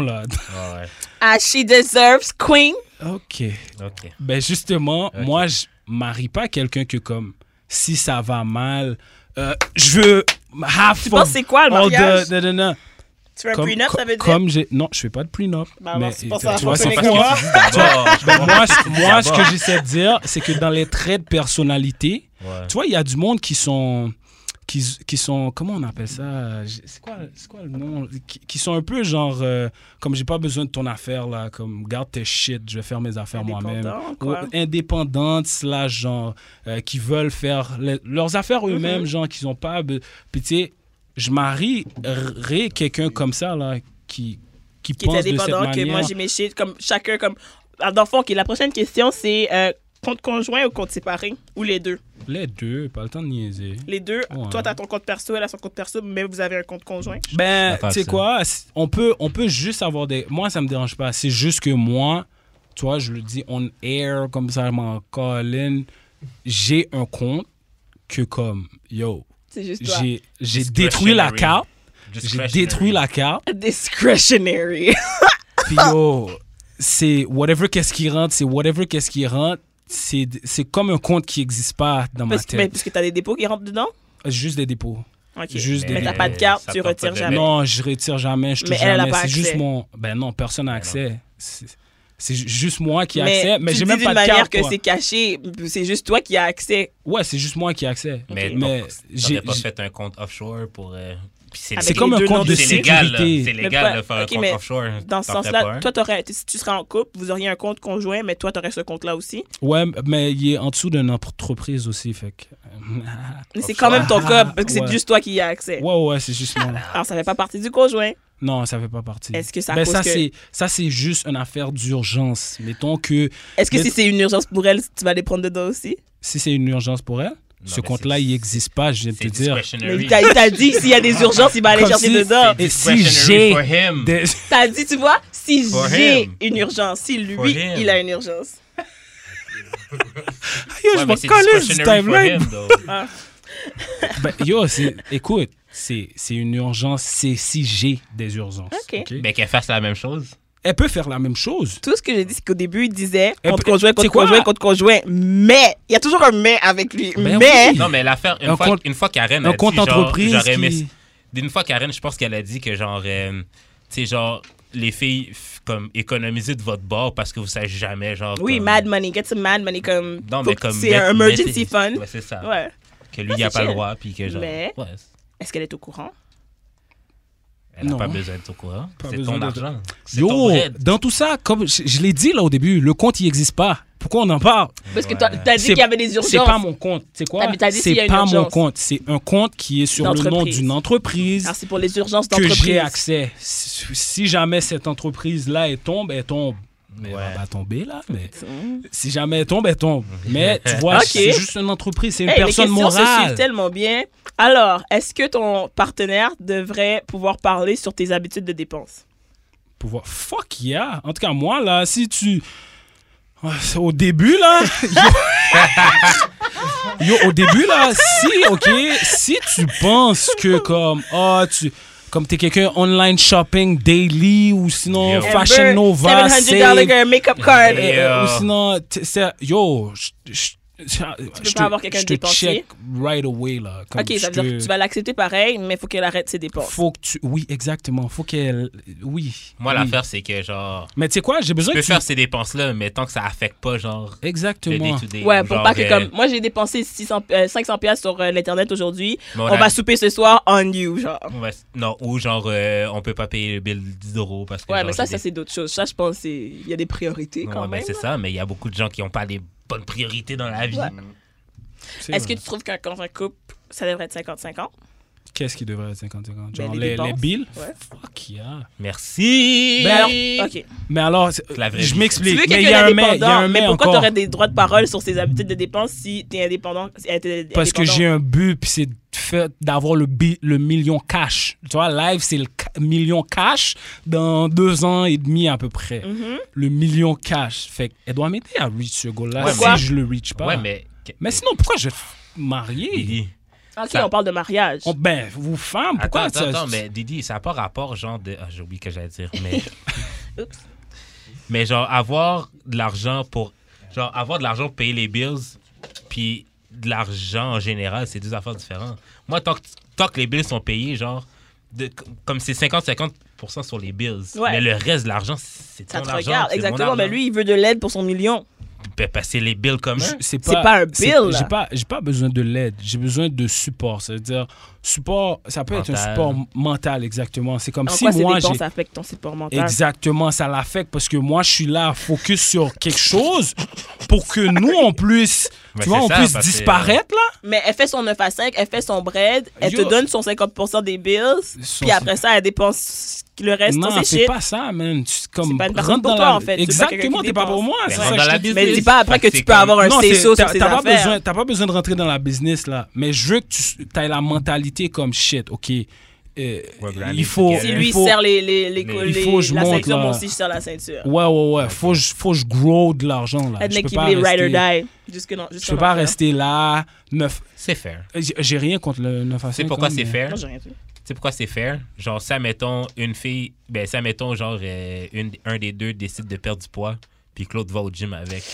D: là.
C: Ah
B: Ah, she deserves queen.
D: ok.
C: ouais, ok.
D: Ben justement,
C: Ok.
D: moi, je marie pas quelqu'un que comme, si ça va mal, euh, je veux half
B: Tu penses c'est quoi, le
D: all the-
B: mariage?
D: non, non, non.
B: Tu veux un
D: Comme,
B: prenup,
D: co-
B: ça veut dire.
D: comme j'ai. Non, je fais pas de prenup.
B: Bah, alors,
D: mais
B: c'est pour ça,
D: tu vois,
B: faut
D: c'est
B: connaître
D: parce que
B: moi.
C: qu'ils disent d'abord. je comprends
D: moi,
C: qu'ils
D: ce-
C: disent
D: moi, ce que
C: d'abord.
D: j'essaie de dire, c'est que dans les traits de personnalité,
C: Ouais.
D: tu vois, il y a du monde qui sont. Qui, qui sont. Comment on appelle ça J- C'est quoi, c'est quoi le nom qui, qui sont un peu genre. euh, comme j'ai pas besoin de ton affaire, là. Comme garde tes shit, je vais faire mes affaires moi-même.
B: Indépendant,
D: Ou
B: quoi.
D: Indépendantes, slash, genre. euh, qui veulent faire le- leurs affaires
B: Mm-hmm.
D: eux-mêmes, genre, qui n'ont pas. be- Puis, tu sais, je marierais quelqu'un comme ça, là, qui. Qui,
B: qui est
D: pense de cette
B: indépendant, que
D: manière.
B: moi j'ai mes shit, comme chacun, comme. Ah, Dans le fond, ok, la prochaine question, c'est euh, compte conjoint ou compte séparé Ou les deux
D: Les deux, pas le temps de niaiser.
B: Les deux,
D: Ouais.
B: toi, t'as ton compte perso, elle a son compte perso, mais vous avez un compte conjoint.
D: Ben,
C: D'accord
D: tu sais
C: avec ça.
D: quoi, c- on peut, on peut juste avoir des. Moi, ça me dérange pas. C'est juste que moi, toi, je le dis on air, comme ça, je m'en colline. J'ai un compte que, comme, yo,
B: C'est juste toi.
D: j'ai j'ai détruit la
C: Discretionary.
D: carte. J'ai
C: Discretionary.
D: détruit la carte.
B: Discretionary.
D: Puis, yo, c'est whatever qu'est-ce qui rentre, c'est whatever qu'est-ce qui rentre. C'est c'est comme un compte qui n'existe pas dans ma
B: parce, que- mais,
D: tête.
B: parce que t'as des dépôts qui rentrent dedans
D: Juste des dépôts.
B: Ok.
D: Juste des
B: mais t'as
D: dépôts.
B: pas de carte,
C: Ça
B: tu
C: te tente
B: retires
C: pas de
B: jamais.
C: mettre.
D: Non, je retire jamais, je touche
B: Mais elle, elle a
D: jamais.
B: pas
D: C'est juste
B: accès.
D: mon. Ben non, personne n'a accès. C'est c'est ju- juste moi qui ai
B: Mais
D: accès. Mais
B: tu
D: j'ai
B: dis
D: même
B: d'une
D: pas de
B: manière
D: carte.
B: que
D: quoi.
B: c'est caché, c'est juste toi qui as accès.
D: Ouais, c'est juste moi qui ai accès.
C: Mais,
D: Mais
C: j'ai
D: j'ai-
C: pas
D: j'ai-
C: fait un compte offshore pour. euh, puis
B: Avec
D: c'est
B: les
D: comme un
B: deux noms
D: compte de
B: de-
C: C'est légal, là.
D: sécurité.
C: C'est
B: Mais
C: légal
B: pas-
C: de faire
B: ok,
C: un
B: mais
C: compte offshore. hein,
B: Dans ce
C: T'en fais pas
B: sens-là,
C: un.
B: toi, t'aurais, si tu serais en couple, vous auriez un compte conjoint, mais toi, t'aurais ce compte-là aussi.
D: Ouais, mais il est en dessous d'une entreprise aussi, fait que.
B: Mais c'est quand même ton
D: Ah,
B: cas, parce que c'est
D: ouais.
B: juste toi qui y as accès.
D: Ouais, ouais, c'est juste moi.
B: Alors, ça fait pas partie du conjoint.
D: Non, ça fait pas partie.
B: Est-ce que ça
D: Ben,
B: cause
D: ça,
B: que-
D: c'est ça, c'est juste une affaire d'urgence. Mettons que
B: Est-ce que
D: Mais-
B: si c'est une urgence pour elle, tu vas les prendre dedans aussi?
D: si c'est une urgence pour elle, ce
C: mais
D: compte-là,
C: c'est-
D: il n'existe pas, je viens de te
C: C'est
D: dire.
B: Mais
C: discretionary.
B: il t'a il t'a dit que s'il y a des urgences, il va aller
D: Comme
B: chercher
D: si-
B: dedans.
D: Et si
C: Discretionary
D: j'ai.
C: for him.
D: des-
B: T'as dit, tu vois, si
C: For
B: j'ai
C: him.
B: une urgence, si
C: For
B: lui,
C: him.
B: il a une urgence.
D: Yo,
C: Ouais,
D: je
C: mais
D: vais
C: c'est
D: coller du
C: discretionary for
D: timeline.
C: him, though.
B: Ah.
D: Ben, yo, c'est- écoute, c'est c'est une urgence, c'est si j'ai des urgences.
B: Ok.
D: ok?
C: Mais qu'elle fasse la même chose.
D: Elle peut faire la même chose.
B: Tout ce que j'ai dit, c'est qu'au début, il disait
D: Et
B: contre
D: puis,
B: conjoint,
D: c'est
B: contre
D: quoi?
B: conjoint, contre conjoint. Mais, il y a toujours un mais avec lui.
D: Ben
B: mais,
D: oui.
C: Non, mais l'affaire, une,
D: Un
C: fois,
D: compte-
C: une fois Karen a
D: Un
C: dit,
D: compte
C: genre,
D: entreprise.
C: j'aurais aimé-
D: qui-
C: D'une fois Karen, je pense qu'elle a dit que genre, euh, tu sais, genre, les filles, f- comme, économisez de votre bord parce que vous savez jamais, genre.
B: oui,
C: comme-
B: mad money, get some mad money comme.
C: Non,
B: faut
C: mais
B: que-
C: comme.
B: C'est un
C: mettre-
B: emergency
C: mettez-
B: fund.
C: Ouais, c'est ça.
B: Ouais.
C: Que lui, il
B: Ah,
C: a
B: c'est
C: pas le
B: chill.
C: droit, puis que genre.
B: Mais-
C: ouais,
B: Est-ce qu'elle est au courant?
C: elle n'a
D: Non.
C: pas besoin de ton courant.
D: Pas
C: C'est
D: besoin
C: ton
D: de-
C: argent. C'est ton
D: Yo,
C: bread.
D: dans tout ça, comme je, je l'ai dit là au début, le compte, il n'existe pas. Pourquoi on en parle
B: Parce que
C: Ouais.
B: toi, t'as dit
D: C'est-
B: qu'il y avait des urgences.
D: C'est pas mon compte. C'est quoi
B: T'as- t'as dit s'il y a
D: C'est
B: une
D: pas mon
B: urgence.
D: compte. C'est un compte qui est sur le nom
B: D'entreprise.
D: d'une entreprise
B: Alors, c'est pour les urgences
D: que
B: d'entreprise.
D: j'ai accès. Si, si jamais cette entreprise-là, elle tombe, elle tombe. Mais
C: Ouais.
D: Elle va pas tomber là, mais
B: Mmh.
D: si jamais elle tombe, elle tombe. Mais tu vois,
B: Ok.
D: c'est juste une entreprise, c'est une
B: Hey,
D: personne
B: les questions se
D: morale.
B: suivent tellement bien. Alors, est-ce que ton partenaire devrait pouvoir parler sur tes habitudes de dépenses?
D: pouvoir. Fuck yeah! En tout cas, moi, là, si tu. Ah, c'est Au début, là. Yo... Yo, au début, là, si, OK, si tu penses que, comme, ah, tu. Comme t'es quelqu'un online shopping daily ou sinon
C: Yo.
D: Fashion Nova, Save,
B: $700 makeup card.
D: euh,
C: Yeah.
D: ou sinon, t- c'est- yo, je- je- je
B: peux
D: te-
B: pas avoir quelqu'un
D: je te
B: dépensier.
D: check right away, là. Comme
B: Ok,
D: je
B: ça veut dire
D: te-
B: que tu vas l'accepter pareil, mais il faut qu'elle arrête ses dépenses.
D: Faut que tu. Oui, exactement. Faut qu'elle. Oui.
C: Moi,
D: oui.
C: l'affaire, c'est que genre.
D: Mais tu sais quoi, j'ai besoin
C: Tu
D: que
C: peux
D: tu
C: faire ces dépenses-là, mais tant que ça affecte pas, genre. Le
D: Exactement.
C: day-to-day.
B: Ouais, pour
C: genre,
B: pas que
C: euh,
B: comme moi j'ai dépensé 600, euh, 500 pièces sur euh, l'internet aujourd'hui,
C: mais
B: on,
C: a-
B: va souper ce soir on you genre.
C: on va- Non, ou genre, euh, on peut pas payer le bill 10 euros parce que.
B: Ouais,
C: genre,
B: mais ça
C: j'ai
B: ça
C: des-
B: c'est d'autres choses. Ça je pense c'est- il y a des priorités quand
C: Ouais, ben,
B: même. hein.
C: c'est ça, mais il y a beaucoup de gens qui n'ont pas les bonnes priorités dans la vie.
B: Ouais.
D: C'est
B: Est-ce que
D: vrai.
B: tu trouves qu'un dans un couple ça devrait être 50-50
D: Qu'est-ce qui devrait être 50-50 Genre
B: Ben, les
D: les, les
B: dépenses.
D: bills
B: Ouais.
D: Fuck yeah.
C: Merci.
D: Ben alors,
B: OK.
D: Mais alors, c'est-
C: La vraie
D: je
C: vie.
B: Tu veux
D: m'explique. Mais il y
B: quelqu'un
D: a un mais, il y a
B: d'indépendant,
D: un
B: mais
D: mais
B: pourquoi
D: encore.
B: t'aurais des droits de parole sur ses habitudes de dépenses si t'es indépendant si elle était
D: Parce que
B: indépendante?
D: j'ai un but, puis c'est de faire- d'avoir le, bi- le million cash. Tu vois, live, c'est le ca- million cash dans deux ans et demi à peu près.
B: Mhm.
D: Le million cash. Fait qu'elle doit m'aider à reach ce goal-là
C: Ouais,
D: si
B: mais-
D: je le reach pas.
C: Ouais, mais.
D: Mais sinon, pourquoi je vais te marier
C: Didi.
B: OK,
C: Ça-
B: on parle de mariage.
D: On- Ben, vous, femme,
C: Attends,
D: pourquoi
C: attends,
D: ça
C: attends, mais Didi, ça n'a pas rapport, genre de. Ah, j'ai oublié que j'allais dire, mais.
B: Oups.
C: mais genre, avoir de l'argent pour. Genre, avoir de l'argent pour payer les bills, puis de l'argent en général, c'est deux affaires différentes. Moi, tant que, tant que les bills sont payés, genre, de, comme c'est 50-50, 50% sur les bills.
B: Ouais.
C: Mais le reste de l'argent, c'est ton
B: Ça te
C: argent.
B: regarde.
C: c'est mon
B: Exactement. Mais
C: argent.
B: lui, il veut de l'aide pour son million.
C: Ben, passer les bills communs. Ben,
D: Je- C'est
B: C'est pas un
D: c'est-
B: bill.
D: J'ai pas, j'ai pas besoin de l'aide. J'ai besoin de support. Ça veut dire, support, ça peut être
C: Mental.
D: un support mental, exactement. C'est comme
B: En
D: si
B: quoi ces
D: moi, j'ai.
B: dépenses affectent ton support mental?
D: Exactement, ça l'affecte parce que moi, je suis là, focus sur quelque chose pour que nous, on puisse,
C: Ben,
D: tu vois,
C: c'est
D: on
C: ça,
D: puisse
C: parce que-
D: disparaître, là.
B: Mais elle fait son 9 à 5, elle fait son bread, elle
D: Yo.
B: te donne son 50% des bills,
D: Son-
B: puis après ça, elle dépense le reste
D: Non,
B: dans ses
D: c'est
B: shit.
D: pas ça, man. Tu- Comme,
B: C'est pas une personne
D: rentre
B: pour
D: dans
B: toi,
D: la-
B: en fait. C'est pas quelqu'un
D: Exactement,
B: qui
D: t'es pas
B: dépense.
D: pour moi.
C: Mais
D: c'est
C: rentre
D: ça
C: dans
D: que
C: la
D: je te-
C: business.
B: Mais dis pas après que
C: Fait que
B: tu
C: c'est
B: peux
C: comme-
B: avoir un
D: Non, c'est-
B: CSO
D: t'as
B: sur ses
D: t'as pas,
B: affaires.
D: besoin- t'as pas besoin de rentrer dans la business, là. Mais je veux que tu aies la mentalité comme shit, OK? euh,
C: grinding
D: il faut.
C: together.
B: Si
D: il
B: lui
D: faut-
B: serre les, les, les,
C: Mais
B: cou-
D: il
B: les-
D: faut, je
B: la
D: monte,
B: ceinture,
D: là.
B: moi aussi je serre la ceinture.
D: Ouais, ouais, ouais. Faut, que je- faut que je grow de l'argent, là. Je
B: Admets
D: peux
B: qu'il
D: pas
B: est ride or
D: rester,
B: die. Jusque non,
D: je peux pas rester là. neuf-
C: C'est fair.
D: j'ai- J'ai rien contre le 9 à hein, 5.
C: C'est pourquoi c'est fair.
B: Moi, j'ai rien fait.
C: Tu sais pourquoi c'est fair? Genre, ça, mettons, une fille, ben, ça, mettons, genre, euh, une, un des deux décide de perdre du poids, puis que l'autre va au gym avec.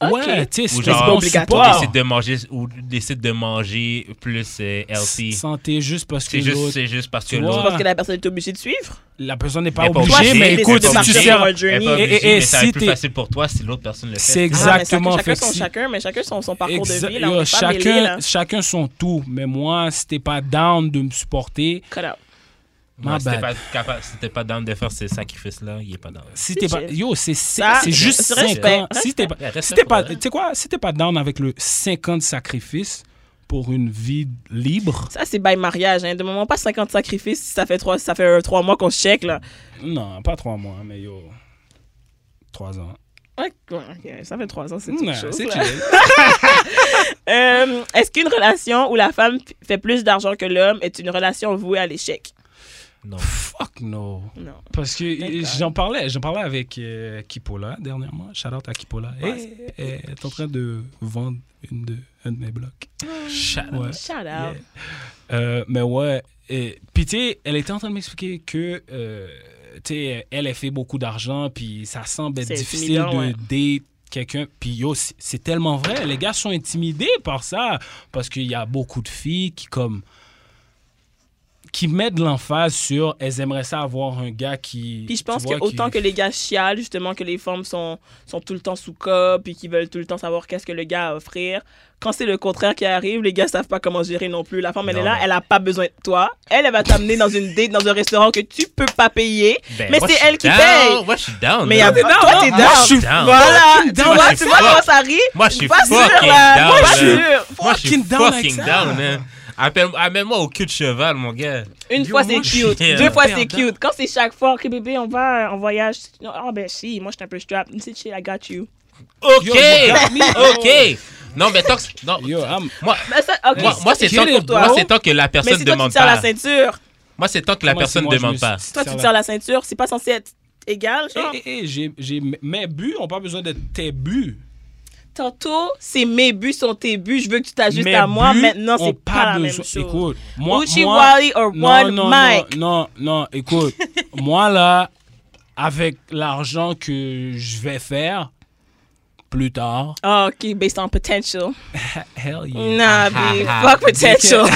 D: Ouais,
B: Ok.
D: tu sais,
C: Ou
D: c'est
C: genre,
D: pas
B: ou
D: obligatoire.
C: Décide de manger, ou décide de manger plus euh, healthy.
D: Santé juste parce que
C: C'est juste,
D: l'autre-
C: c'est juste parce que
D: Tu vois,
C: l'autre.
B: Parce que la personne est obligée de suivre.
D: la personne n'est pas
C: Elle est pas
B: Toi,
D: obligée,
C: obligée,
D: mais
C: elle est
D: écoute,
C: pas
D: si tu
C: obligée.
D: sers.
B: un
C: Elle est
B: journey.
C: pas
D: Et-
C: obligée,
D: et- et
C: mais ça va
D: si
C: être plus
D: t'es-
C: facile pour toi si l'autre personne le fait.
D: C'est
B: Ah, mais
D: exactement.
B: chacun,
D: fait
B: chacun
D: que
B: son
D: si-
B: chacun, mais chacun son, son parcours de
D: Exact-
B: vie. Là,
D: yo,
B: on est pas mêlés, là.
D: chacun, chacun son tout, mais moi, si t'es pas down de me supporter,
B: Cut out.
C: Ouais,
D: My
C: si t'es pas
D: bad.
C: capable, si t'es pas down de faire ces sacrifices-là, il est pas down.
D: si t'es pas,
B: chill.
D: yo, c'est c'est-
B: Ça,
D: c'est juste
B: c'est
D: 5
B: respect,
D: ans. Si t'es pas,
C: Ouais, reste
D: si
C: là
D: t'es
C: pour
D: pas,
C: vrai.
D: tu sais quoi, si t'es pas down avec le 50 sacrifices pour une vie libre,
B: Ça, c'est by mariage. Hein. De moment, pas 50 sacrifices. Ça fait 3, ça fait euh, trois mois qu'on se check. Là.
D: non, pas 3 mois, mais yo, 3 ans.
B: Ouais, ok, ça fait 3 ans, c'est
D: Ouais,
B: une chose.
D: c'est
B: là.
D: chill.
B: Euh, Est-ce qu'une relation où la femme p- fait plus d'argent que l'homme est une relation vouée à l'échec?
C: Non.
D: Fuck no.
B: Non.
D: Parce que euh,
B: D'accord.
D: j'en parlais, j'en parlais avec euh, Kipola dernièrement. Shout out à Kipola.
B: Ouais,
D: Eh, elle est en train de vendre une de, un de mes blocs. Ouais.
B: Shout out.
D: Yeah. Euh, mais ouais. Et, puis tu sais, elle était en train de m'expliquer que euh, tu sais, elle a fait beaucoup d'argent, puis ça semble être
B: C'est
D: difficile
B: intimidant,
D: de date quelqu'un. Puis yo, c'est- c'est tellement vrai. Les gars sont intimidés par ça parce qu'il y a beaucoup de filles qui comme qui mettent de l'emphase sur elles aimeraient ça avoir un gars qui
B: Puis je
D: tu
B: pense que
D: vois, qui-
B: autant que les gars chialent, justement, que les femmes sont, sont tout le temps sous cop puis qui veulent tout le temps savoir qu'est-ce que le gars a à offrir, quand c'est le contraire qui arrive, les gars savent pas comment gérer non plus. La femme, elle
C: Non,
B: est là,
C: mais-
B: elle a pas besoin de toi. Elle, elle va t'amener dans une date, dans un restaurant que tu peux pas payer.
C: Ben,
B: mais
C: moi,
B: c'est
C: je suis
B: elle qui
C: down.
B: paye.
C: Moi, je suis down.
B: Mais
C: là.
B: y a-
D: t'es down,
B: toi,
D: hein?
B: t'es
D: Moi,
B: down.
D: je suis
C: down.
B: Voilà, tu
C: Moi,
B: vois,
C: je
B: tu
C: suis
B: vois
C: fuck.
B: comment ça rit?
C: Moi, je suis
B: Pas sûr,
C: fucking
B: là.
C: down.
B: Moi,
C: là.
B: je suis-
C: Moi, je suis
D: fucking down
C: fucking
D: avec ça.
C: down. man. Appelle- Amène-moi au cul de cheval, mon gars.
B: Une
D: Yo,
B: fois
D: moi,
B: c'est
D: je suis
B: cute, deux
C: hyper
B: fois c'est
D: down.
B: cute. Quand c'est chaque fois, ok bébé, on va euh, en voyage. Non, Ah ben si, moi je suis un peu strap. C'est chill, I got you.
C: OK.
D: Yo, you got me.
C: OK. Non, mais tant que. Non.
D: Yo, oh. I'm-
C: Moi,
B: Mais ça, ok,
C: moi, moi, c'est
D: Get
C: tant,
D: it,
C: moi,
D: bro.
C: c'est tant que la
B: mais
C: personne
B: si toi tu
C: demande
B: tires la
C: pas.
B: ceinture,
C: Moi, c'est tant que la
D: Comment c'est
C: personne
D: moi, je
C: demande
D: me
C: pas.
D: suis-
B: si toi tu
D: Tire la-
B: tires la ceinture, c'est pas censé être égal. Genre.
D: Eh, eh, eh, j'ai- j'ai- mes buts n'ont pas besoin d'être tes buts.
B: Tantôt c'est mes buts sont tes buts, je veux que tu t'ajustes
D: Mes
B: à moi.
D: buts
B: Maintenant
D: ont
B: c'est pas, la même
D: besoin-
B: chose.
D: Écoute, moi,
B: Uchi
D: moi-
B: Wally or
D: non,
B: One
D: non,
B: Mike.
D: non, non, non, écoute, moi là, avec l'argent que je vais faire plus tard,
B: Ah, ok, based on potential.
D: Ah, hell yeah.
B: Nah, babe,
D: ah.
B: fuck potential.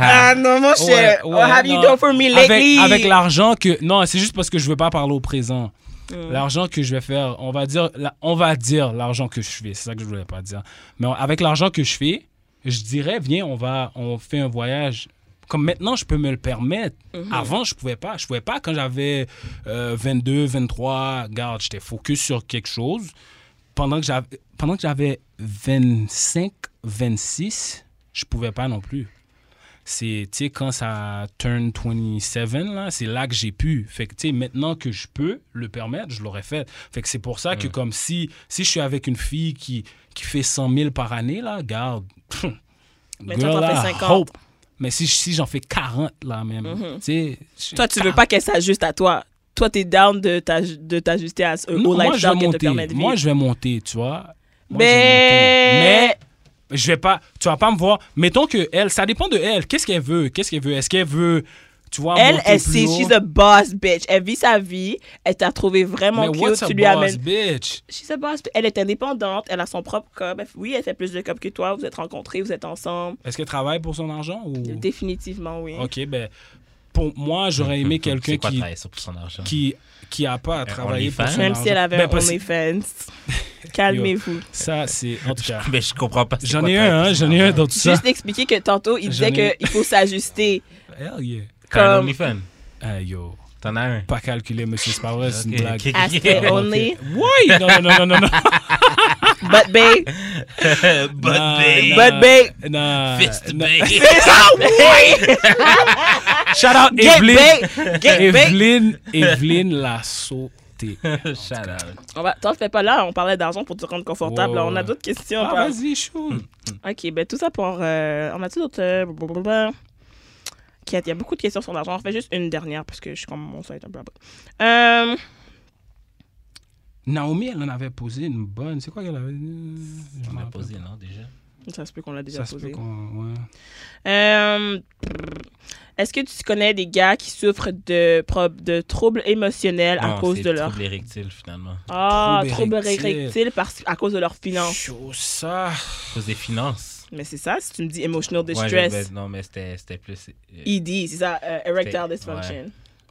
B: ah non, mon cher.
D: Ouais, ouais,
B: What have you
D: non.
B: done for me
D: Avec-
B: lately?
D: Avec, l'argent que. Non, c'est juste parce que je veux pas parler au présent. L'argent que je vais faire, on va dire, la- on va dire l'argent que je fais. C'est ça que je voulais pas dire. Mais on- avec l'argent que je fais, je dirais, viens, on va, on fait un voyage. Comme maintenant, je peux me le permettre. Avant, je pouvais pas. Je pouvais pas quand j'avais euh, 22, 23. Garde, j'étais focus sur quelque chose. Pendant que j'avais, pendant que j'avais 25, 26, je pouvais pas non plus c'est tu sais, quand ça turn 27 là c'est là que j'ai pu fait que tu sais maintenant que je peux le permettre je l'aurais fait fait que c'est pour ça
B: Mm.
D: que comme si si je suis avec une fille qui qui fait 100 000 par année là garde pff,
B: Mais toi, t'en
D: girl,
B: fais
D: I
B: 50.
D: hope. mais si, si j'en fais 40 là même
B: Mm-hmm.
D: tu sais je-
B: Toi, tu veux pas qu'elle s'ajuste à toi. Toi, t'es down de t'aj- de t'ajuster à ce-
D: Non,
B: Euh, au
D: moi je vais
B: lifestyle qui te permet
D: monter
B: de vivre.
D: moi je vais monter tu vois Moi, je vais monter. mais
B: mais...
D: je vais pas tu vas pas me voir mettons que elle ça dépend de elle qu'est-ce qu'elle veut qu'est-ce qu'elle veut est-ce qu'elle veut tu vois
B: elle,
D: monter
B: elle
D: plus
B: sait,
D: haut?
B: she's a boss bitch. Elle vit sa vie, elle t'a trouvé vraiment
D: Mais
B: cute,
D: what's a
B: tu lui
D: boss,
B: amènes...
D: bitch?
B: She's a boss bitch. Elle est indépendante, elle a son propre cob. Elle- Oui, elle fait plus de cob que toi, vous êtes rencontrés, vous êtes ensemble.
D: Est-ce qu'elle travaille pour son argent ou...
B: Définitivement, oui.
D: Ok, ben pour moi, j'aurais aimé quelqu'un
C: C'est quoi
D: qui,
C: travailler ça pour son argent?
D: qui, qui a pas à travailler pour
C: OnlyFans?
D: son
B: Même si elle
D: argent.
B: avait
D: Ben,
B: un
D: parce-
B: OnlyFans. Calmez-vous.
D: Ça, c'est. En tout cas,
C: Mais je comprends pas. c'est
D: j'en
C: quoi
D: ai
C: travailler
D: un, hein,
C: pour son
D: j'en ai un
C: argent.
D: dans tout ça.
B: Juste expliquer que tantôt, il disait
D: J'en ai-
B: qu'il faut s'ajuster.
D: Hell yeah.
C: T'as un
B: comme-
C: OnlyFans.
D: Ah, yo.
C: T'en as un.
D: Pas calculé, monsieur, c'est pas vrai, c'est une
C: Ok,
D: blague.
C: ok, ok.
B: Aspect only.
D: Oui! Non, non, non, non, non, non.
B: But babe.
C: But
D: Nah,
C: babe.
D: nah,
B: But babe.
D: nah,
C: Fist
D: nah.
C: babe.
D: Shout out
B: Get
D: Evelyn.
B: babe. Get Ah, babe.
D: Evelyn, Evelyn l'a sauté.
C: Shout out.
B: On va- T'en fais pas là, on parlait d'argent pour te rendre confortable.
D: Ouais,
B: On a
D: ouais.
B: d'autres questions.
D: Ah,
B: par-
D: vas-y, chou.
B: Ok, ben tout ça pour. euh, on a-tu d'autres. euh, blablabla? Kate, il y a beaucoup de questions sur l'argent. On fait juste une dernière parce que je suis comme mon site un peu à bout. Euh,
D: Naomi, elle en avait posé une bonne. C'est quoi qu'elle avait dit Je
C: On
D: m'en
C: a
D: rappelle.
C: posé, non, déjà?
B: ça se peut qu'on l'a déjà
D: Ça se peut
B: posé.
D: qu'on. ouais.
B: Euh, Est-ce que tu connais des gars qui souffrent de, pro- de troubles émotionnels à
D: Ah,
C: Non,
B: cause
C: c'est
B: de leur.
C: trouble érectile, finalement.
B: Ah,
D: Troubles
B: troubles
D: érectiles.
B: érectiles parce... à cause de leurs finances.
D: Chaud, ça.
C: À cause des finances.
B: Mais c'est ça, si tu me dis emotional
C: Ouais,
B: distress,
C: je- ben, non, mais c'était c'était plus. euh,
B: ED, c'est ça, euh, erectile
C: Ouais.
B: dysfunction.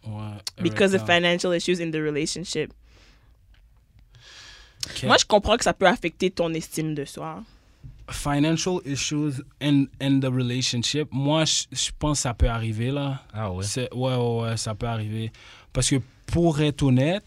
D: Ouais.
B: Because of
D: Erectile.
B: financial issues in the relationship.
D: Ok.
B: Moi, je comprends que ça peut affecter ton estime de soi.
D: Financial issues and, and the relationship. Moi, je je pense que ça peut arriver, là.
C: Ah ouais.
D: C'est- ouais, ouais, ouais, ça peut arriver. Parce que pour être honnête,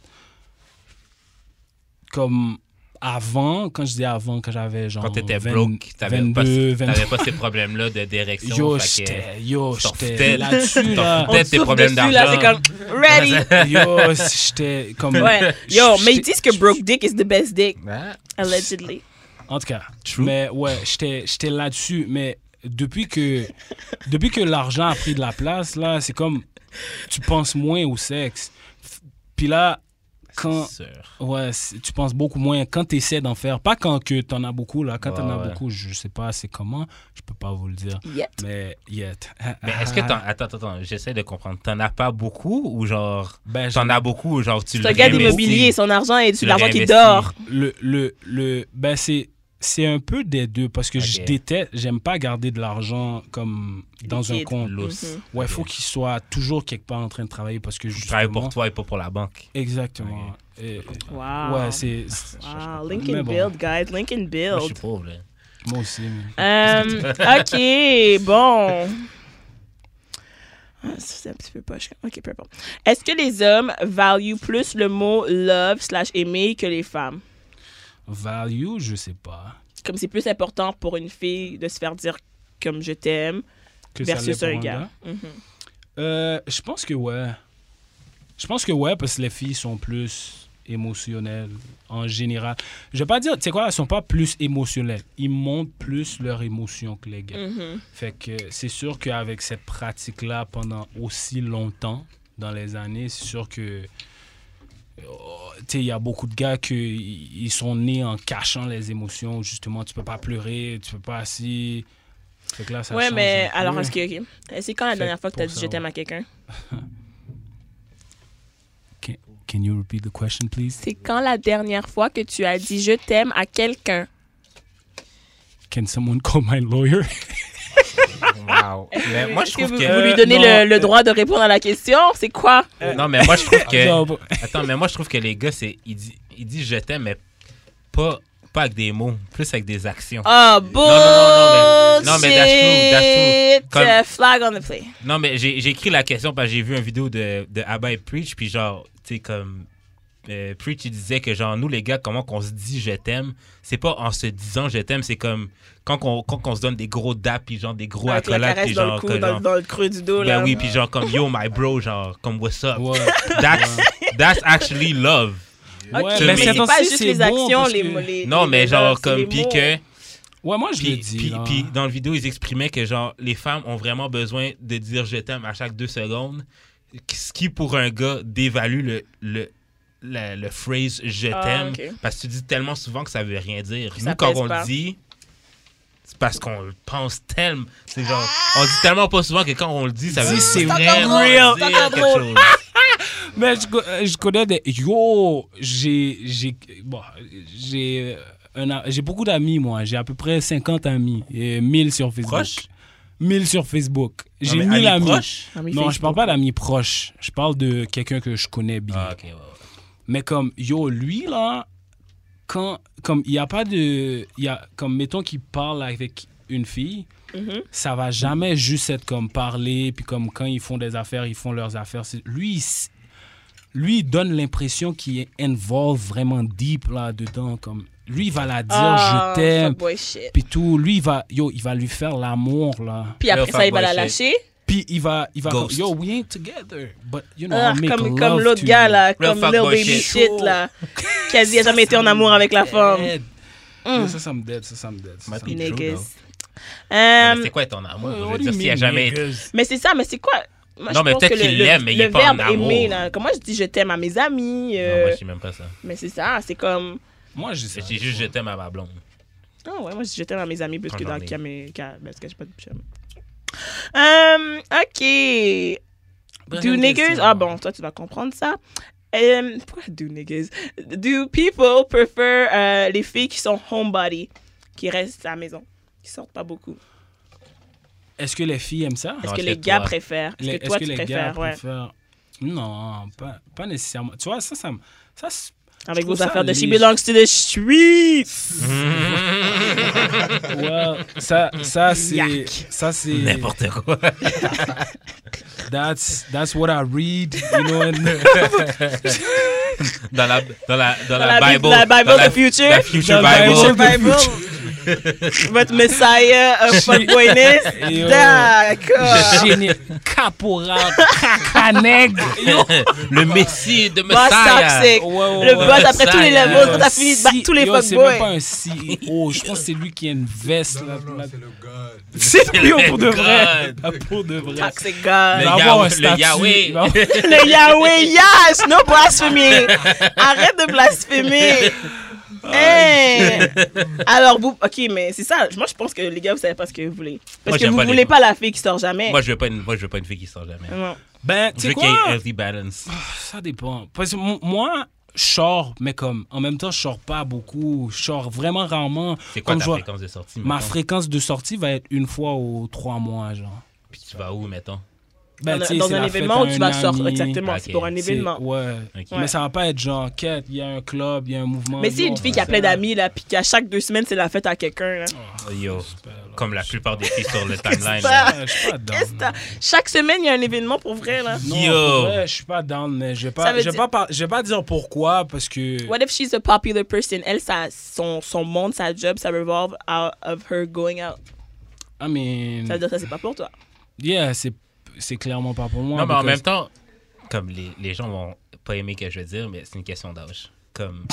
D: comme avant, quand je dis avant, quand j'avais genre.
C: Quand t'étais
D: 20
C: broke, t'avais pas,
D: 22,
C: t'avais pas ces problèmes-là de direction.
D: Yo,
C: fait que-
D: j'étais. Yo,
C: t'en
D: j'étais.
C: foutais.
D: Là-dessus,
C: T'en
D: là.
C: foutais. Peut-être
B: On
C: tes
B: souffle
C: problèmes
B: dessus, là, c'est
C: d'argent.
B: comme ready.
D: Yo, j'étais comme.
B: ouais. Yo, mais ils
D: J'étais-
B: disent que broke dick is the best dick,
C: Ah,
B: allegedly.
D: En tout cas,
C: True.
D: mais ouais, j'étais j'étais là-dessus, mais depuis que depuis que l'argent a pris de la place là, c'est comme tu penses moins au sexe. F- Puis là quand
C: c'est sûr.
D: ouais, c'est- tu penses beaucoup moins quand tu essaies d'en faire, pas quand que tu en as beaucoup là, quand tu en
C: Ouais,
D: as
C: ouais.
D: beaucoup, je sais pas c'est comment, je peux pas vous le dire.
B: Yet.
D: Mais yet.
C: Mais est-ce que t'en. Attends, attends, attends, j'essaie de comprendre. T'en as pas beaucoup ou genre.
D: ben,
C: T'en as beaucoup ou genre tu
B: C'est
C: le
B: un gars
C: réinvestis?
B: d'immobilier, son argent est
C: Tu
B: de l'argent qui
C: réinvestis.
B: dort.
D: le, le, le, ben c'est, c'est un peu des deux parce que je
C: Ok.
D: déteste, j'aime pas garder de l'argent comme dans un
B: Liquide.
D: compte.
C: Lousse.
B: Mhm.
D: Ouais, il faut
C: Ok.
D: qu'il soit toujours quelque part en train de travailler parce que je
C: Je travaille pour toi et pas pour la banque.
D: Exactement. Et-
B: Wow.
D: Ouais, c'est. c'est-
B: Wow,
D: je-
B: Lincoln
D: mais bon,
B: Build, guys, Lincoln
C: Moi, je suis
B: Build.
C: pauvre, là.
D: Moi aussi. mais-
B: Euh, ok, bon. Ah, ça, C'est un petit peu poche. Ok, peu importe. Est-ce que les hommes value plus le mot love slash aimer que les femmes?
D: Value, je sais pas.
B: Comme c'est plus important pour une fille de se faire dire comme je t'aime
D: Que ça
B: versus
D: l'est pour
B: un gars. Mm-hmm.
D: Euh, je pense que ouais. Je pense que ouais, parce que les filles sont plus émotionnelles en général. Je vais pas dire, tu sais quoi, elles sont pas plus émotionnelles. Ils montrent plus leurs émotions que les gars.
B: Mhm.
D: Fait que c'est sûr qu'avec cette pratique-là pendant aussi longtemps, dans les années, c'est sûr que. oh, tu sais, il y a beaucoup de gars qui ils sont nés en cachant les émotions. Justement, tu peux pas pleurer, tu peux pas assis. Fait que là, ça
B: Ouais,
D: change
B: mais
D: un peu.
B: alors, est-ce que. ok. C'est quand la
D: Fait
B: dernière fois que t'as
D: pour
B: dit je
D: ça,
B: t'aime à quelqu'un?
D: Can, can you repeat the question, please?
B: C'est quand la dernière fois que tu as dit je t'aime à quelqu'un?
D: Can someone call my lawyer?
C: Wow. Mais Ben, moi, je
B: Est-ce que
C: trouve
B: vous,
C: que.
B: vous lui
D: Euh,
B: donnez
D: non.
B: le, le droit de répondre à la question? C'est quoi?
C: Non, mais moi, je trouve que.
D: Non, bon.
C: Attends, mais moi, je trouve que les gars, c'est. Ils disent il dit je t'aime, mais pas, pas avec des mots, plus avec des actions.
B: Ah,
C: non, non, non, mais- non, mais that's true, that's true.
B: bullshit.
C: Comme-
B: Euh, Flag on the play.
C: Non, mais j'ai j'ai écrit la question parce que j'ai vu une vidéo de, de Abba et Preach, puis genre, tu sais, comme. euh, Preach, il disait que, genre, nous, les gars, comment qu'on se dit je t'aime, c'est pas en se disant je t'aime, c'est comme quand qu'on quand qu'on se donne des gros daps, puis genre des gros
B: Avec la
C: accolades,
B: caresse
C: puis
B: dans le
C: genre.
B: cou,
C: que
B: dans,
C: genre-
B: dans le creux du dos, là.
C: ben oui, puis genre, comme yo, my bro, genre, comme what's up.
D: Ouais.
C: That's, that's actually love.
B: Ok,
D: Ouais,
B: mais
C: mais
B: c'est
C: c'est
B: pas
D: aussi,
B: juste
D: c'est
B: les
D: bon
B: actions,
D: parce
B: les
D: que-
B: mots. les-
C: Non,
B: les-
C: mais
B: les
C: genre,
B: verbes, c'est
C: comme,
B: les
C: puis
B: mots.
C: que.
D: Ouais, moi, je le
C: Puis,
D: dis.
C: puis-
D: là.
C: puis dans la vidéo, ils exprimaient que genre les femmes ont vraiment besoin de dire je t'aime à chaque deux secondes, ce qui pour un gars dévalue le, le, la- le phrase je
B: Ah,
C: t'aime
B: ok.
C: parce que tu dis tellement souvent que ça veut rien dire.
B: ça
C: Nous, quand
B: pèse
C: on
B: pas.
C: le dit, c'est parce qu'on le pense tellement. C'est genre, on dit tellement pas souvent que quand on le dit, ça veut
D: Dis, c'est
C: vraiment
D: encore
C: dire
D: drôle,
B: c'est encore
C: quelque
B: drôle.
C: chose.
D: Mais je, co- euh, je connais des. Yo, j'ai. J'ai bon, j'ai, euh, un a- j'ai beaucoup d'amis, moi. J'ai à peu près 50 amis. Et 1000 sur Facebook.
C: Proche?
D: 1000 sur Facebook. J'ai
C: mais
D: mis
C: amis
D: l'ami.
C: proches?
B: Amis
D: Non, je
B: Facebook.
D: parle pas d'amis proches. Je parle de quelqu'un que je connais bien.
C: Ah, ok,
B: Um,
C: ouais, ouais.
D: Mais comme, yo, lui, là, quand, comme, il n'y a pas de. il Y a, comme, mettons qu'il parle avec une fille,
B: Mhm.
D: ça va jamais juste être comme parler, puis comme quand ils font des affaires, ils font leurs affaires. C'est- Lui, il s- lui, il donne l'impression qu'il est involve vraiment deep là-dedans. Comme, lui, il va la dire,
B: Ah,
D: je t'aime,
B: fuckboy shit.
D: puis tout. Lui, il va, yo, il va lui faire l'amour, là.
B: Puis après
C: Yo,
B: ça, il va la
C: fuckboy
B: lâcher.
D: Puis il va, il va comme,
C: Ghost.
D: yo, we ain't together, but you know,
B: Ah,
D: I'll make
B: comme
D: love
B: comme l'autre
D: to
B: gars,
D: you.
B: là,
C: Real
B: comme
C: fuckboy
B: Lil Baby
C: shit. Eh,
B: shit, là. Quasi a jamais été en amour avec la femme. Mm.
D: Dead. Ça, ça me dead, ça, ça me dead. ça,
C: Might
D: ça
C: be
D: me-
B: Niggas.
C: True,
B: Euh,
C: Mais C'est quoi ton amour?
D: What
C: Je
D: do
C: veux
D: you
C: dire, s'il a
D: mean,
C: jamais.
D: niggas?
B: Mais c'est ça, mais c'est quoi Moi,
C: Non,
B: je
C: mais
B: pense
C: peut-être
B: que le-
C: qu'il
B: le-
C: l'aime, mais il
B: le
C: est pas en
B: verbe
C: amour.
B: aimer, là. Comment je dis je t'aime à mes amis
C: Non,
B: euh,
C: moi, je sais même pas ça.
B: Mais c'est ça, c'est comme.
D: Moi, je sais.
C: C'est juste je t'aime à ma blonde.
B: Ah ouais, moi, je dis je t'aime à mes amis plus que
C: J'en
B: dans
C: ai.
B: qu'à mes. qu'à- Parce que j'ai pas de chum. Euh, ok. Do niggas. Ah bon, toi, tu vas comprendre ça. Euh, pourquoi do niggas? Do people prefer euh, les filles qui sont homebody, qui restent à la maison, qui sortent pas beaucoup?
D: Est-ce que les filles aiment ça?
B: Est-ce
C: Non,
B: que
C: est-ce
B: les
C: que
B: gars
C: toi-
B: préfèrent? Est-ce
D: Les-
B: que toi, tu préfères? Ouais.
D: préfèrent- Non, pas, pas nécessairement. Tu vois, ça, ça, me- ça, c'est-
B: Avec
D: Je trouve
B: vos
D: ça
B: affaires de She
D: léger.
B: Belongs to the Streets.
D: well, ça, ça c'est,
B: Yak.
D: ça c'est.
C: N'importe quoi.
D: That's, that's what I read, you know. and-
C: Dans la, dans la, dans
B: Dans
C: la,
B: la
C: Bible.
B: Bible, la Bible
C: dans la,
B: the future.
C: la future
D: Dans la
C: Bible.
D: future
B: Votre messiah of fuckboyness.
D: Yo.
B: D'accord.
D: Génie, caporal, cacaneg.
C: le Messie de
B: Boss
C: Messiah.
B: toxic. Le boss après tous les
C: Messiah.
B: levels, quand t'as
D: Un
B: fini de
D: C-
B: battre tous les
D: Euh, Yo, C'est même pas
B: fuckboys.
D: un CEO. Je pense que c'est lui qui a une veste. là, là-
E: c'est le God.
D: C'est lui oh, pour de vrai.
C: God.
D: Ah, Pour de vrai.
B: Toxic
C: Le,
B: God.
D: va avoir
C: Yahweh-
D: un statut,
C: le Yahweh.
D: il va avoir-
B: Le Yahweh, yes! No blasphemy! Arrête de blasphémer! Hey. Alors, vous, ok, mais c'est ça. Moi, je pense que les gars, vous savez pas ce que vous voulez.
C: Moi,
B: Parce que
C: j'aime
B: vous
C: pas les
B: voulez
C: gars.
B: pas la fille qui sort jamais.
C: Moi, je veux pas une, moi, je veux pas une fille qui sort jamais.
B: Non.
D: Ben,
C: Je
D: tu sais
C: veux qu'il y ait
D: quoi?
C: healthy balance.
D: Ça dépend. Parce que m- moi, je sors, mais comme, en même temps, je sors pas beaucoup. Je sors vraiment rarement.
C: C'est quoi
D: Comme
C: ta
D: je vois-
C: fréquence de sortie?
D: Ma
C: mettons?
D: fréquence de sortie va être une fois aux trois mois, genre.
C: Puis tu vas où, mettons?
D: Ben,
B: dans
D: tu sais,
B: dans
D: c'est
B: un
D: la fête
B: événement
D: à
B: où tu
D: un
B: vas
D: ami,
B: sortir. Exactement, c'est
C: Ok.
B: pour un
D: tu sais,
B: événement.
D: Ouais.
C: Ok.
D: Mais ça va pas être genre, quête, il y a un club, il y a un mouvement.
B: Mais c'est
D: yo,
B: une fille
D: on
B: qui a
D: fait
B: plein
D: ça.
B: d'amis, là, puis qu'à chaque deux semaines, c'est la fête à quelqu'un, là.
C: Yo,
D: Super, là.
C: comme la plupart des filles sur le timeline.
B: ça?
C: là.
D: Ouais, Je suis pas down.
B: Qu'est-ce que t'as- Chaque semaine, il y a un événement pour vrai, là.
D: Non,
C: Yo.
D: pour vrai, je suis pas down, mais je vais
B: Ça
D: pas,
B: veut
D: je vais
B: dire-
D: pas, par- je vais pas dire pourquoi, parce que.
B: What if she's a popular person? Elle, sa, son, son monde, sa job, ça revolve out of her going out.
D: I mean,
B: Ça veut dire que ça, c'est pas pour toi.
D: yeah, c'est c'est clairement pas pour moi.
C: Non, mais en
D: because-
C: même temps, comme les, les gens vont pas aimer que je veux dire, mais c'est une question d'âge. Comme...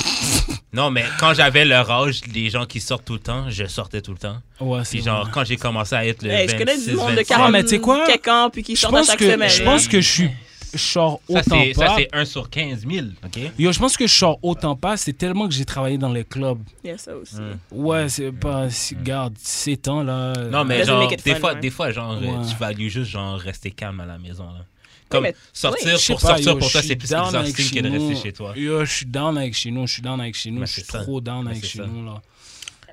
C: non, mais quand j'avais leur âge, les gens qui sortent tout le temps, je sortais tout le temps.
D: Ouais,
C: Puis
D: c'est
C: genre,
D: vrai.
C: quand j'ai commencé à être le
B: Hey,
C: 26,
B: je connais du monde de
C: 27,
D: Ah,
B: 40
D: mais tu sais quoi?
B: quelques ans, puis qui
D: Je
B: sortent à
D: pense
B: chaque
D: que
B: semaine.
D: je
B: là.
D: pense que je suis je sors
C: ça,
D: autant
C: c'est- ça,
D: pas. Euh,
C: c'est 1 sur 15 000, OK?
D: Yo, je pense que je sors autant pas, c'est tellement que j'ai travaillé dans les clubs.
B: Yeah, ça aussi.
D: Hum. Ouais, c'est pas si- garde ces temps là.
C: Non, mais
B: Doesn't
C: genre,
B: make it
C: des,
B: fun, hein.
C: fois,
B: ouais.
C: des fois, genre, euh,
D: Ouais.
C: tu values juste, genre, rester calme à la maison, là. Comme
B: mais-
C: sortir
D: Je sais
C: pour
D: pas,
C: sortir,
D: yo,
C: pour toi,
D: je
C: c'est
D: suis
C: plus
D: down avec
C: exhaustif que de
D: nous.
C: rester chez toi.
D: Yo, je suis down avec chez nous, je suis down avec chez nous,
C: Mais
D: je suis
C: c'est ça.
D: trop down
C: Mais
D: avec
C: c'est
D: chez
C: ça.
D: nous là.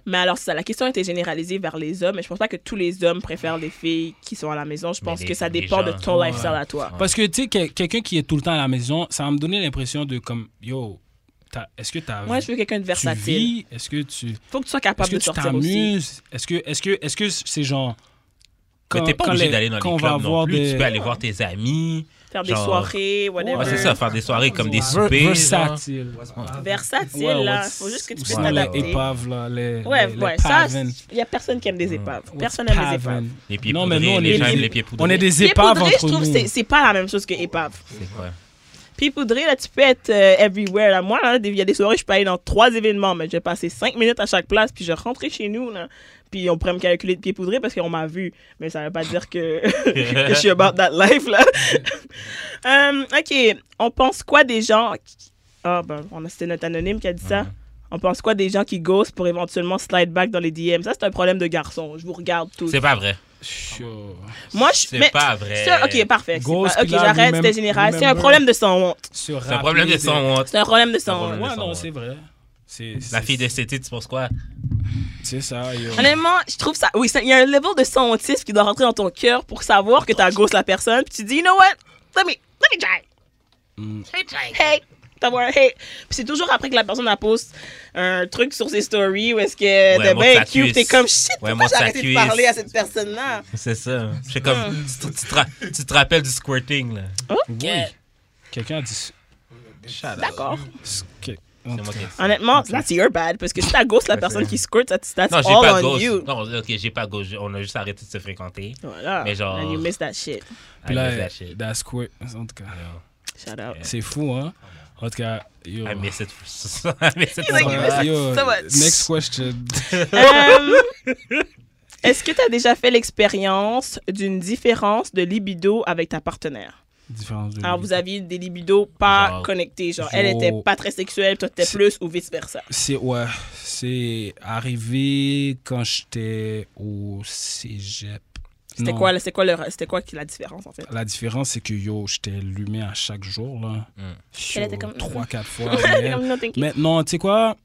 B: Mais alors, ça, la question était généralisée vers les hommes, mais je pense pas que tous les hommes préfèrent les filles qui sont à la maison. Je
C: Mais
B: pense
C: les-
B: que ça
C: les
B: dépend de
C: gens-
B: ton
D: Ouais.
B: lifestyle à toi.
D: Parce que tu sais que- quelqu'un qui est tout le temps à la maison, ça va me donner l'impression de comme yo, t'as- est-ce que t'as
B: Moi, je veux quelqu'un de
D: tu
B: versatile.
D: vis, est-ce que tu
B: Faut que tu sois
D: est-ce
B: capable
D: que
B: de
D: tu
B: sortir aussi.
D: t'amuses, est-ce que est-ce que est-ce que c'est genre
C: Mais t'es pas obligé
D: les-
C: d'aller dans les
D: quand on
C: clubs
D: va
C: non
D: avoir
C: plus.
D: des-
C: Tu peux aller voir tes amis.
B: Faire des
C: Genre-
B: soirées, whatever.
C: Ah, c'est ça, faire des soirées comme des
D: Ver-
C: soupers. genre.
D: versatile.
B: Versatile,
D: Ouais, ouais,
B: là.
D: c'est-
B: Faut juste que tu
D: ou
B: puisses
D: sinon, les
B: t'adapter.
D: épaves, là, les,
B: Ouais,
D: les- les
B: ouais, ça,
D: pavens.
B: il y a personne qui aime des épaves.
D: What's
B: Personne n'aime les épaves.
D: paven?
C: Les pieds
D: Non, mais nous,
C: poudrés,
D: on
C: les
D: est
C: gens
D: des-
C: aiment les pieds poudrés.
D: On est des
B: Pieds
D: épaves
B: poudrés, je
D: entre
B: trouve,
D: nous.
B: c'est- c'est pas la même chose que épave.
C: C'est quoi?
B: Puis poudré, là, tu peux être euh, everywhere. Là. Moi, là, il y a des soirées, je peux aller dans trois événements, mais j'ai passé cinq minutes à chaque place, puis je rentrais chez nous, là. Puis on pourrait me calculer de pieds poudrés parce qu'on m'a vu. Mais ça veut pas dire que, que je suis about that life, là. Hum, OK. On pense quoi des gens... qui- Ah, ben, on a- c'était notre anonyme qui a dit ça. On pense quoi des gens qui ghostent pour éventuellement slide back dans les DM? Ça, c'est un problème de garçon. Je vous regarde tous.
C: C'est pas vrai.
D: Sure.
B: Moi, je...
C: C'est
B: mais-
C: pas vrai.
B: Ça, ok, parfait. c'est
D: Ghost,
B: pas- ok,
D: puis là,
B: j'arrête,
D: remem-
B: c'était général. C'est un
D: remember.
B: problème de son honte.
D: Se
C: C'est un problème de
D: rappeler
C: son honte.
B: C'est un problème de
C: C'est un
B: son honte.
C: problème.
D: Ouais,
C: de son
D: non,
C: honte.
D: c'est vrai. C'est-
C: La
D: c'est-
C: fille de CT, tu penses quoi?
D: C'est ça, yo.
B: Honnêtement, je trouve ça. Oui, ça- il y a un level de sontisme qui doit rentrer dans ton cœur pour savoir que t'as ghost la personne. Puis tu dis, you know what? Let me, let me try.
D: Mm.
B: Let me try. Hey! T'as voir, hey! Puis c'est toujours après que la personne a poste un truc sur ses stories où est-ce que
C: Ouais,
B: t'es
C: montre
B: bien
C: sa
B: cute, t'es
C: cuisse.
B: comme shit,
C: Ouais,
B: pourquoi
C: montre
B: j'ai
C: sa
B: arrêté de
C: cuisse.
B: parler à cette personne-là?
C: C'est ça. C'est comme. Tu, te- tu te ra- tu te rappelles du squirting, là.
B: Ok.
D: Quelqu'un a dit.
B: D'accord.
D: Ok.
C: C'est moi qui ai dit ça.
B: Honnêtement, that's your bad parce que si t'as ghost la
C: Mm. Ouais,
B: personne
C: c'est-
B: qui squirt, that's, that's
C: Non, j'ai
B: all
C: pas
B: on
C: gauche.
B: you.
C: Non, ok, j'ai pas gauche. On a juste arrêté de se fréquenter.
B: Voilà.
C: Mais genre-
B: And you miss that shit.
D: Puis
C: I
D: là,
C: miss that shit.
D: that's quoi. En tout cas,
C: Ah,
B: Shout out.
D: c'est fou, hein. En tout cas, yo.
C: I miss it for so I miss it
B: He's like,
C: so
B: you
C: much.
B: miss it
D: Yo,
B: so much.
D: Next question.
B: Euh, Est-ce que tu as déjà fait l'expérience d'une différence de libido avec ta partenaire?
D: Différence de.
B: Alors, vous aviez des libidos pas
C: Genre,
B: connectés. Genre, elle
D: genre-
B: était pas très sexuelle, toi, t'étais
D: C'est-
B: plus, ou vice-versa.
D: C'est ouais, c'est arrivé quand j'étais au cégep.
B: C'était
D: Non,
B: quoi, c'est quoi, le, c'était quoi qui- la différence, en fait?
D: La différence, c'est que yo, j'étais allumé à chaque jour là.
C: Mm.
D: Sur
B: était comme-
D: trois, quatre fois.
B: C'était
D: mais-
B: comme, non, thank you.
D: Maintenant, tu sais quoi,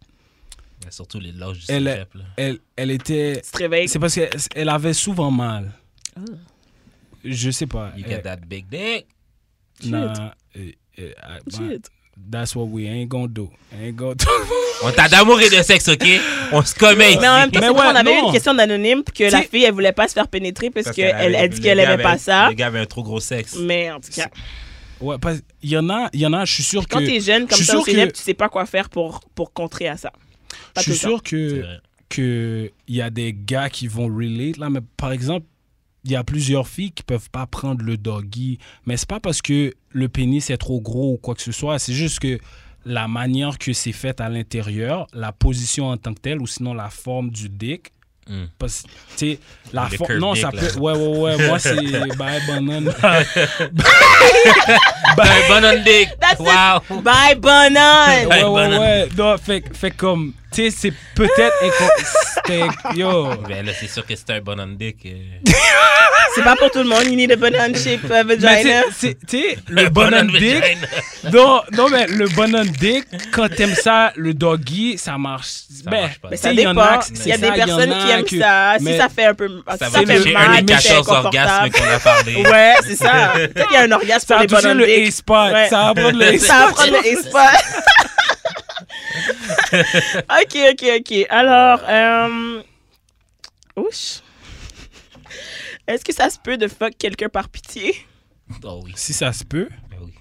C: Mais Surtout les loges du
D: Elle est-
C: cégep, là.
D: elle, elle était.
B: Tu te réveilles.
D: C'est parce qu'elle elle avait souvent mal.
B: Ah.
D: Je sais pas.
C: You
D: elle-
C: get that big dick.
D: nah, euh, euh, ah, bah,
B: Shit.
D: that's what we ain't gonna do. Ain't gonna do.
C: On t'a d'amour et de sexe, ok? On se commet ici.
B: Mais en même temps,
D: Mais
B: c'est quoi,
D: ouais,
B: on avait eu
D: non.
B: une question d'anonyme que la
D: T'sais-
B: fille, elle voulait pas se faire pénétrer parce,
C: Parce
B: qu'elle
C: avait-
B: elle a dit
C: le
B: qu'elle
C: gars
B: aimait pas
C: avait-
B: ça. Mm.
C: Le gars avait un trop gros sexe.
B: Mais en tout cas,
D: Ouais, parce- il y en a, il y en a. Je suis sûr
B: quand
D: que.
B: t'es jeune comme
D: je suis
B: ça au
D: sûr
B: cégep,
D: que-
B: tu sais pas quoi faire pour, pour contrer à ça.
D: Je
B: Pas
D: suis
B: tout le temps.
D: sûr
C: C'est
D: que
C: vrai.
B: hein.
D: que il y a des gars qui vont relate là, mais par exemple, il y a plusieurs filles qui peuvent pas prendre le doggy, mais c'est pas parce que le pénis est trop gros ou quoi que ce soit, c'est juste que la manière que c'est fait à l'intérieur, la position en tant que telle, ou sinon la forme du dick.
C: Mm.
D: Parce, tu sais, la
C: Le
D: forme.
C: curve
D: Non,
C: dick,
D: ça
C: là.
D: peut. Ouais, ouais, ouais. Moi, c'est. Bye, banane.
C: Ben, bonhomme dick!
B: That's it.
C: Wow!
B: Bye, bonhomme!
D: Ouais,
C: Bye,
D: ouais,
C: banane.
D: ouais. Non, fait, fait comme. Tu sais, c'est peut-être. inco- c'était- Yo.
C: Ben là, c'est sûr que c'était un bonhomme dick. euh.
B: C'est pas pour tout le monde. You need a banana shape uh,
D: Mais
B: vagina.
D: tu sais- tu sais, le bonhomme dick.
C: vagina.
D: Non, non, mais le bonhomme dick, quand t'aimes ça, le doggy, ça marche. ben,
C: marche pas.
B: Mais
D: tu
B: ça
D: sais, il y en
B: dépend.
D: qui-
B: Il y
D: c'est
B: a des
D: ça, il y en
B: personnes qui
D: a
B: aiment
D: que-
B: ça. Si
D: mais-
B: ça fait un peu. si
C: Ça
B: Ça,
C: va
B: fait
C: toucher un
B: mal,
C: des
B: mais c'est
C: 14 orgasmes
B: inconfortable.
C: qu'on a parlé.
B: Ouais, c'est ça. Peut-être qu'il y a un orgasme
D: Ça
B: pour
D: va
B: les
D: toucher
B: bonhommes
D: le
B: dicks.
D: A-spot.
B: Ouais.
D: Ça va prendre le
B: Ça va
D: A-spot.
B: prendre le spot. ok, ok, ok. Alors, euh... ouch. Est-ce que ça se peut de fuck quelqu'un par pitié?
C: Oh oui,
D: Si ça se peut.
C: ben oui.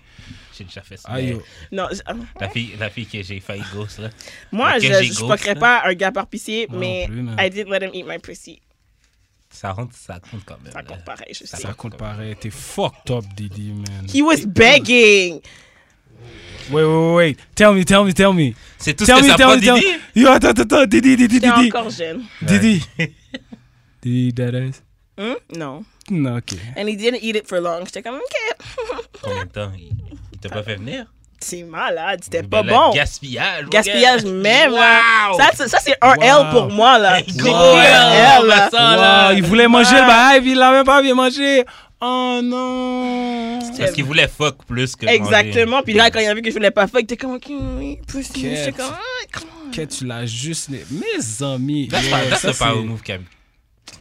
C: J'ai déjà fait ça.
D: Aïe. yo.
B: Non, j-
C: La fille, la fille que j'ai failli ghost, là.
B: moi,
C: Ok,
B: je
C: j'ai
B: je
C: ghost,
B: fuckerais
C: là.
B: pas un gars par pitié,
D: Moi non
B: mais
D: plus, man.
B: I didn't let him eat my pussy.
C: Ça compte, ça compte quand même.
B: Ça compte
C: là.
B: pareil, je sais.
D: Euh, Ça compte pareil. T'es fucked up, Didi, man.
B: He was begging.
D: Wait, wait, wait. Tell me, tell me, tell me.
C: C'est tout ce
D: Tell
C: que
D: me,
C: ça prend,
D: tell me, tell
C: Didi?
D: me. Yo, attends, attends, attends. Didi, Didi,
B: T'es
D: Didi.
B: encore jeune.
D: Didi. Didi, Dadass.
B: Hmm? Non.
D: Non, ok.
B: And he didn't eat it for long. J'étais comme, OK.
C: Combien de temps? Il, il t'a pas fait venir?
B: C'est malade. C'était
C: Ben
B: pas
C: là,
B: bon.
C: Gaspillage. mon
B: Gaspillage
C: gars.
B: même. là.
C: Wow!
B: Ça, c'est- ça, c'est un L
D: Wow.
B: pour moi, là. Gros
C: Wow!
B: L, là.
C: Ça, Ah là.
D: Wow, il voulait manger le bail, puis il l'a même pas bien mangé. Oh non.
C: Parce qu'il voulait fuck plus que manger.
B: Exactement. Puis là, quand il a vu que je voulais pas fuck, t'es comme, OK, oui, pussy.
D: Qu'est-ce-
B: J'étais comme, ah, come on.
D: Que tu l'as juste. né- Mes amis.
C: That's pas-
D: yo,
C: that's
D: ça,
C: the power
D: c'est-
C: move, Cam.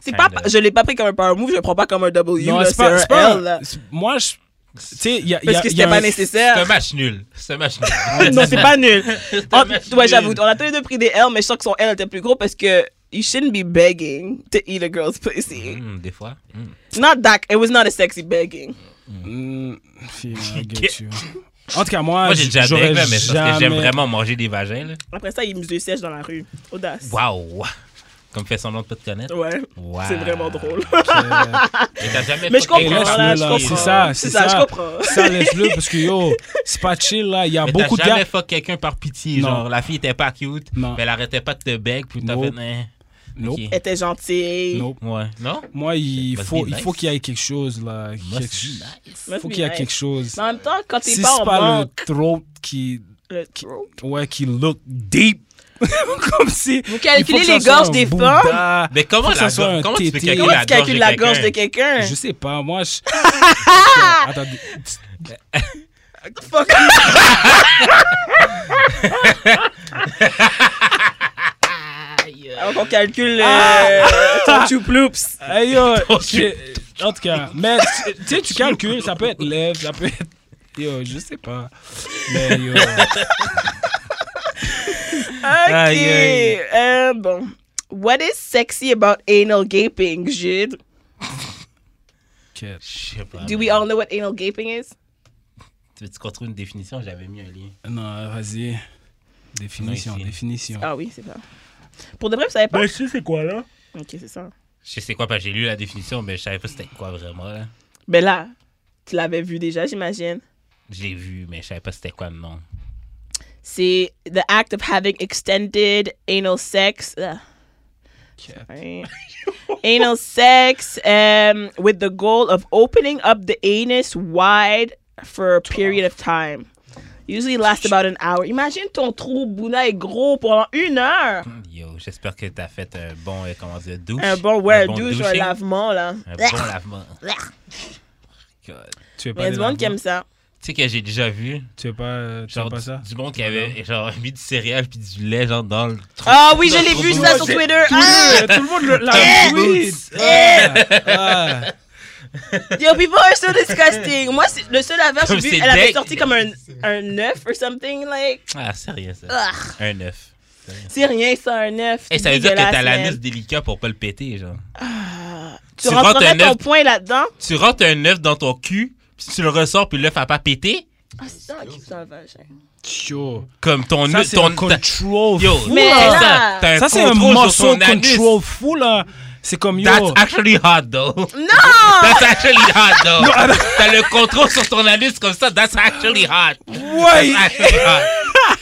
B: C'est pas,
C: Kinda.
B: je l'ai pas pris comme un power move, je le prends pas comme un W.
D: Non,
B: là,
D: c'est pas.
B: C'est
D: c'est
B: un
D: pas-
B: L, là.
D: c'est- Moi, je. Tu sais, il y a. il y
B: Parce
D: a-
B: que
D: il y
B: c'était
D: a
B: pas
D: un-
C: C'est un
B: nécessaire.
C: match nul. C'est un match nul.
B: Non, c'est pas nul.
C: un
B: En-
C: match
B: Ah. ouais,
C: nul.
B: j'avoue. On a tous les deux pris des L, mais je sens que son L était plus gros parce que you shouldn't be begging to eat a girl's
D: Mm-hmm.
B: pussy.
C: Hmm, des fois. Hmm.
B: It's Not that. It was not a sexy begging.
D: Mm, fille, I get you. En tout cas, moi,
B: Ah,
C: Moi, j'ai déjà
D: j'aurais
C: deg, là, mais c'est parce que j'aime
D: jamais-
C: vraiment manger des vagins. là.
B: Après ça, il me yeux sèche dans la rue. Audace.
C: Waouh! Comme fait son nom de pas te connaître.
B: Ouais.
C: Wow.
B: C'est vraiment drôle.
C: Mais t'as jamais
B: Mais je
C: fucké
B: comprends,
C: quelqu'un
B: là,
D: laisse-le,
B: je comprends.
D: là. C'est ça, c'est ça.
B: je comprends.
D: Ça, laisse-le, parce que yo, c'est pas chill là. Il y a
C: Mais t'as
D: beaucoup de
C: jamais
D: gars.
C: fuck quelqu'un par pitié.
D: Non.
C: Genre, la fille était pas cute,
D: Non.
C: mais elle arrêtait pas de te beg, puis t'as
D: Nope.
C: fait. eh,
D: Nope.
C: ok.
B: Elle était gentille.
D: Nope.
C: Ouais. Non?
D: Moi, il
C: Must
D: faut
C: be
D: il
C: nice.
D: faut qu'il y ait quelque chose là.
C: Must
D: Quelque-
C: be
B: Must
D: faut
B: be
D: qu'il y ait
B: nice.
D: quelque chose.
B: Mais en même temps, quand t'es
D: Si
B: pas
D: c'est
B: en
D: pas
B: manque,
D: le throat qui.
B: le throat.
D: Ouais, qui look deep. Comme si.
B: Vous
D: il faut
B: calculez
D: que ça
B: les
D: soit
B: gorges
D: un
B: des
D: Bouddha.
B: femmes.
C: Mais comment,
D: Faut
C: la
D: que ça soit
C: gorge-
D: un
C: comment tu peux
D: tété.
C: calculer
B: Comment
C: la
B: tu
C: gorge de
B: calcules la gorge de
C: quelqu'un?
B: quelqu'un?
D: Je sais pas, moi, je... Attendez.
B: Fuck, fuck you. Alors Ah, qu'on calcule
D: Ah!
B: euh, ton chouploups.
D: Hey yo, j'ai- en tout cas, mais tu- tu sais, tu calcules, ça peut être lèvres, ça peut être. Yo, je sais pas. Mais yo.
B: Ok.
C: Aïe, aïe.
B: Euh, bon. What is sexy about anal gaping, Jude?
D: Quête.
C: Je sais pas.
B: Do we all know what anal gaping is?
C: Tu veux qu'on trouve une définition J'avais mis un lien.
D: Non, vas-y. Définition,
C: Ici.
D: définition.
B: Ah oui, c'est ça. Pour de vrai, vous savez pas?
C: si, c'est quoi là
B: Ok, c'est ça.
C: Je sais c'est quoi, parce que j'ai lu la définition, mais je savais pas c'était quoi vraiment. Là.
B: Ben là, tu l'avais vu déjà, j'imagine.
C: Je l'ai vu, mais je savais pas c'était quoi le nom.
B: C'est the act of having extended anal sex. Ugh.
D: Quête.
B: Right. anal sex um, with the goal of opening up the anus wide for a period of time. Usually lasts about an hour. Imagine ton trou boula est gros pendant une heure.
C: Yo, j'espère que t'as fait un bon, euh, comment dire, douche.
B: Un bon ouais, douche, un
C: douching,
B: lavement là.
C: Un bon lavement. God.
D: Tu
B: Il y a
D: veux pas
B: du
D: des
B: monde qui
D: lavements?
B: aime ça.
C: Tu sais que j'ai déjà vu,
D: Tu veux pas, euh, tu veux
C: genre,
D: pas
C: du,
D: ça
C: du monde qui avait genre, mis du céréal puis du lait, genre, dans le trou.
B: Ah oui, je
C: dans
B: l'ai
C: le
B: vu
C: trou.
B: ça sur Twitter. Ah!
D: euh, Tout le monde le- l'a
B: Eh!
C: Yeah.
D: oui. Ah, ah.
B: Yo, people are so disgusting. Moi, c'est- le seul affaire que
C: Comme
B: j'ai vu,
C: c'est
B: elle avait
C: deck.
B: sorti comme un, un œuf or something. Like,
C: Ah, sérieux, ça.
B: ugh.
C: Un œuf.
B: c'est rien, ça, un œuf.
C: Et Eh, ça veut dire que t'as
B: Dégueulasse, man.
C: l'anus délicat pour pas le péter, genre.
B: Tu
C: Tu rentres
B: rentrerais
C: un
B: ton
C: œuf-
B: poing là-dedans?
C: Tu rentres un œuf dans ton cul, puis tu le ressors, puis l'œuf a pas pété.
B: Ah, c'est ça qui dans le vagin.
D: Yo.
C: Comme ton
D: Ça,
C: œuf,
D: c'est un
C: ton.
D: control
C: Yo,
D: fou,
B: Mais
C: c'est
D: là.
B: là-
C: ça. T'as un
D: Ça, c'est un
C: contrôle sur
D: morceau
C: ton anus.
D: control fou, là. C'est comme, yo.
C: That's actually hot, though.
B: Non!
C: That's actually hot, though. T'as le contrôle sur ton anus comme ça. That's actually hot.
D: Ouais.
C: That's actually hot.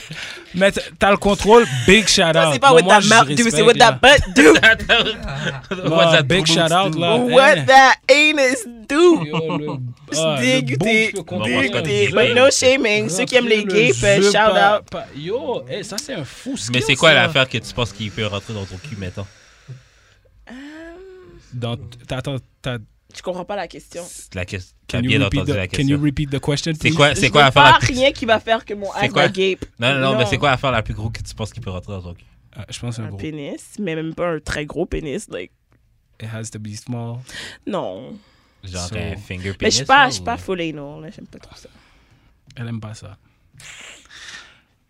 D: Mais t- t'as le contrôle, big shout out.
B: C'est pas with that mouth, dude. C'est with that butt, dude.
D: What's
C: What's that
D: big
C: boots
D: shout out,
C: do?
D: là.
B: What that anus do?
D: ah,
B: Je suis
D: le
B: dégoûté.
D: bouffe, le
C: On va voir ce qu'on
D: dégoûté.
C: dit.
B: But no shaming. Ceux qui aiment les gays,
D: Remplis
B: ben,
D: le
B: shout
D: jeu par-
B: out.
D: par- Yo, hey, ça c'est un fou skill,
C: Mais c'est quoi
D: ça.
C: l'affaire que tu penses qu'il peut rentrer dans ton cul, mettons?
D: Dans- t'as- t'as- t'as-
B: Je comprends pas la question.
C: C'est La question. T'as
D: Can
C: bien
D: you repeat
C: entendu la
D: the- can you
C: question.
D: repeat the question?
C: C'est
D: please?
C: quoi,
B: Je
C: c'est
B: veux
C: quoi l'affaire
B: pas
C: la plus...
B: rien qui va faire que mon
C: C'est
B: ass
C: quoi?
B: va gape.
C: Non, non, non, mais c'est quoi l'affaire la plus gros que tu penses qu'il peut rentrer dans ton cul?
D: Ah, Je pense un
B: Un
D: gros.
B: pénis, mais même pas un très gros pénis. Like,
D: It has to be small.
B: non.
C: Genre
D: So-
C: un finger penis?
B: Mais je suis pas,
C: là,
B: je suis
C: ou-
B: pas full anal. là, J'aime pas trop ça.
D: Elle aime pas ça.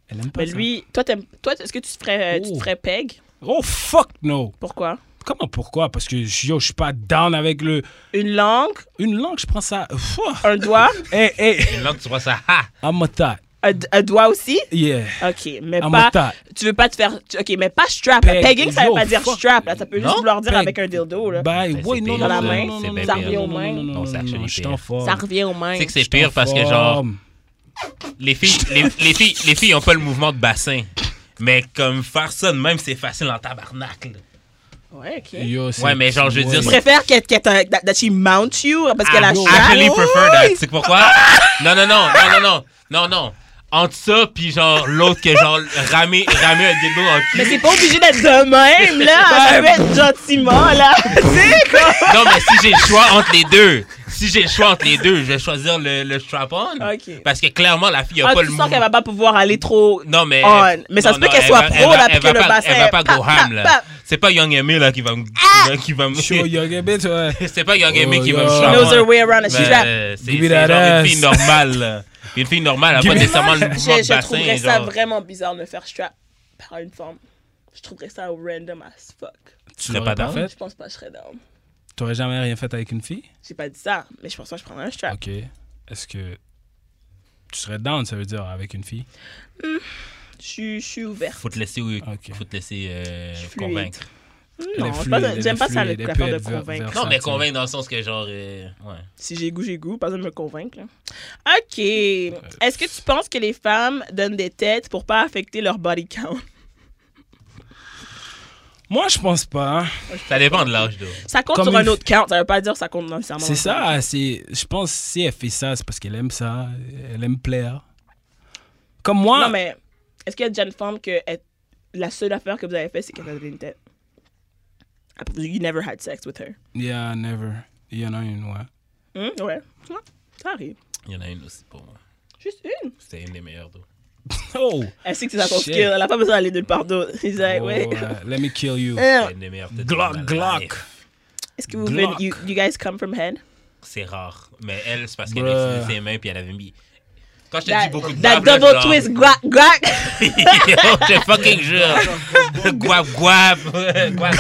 D: Elle aime pas
B: Mais
D: ça.
B: lui, toi, t'aimes- toi, est-ce que tu te ferais, euh, tu te
D: Oh.
B: ferais peg?
D: Oh fuck no.
B: Pourquoi?
D: Comment pourquoi? Parce que yo, je suis pas down avec le.
B: Une langue,
D: Une langue, je prends ça. Pouah.
B: un doigt,
D: Hey, hey,
C: Une langue, tu vois ça. Ha!
D: I'm a thot.
B: un, un doigt aussi.
D: Yeah.
B: Ok, mais
D: I'm
B: pas.
D: a thot.
B: Tu veux pas te faire. tu- Ok, mais pas strap. là.
D: Peg.
B: Pegging, ça veut
D: Yo,
B: pas dire
D: fuck.
B: strap. Là. Ça peut juste
C: Non,
B: vouloir dire
D: Peg.
B: avec un dildo. oh, Là.
D: Bye.
C: Ben,
D: Ouais,
C: c'est
D: non,
C: pire,
D: non,
B: ça.
D: non,
B: C'est
D: non,
C: bien
D: non,
C: pire.
D: non, non, non, non,
C: Non, c'est
D: non,
C: actually
D: non, Je
C: pire.
D: t'en forme.
B: Ça revient au même.
C: Tu sais que c'est pire parce que, genre, les filles, les, les filles, les filles ont pas le mouvement de bassin. Mais comme faire ça de même, c'est facile en tabarnak. là.
B: Ouais, ok.
D: Yo, c'est-
C: Ouais, mais genre, je veux
D: ouais.
B: Je
C: dire,
B: préfère qu'elle qu'elle te- that, that she mount you hein, parce qu'elle a
D: Ah, yo.
B: strap.
C: I really prefer that. Tu sais pourquoi? Non, non, non, non, non, non, non, non. Entre ça, puis genre, l'autre que genre, ramer, ramer un dildo dans le
B: Mais
C: cul.
B: c'est pas obligé d'être de même, là.
D: Ben.
B: Ça peut être gentiment, là. tu sais, quoi.
C: Non, mais si j'ai le choix entre les deux, si j'ai le choix entre les deux, je vais choisir le, le strap-on.
B: Ok.
C: Parce que clairement, la fille a
B: Ah, tu
C: pas le
B: sens
C: mouvement.
B: qu'elle va pas pouvoir aller trop.
C: Non, mais.
B: On. Mais ça
C: non,
B: se peut
C: non,
B: qu'elle
C: elle
B: soit
C: va-
B: pro,
C: elle va-
B: là, puis
C: elle va
B: que le
C: pas-
B: bassin,
C: Elle va pas
B: pap,
C: go ham,
B: pap,
C: là.
B: pap. Ah!
C: C'est pas Young Aimé, là, qui va me. Qui va me.
D: Show your bitch, ouais.
C: C'est pas Young Aimé
D: Oh,
C: qui va
D: yo.
C: me
D: Ah,
B: Knows
C: charmer.
B: her way around a
C: Ben,
B: strap.
C: euh, c'est
D: Give
C: c'est
D: me that
C: genre une
D: ass.
C: fille normale. là. Une fille normale, elle
D: Give
C: a
D: me
C: pas nécessairement le mouvement
B: Je,
C: de
B: je
C: bassin.
B: trouverais ça
C: genre.
B: vraiment bizarre de me faire strap par une femme. Je trouverais ça random as fuck.
D: Tu
C: serais pas
D: l'aurais pas
C: down?
D: fait?
B: Je pense pas que je serais down.
D: T'aurais jamais rien fait avec une fille?
B: J'ai pas dit ça, mais je pense pas que je prendrais un strap.
D: Ok. Est-ce que tu serais down, ça veut dire, avec une fille?
B: Je suis- je suis ouverte.
C: Faut te laisser, oui,
D: Ok.
C: faut te laisser euh,
B: Je suis fluide.
C: convaincre.
D: Elle
B: Non,
D: est
B: je
D: fluide,
B: pense-
D: elle est
B: j'aime pas ça,
D: fluide,
B: le-
D: elle
B: l'affaire
D: peut
B: de
D: être ver-
B: convaincre.
D: versatile.
C: Non, mais convaincre dans le sens que genre. euh, ouais.
B: Si j'ai goût, j'ai goût. Pas besoin de me convaincre. là. Ok. Est-ce que tu penses que les femmes donnent des têtes pour pas affecter leur body count?
D: Moi, je pense pas. hein.
C: Ça dépend de l'âge, d'eau.
B: Ça compte
D: Comme
B: sur un
D: une-
B: autre count. Ça veut pas dire que ça compte nécessairement.
D: C'est ça, c'est. Je pense que si elle fait ça, c'est parce qu'elle aime ça, elle aime plaire. Comme moi,
B: Non, mais est-ce qu'il y a déjà une femme que elle- la seule affaire que vous avez fait, c'est qu'elle a donné une tête? Après, vous- You never had sex with her.
D: yeah, never. Il y en a une, ouais.
B: Hmm? Hein? Ouais. Ouais. Ça arrive.
C: Il y en a une aussi pour moi.
B: Je Juste une.
C: C'était une des meilleures, d'eau.
D: Oh!
B: Elle sait que c'est dans son
D: Shit.
B: skill. Elle n'a pas besoin d'aller nulle part d'autre. He's like,
D: Oh,
B: ouais.
D: uh, let me kill you.
B: Euh,
C: C'était une des meilleures. têtes de ma
D: Glock, Glock.
C: life.
B: Est-ce que vous voulez.
D: Glock.
B: You, you guys come from head?
C: C'est rare. Mais elle, c'est parce qu'elle
D: Bruh.
C: utilisait ses mains puis elle avait mis. Quand je t'ai
B: That,
C: dit beaucoup de
B: that
C: guap, là,
B: double
C: genre,
B: twist, guac, guac.
C: Yo, je te fucking jure. Guap, guap. Guap, guap.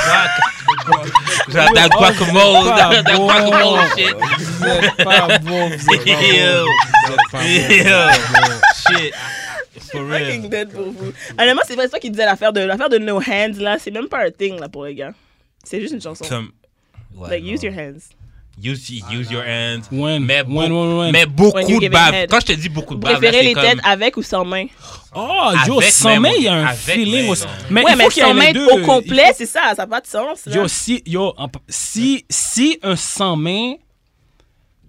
C: Genre, that guacamole. That that guacamole shit.
D: Vous êtes pas bon, vous êtes pas
C: Yo.
D: bon.
C: Yo. Shit. For
B: Fucking
C: real.
B: dead pour vous. Honnêtement, c'est vrai, c'est toi qui disais l'affaire de, l'affaire de No Hands, là. C'est même pas un thing, là, pour les gars. C'est juste une chanson.
C: Comme- Ouais,
B: like,
C: non.
B: use your hands.
C: Use, use your hands.
D: When,
C: Mais,
D: when, when, when.
C: mais
B: When you
C: beaucoup de
B: give it
C: bave.
B: head.
C: Quand je te dis beaucoup de
B: Vous
C: bave, Bah, là,
B: préférez
C: c'est
B: les
C: comme...
B: têtes avec ou sans main?
D: Oh, yo,
C: Avec
D: sans
C: même,
D: main, il y a un
C: avec
D: feeling
C: même.
D: aussi.
B: ouais,
D: il
B: mais
D: faut qu'il y
B: sans
D: en ait
B: main
D: deux.
B: au complet, c'est ça, ça n'a pas de sens. Là.
D: Yo, si, yo, en pa- si, si un sans main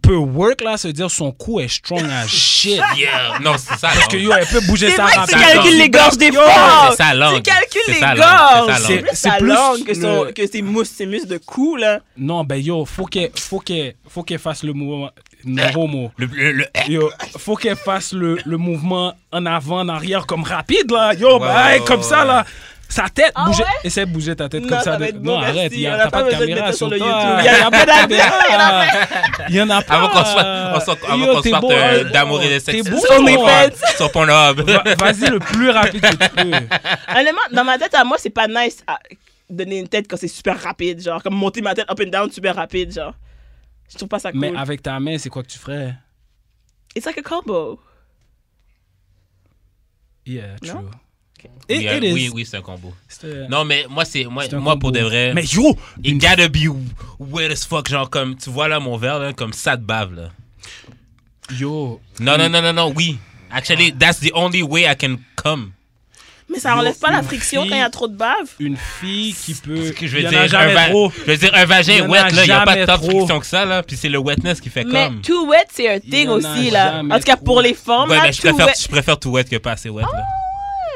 D: peut work, là, ça veut dire son cou est strong as shit.
C: Yeah. Non, c'est ça.
D: Parce que yo, elle peut bouger
B: c'est
D: sa
B: vrai que tu
C: ça,
B: calcules
C: ça.
B: les gorges des
D: Yo,
B: fois!
C: c'est sa langue.
B: Tu calcules
C: C'est
B: les
C: sa langue,
B: gorges! C'est
C: c'est sa langue.
B: plus
D: C'est
B: sa
D: plus
B: langue que, son,
D: le-
B: que ses mus- ses muscles de cou, là.
D: Non, ben yo, faut qu'elle faut qu'elle- faut qu'elle fasse le mouvement.
B: Eh.
D: Neuromo.
C: Le, le, le-
D: Yo, faut qu'elle fasse le, le mouvement en avant, en arrière, comme rapide là. Yo,
C: Ouais,
D: bah, hey,
C: ouais,
D: comme
C: ouais,
D: ça
C: ouais.
D: là. Sa tête,
B: Ah
D: bouge-
B: ouais?
D: essaie de bouger ta tête
B: Non,
D: comme
B: ça
D: ça.
B: va
D: de-
B: être beau,
D: non, arrête,
B: merci.
D: il y a-
B: On
D: t'as
B: a pas
D: pas de
B: besoin de mettre
D: caméra
B: ça sur
D: sur
B: le
D: toi.
B: YouTube. Il y a- il y a pas d'habillage, il y en a
D: Il y en a pas.
C: Avant qu'on soit, on soit, avant
D: Ah. Yo,
C: qu'on
D: t'es
C: sorte
D: beau,
C: euh,
D: hein,
C: d'amour et de
D: t'es
C: sexe
D: beau,
C: sur ton
D: mon
C: iPhone,
D: pote.
C: sur Pornhub.
D: Va- Vas-y le plus rapide que tu peux.
B: Honnêtement, dans ma tête, à moi, c'est pas nice à donner une tête quand c'est super rapide, genre. Comme monter ma tête up and down super rapide, genre. Je trouve pas ça cool.
D: Mais avec ta main, c'est quoi que tu ferais?
B: It's like a combo.
D: Yeah, true.
B: Non?
D: It-
C: Yeah,
D: it is.
C: oui, oui, c'est un combo.
D: C'est-
C: Non, mais moi, c'est, moi,
D: c'est un
C: moi
D: combo.
C: pour de vrai,
D: Mais yo,
C: it
D: une-
C: gotta be weird as fuck. Genre, comme, tu vois là mon verre, là, comme ça de bave, là.
D: yo,
C: Non, non, non, non, non, oui. Actually, that's the only way I can come.
B: Mais ça enlève pas la
D: une
B: friction
D: fille-
B: quand il y a trop de bave.
D: une fille qui peut.
C: Parce que je
D: il y
C: veux
D: en
C: dire,
D: a
C: un
D: jamais
C: va-
D: trop.
C: je veux dire, un
D: Il y
C: vagin
D: en a
C: wet, là, il n'y a pas
D: jamais
C: tant de
D: trop.
C: friction que ça, là. Puis c'est le wetness qui fait
B: Mais
C: comme.
B: too wet, c'est un
D: Il y
B: thing
D: en a
B: aussi, là.
D: jamais
B: En tout cas, pour
D: trop.
B: les femmes,
C: Ouais,
B: là,
C: mais je
B: too
C: préfère,
B: wet. Ah
C: je préfère tout wet que pas assez wet, là.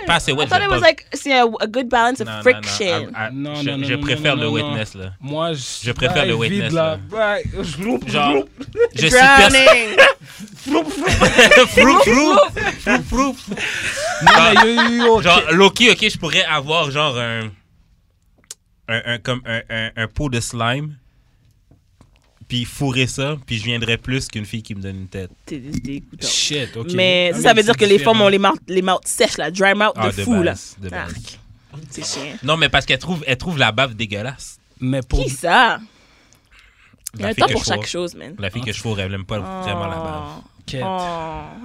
C: Pas assez wet,
B: I thought it
C: j'aime
B: was
C: pas.
B: like, c'est un a good balance of
C: Non, non, non.
B: friction.
C: Ah, ah,
D: Non,
C: je-
D: non, non,
C: Je
D: non,
C: préfère
D: non,
C: le
D: non, non.
C: wetness, là.
D: Moi, je,
C: Je préfère le
D: Ah, vide,
C: witness,
D: là.
C: là.
D: Ouais, je loupe, je
C: Genre,
D: loupe.
C: je suis persuadé.
B: Drowning.
C: Frouf, frouf, frouf, frouf. ah.
D: Non, mais yo, yo, yo,
C: Genre, Loki, ok, je pourrais avoir genre un. Un, un- comme un, un- un pot de slime, puis fourrer ça, puis je viendrais plus qu'une fille qui me donne une tête.
B: T'es t'es dégoûtant.
D: Shit, ok.
B: Mais
D: Ah,
B: ça, ça veut
D: mais
B: dire
D: c'est
B: que les femmes
D: différent.
B: ont les mouths, les mouths sèches, là. Dry mouth
C: Ah,
B: de fou, là. Ah.
C: base, de base.
B: Arc. C'est chiant.
C: Non, mais parce qu'elle trouve, elle trouve la bave dégueulasse.
D: Mais pour.
B: Qui ça? Il y
C: La
B: a un
C: fille
B: temps
C: que
B: pour
C: je
B: chaque
C: fourre-
B: chose, Oh. man.
C: La fille que je fourre, elle aime pas vraiment la bave.
D: Quête.
B: Oh,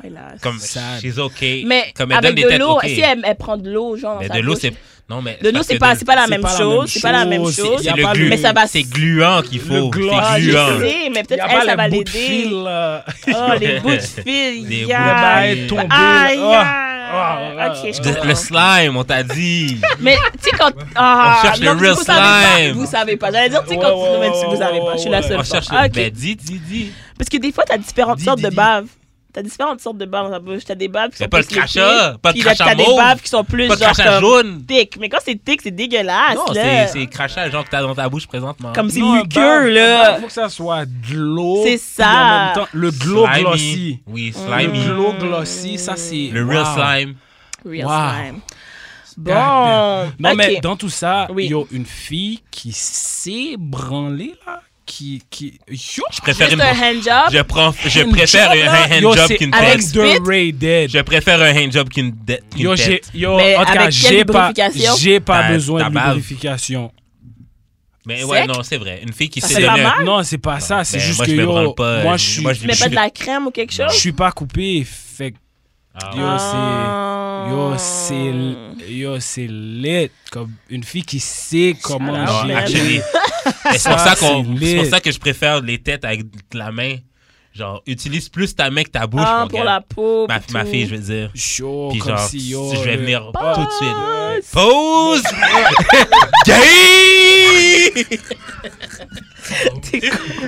B: hélas.
C: Comme,
D: Sad.
C: she's okay.
B: mais
C: comme elle
B: avec
C: donne des
B: de
C: têtes,
B: l'eau,
C: ok.
B: si elle, elle prend de l'eau, genre. dans
C: Mais
B: sa
C: de l'eau,
B: bouche,
C: c'est. Non, mais.
B: De l'eau,
C: parce
B: c'est
C: que
B: pas,
C: de-
B: c'est pas la
D: c'est
B: même
D: pas la même
B: chose. C'est pas la même
D: chose.
B: chose.
D: y
C: C'est
D: a
C: le
D: pas
C: glu. hein.
D: de-
B: Mais ça va-
C: C'est gluant qu'il faut.
D: gluant. Ah,
C: C'est
D: je
C: gluant.
B: sais, mais
D: Il y
B: peut-être
D: a
B: elle,
D: pas
B: ça
D: les
B: va
D: bouts de
B: l'aider.
D: fil, euh, là.
B: Oh, les bouts de fil,
C: Les
B: yeah.
C: bouts de fil. Oh,
D: tombé,
B: Aïe,
D: là.
B: aïe. Ok, je
C: De-
B: comprends.
C: le slime, on t'a dit.
B: Mais tu sais, quand. Ah,
C: On cherche le
B: non,
C: real
B: vous savez pas,
C: slime.
B: Vous savez pas. J'allais dire, tu sais, quand
D: Ouais,
B: tu. non, mais
D: ouais,
B: si vous
D: ouais,
B: savez pas, je suis la
D: ouais,
B: seule.
C: on
B: femme.
C: cherche
B: Ah,
C: le.
B: ok.
C: Ben, dis, dis, dis.
B: Parce que des fois, t'as différentes
C: Dis,
B: sortes
C: dis,
B: de
C: dis.
B: baves. T'as différentes sortes de baves dans ta bouche. T'as des baves qui
C: Mais
B: sont
C: pas
B: plus
C: le crachat,
B: liquides,
C: pas le
B: puis là,
C: crachat
B: T'as des
C: mauve,
B: baves qui sont plus
C: Pas de
B: genre
C: crachat
B: comme
C: jaune.
B: thick. Mais quand c'est thick, c'est
D: Ah,
B: dégueulasse.
C: Non,
B: là.
C: c'est c'est crachat genre que t'as dans ta bouche présentement.
B: Comme c'est
D: Non, un
B: muqueux,
D: bar- un
B: là.
D: bar, faut que ça soit de l'eau.
B: C'est
D: puis
B: ça.
D: En même temps, le glow
C: Slimy.
D: glossy.
C: Oui,
D: Le
C: slimy.
D: glow glossy, ça c'est.
C: Le real
D: wow.
C: slime.
B: Real
D: Wow.
B: slime. Bon.
D: Goddamn. Non,
B: ok.
D: mais dans tout ça,
B: Oui.
D: il y a une fille qui s'est branlée, là. Qui. qui... Yo,
C: Je préfère
B: Juste
C: une.
B: un handjob.
C: Je, prends, je
D: Une
C: préfère
D: job, là.
C: un
D: Yo,
C: handjob
D: c'est
C: qu'une
B: avec-
C: tête.
B: spit.
D: Underrated.
C: Je préfère un handjob qu'une de- qu'une
D: Yo, j'ai,
C: tête.
D: yo,
B: Mais
D: en tout cas,
B: avec quelle
D: j'ai pas,
B: lubrification?
D: j'ai pas
C: Ta-
D: besoin
C: ta
D: de
C: bave.
D: lubrification.
C: Mais ouais,
B: Sec?
C: non, c'est vrai. Une fille qui
B: Ça
C: s'est
B: fait pas
C: donnée.
B: mal.
C: un-
D: Non, c'est pas ça. C'est
C: Ben,
D: juste
C: moi,
D: que
C: je me branle
D: yo,
C: pas,
D: moi,
C: euh,
D: je suis,
C: moi, je
B: Tu mets
C: je
B: pas
C: suis-
B: de la crème ou quelque
D: je
B: chose?
D: suis pas coupé. Fait que
C: Ah,
D: yo,
B: Ah.
D: c'est, yo, c'est, l- yo, c'est lit. Comme une fille qui sait comment
C: Non,
B: Ah, man.
D: gérer.
C: actually, mais c'est
D: Ça,
C: pour ça qu'on,
D: c'est
C: c'est pour
D: lit.
C: ça que je préfère les têtes avec de la main. Genre, utilise plus ta main que ta bouche.
B: Ah,
C: mon
B: pour
C: gars.
B: la peau.
C: Ma,
B: puis
C: ma
B: tout.
C: fille, je veux dire.
D: Yo,
C: Puis
D: Oh, comme
C: genre,
D: si yo.
C: si je vais
D: le-
C: venir
B: Pause.
C: tout de
B: Ah.
C: suite. Pause! Gay!
B: T'es con.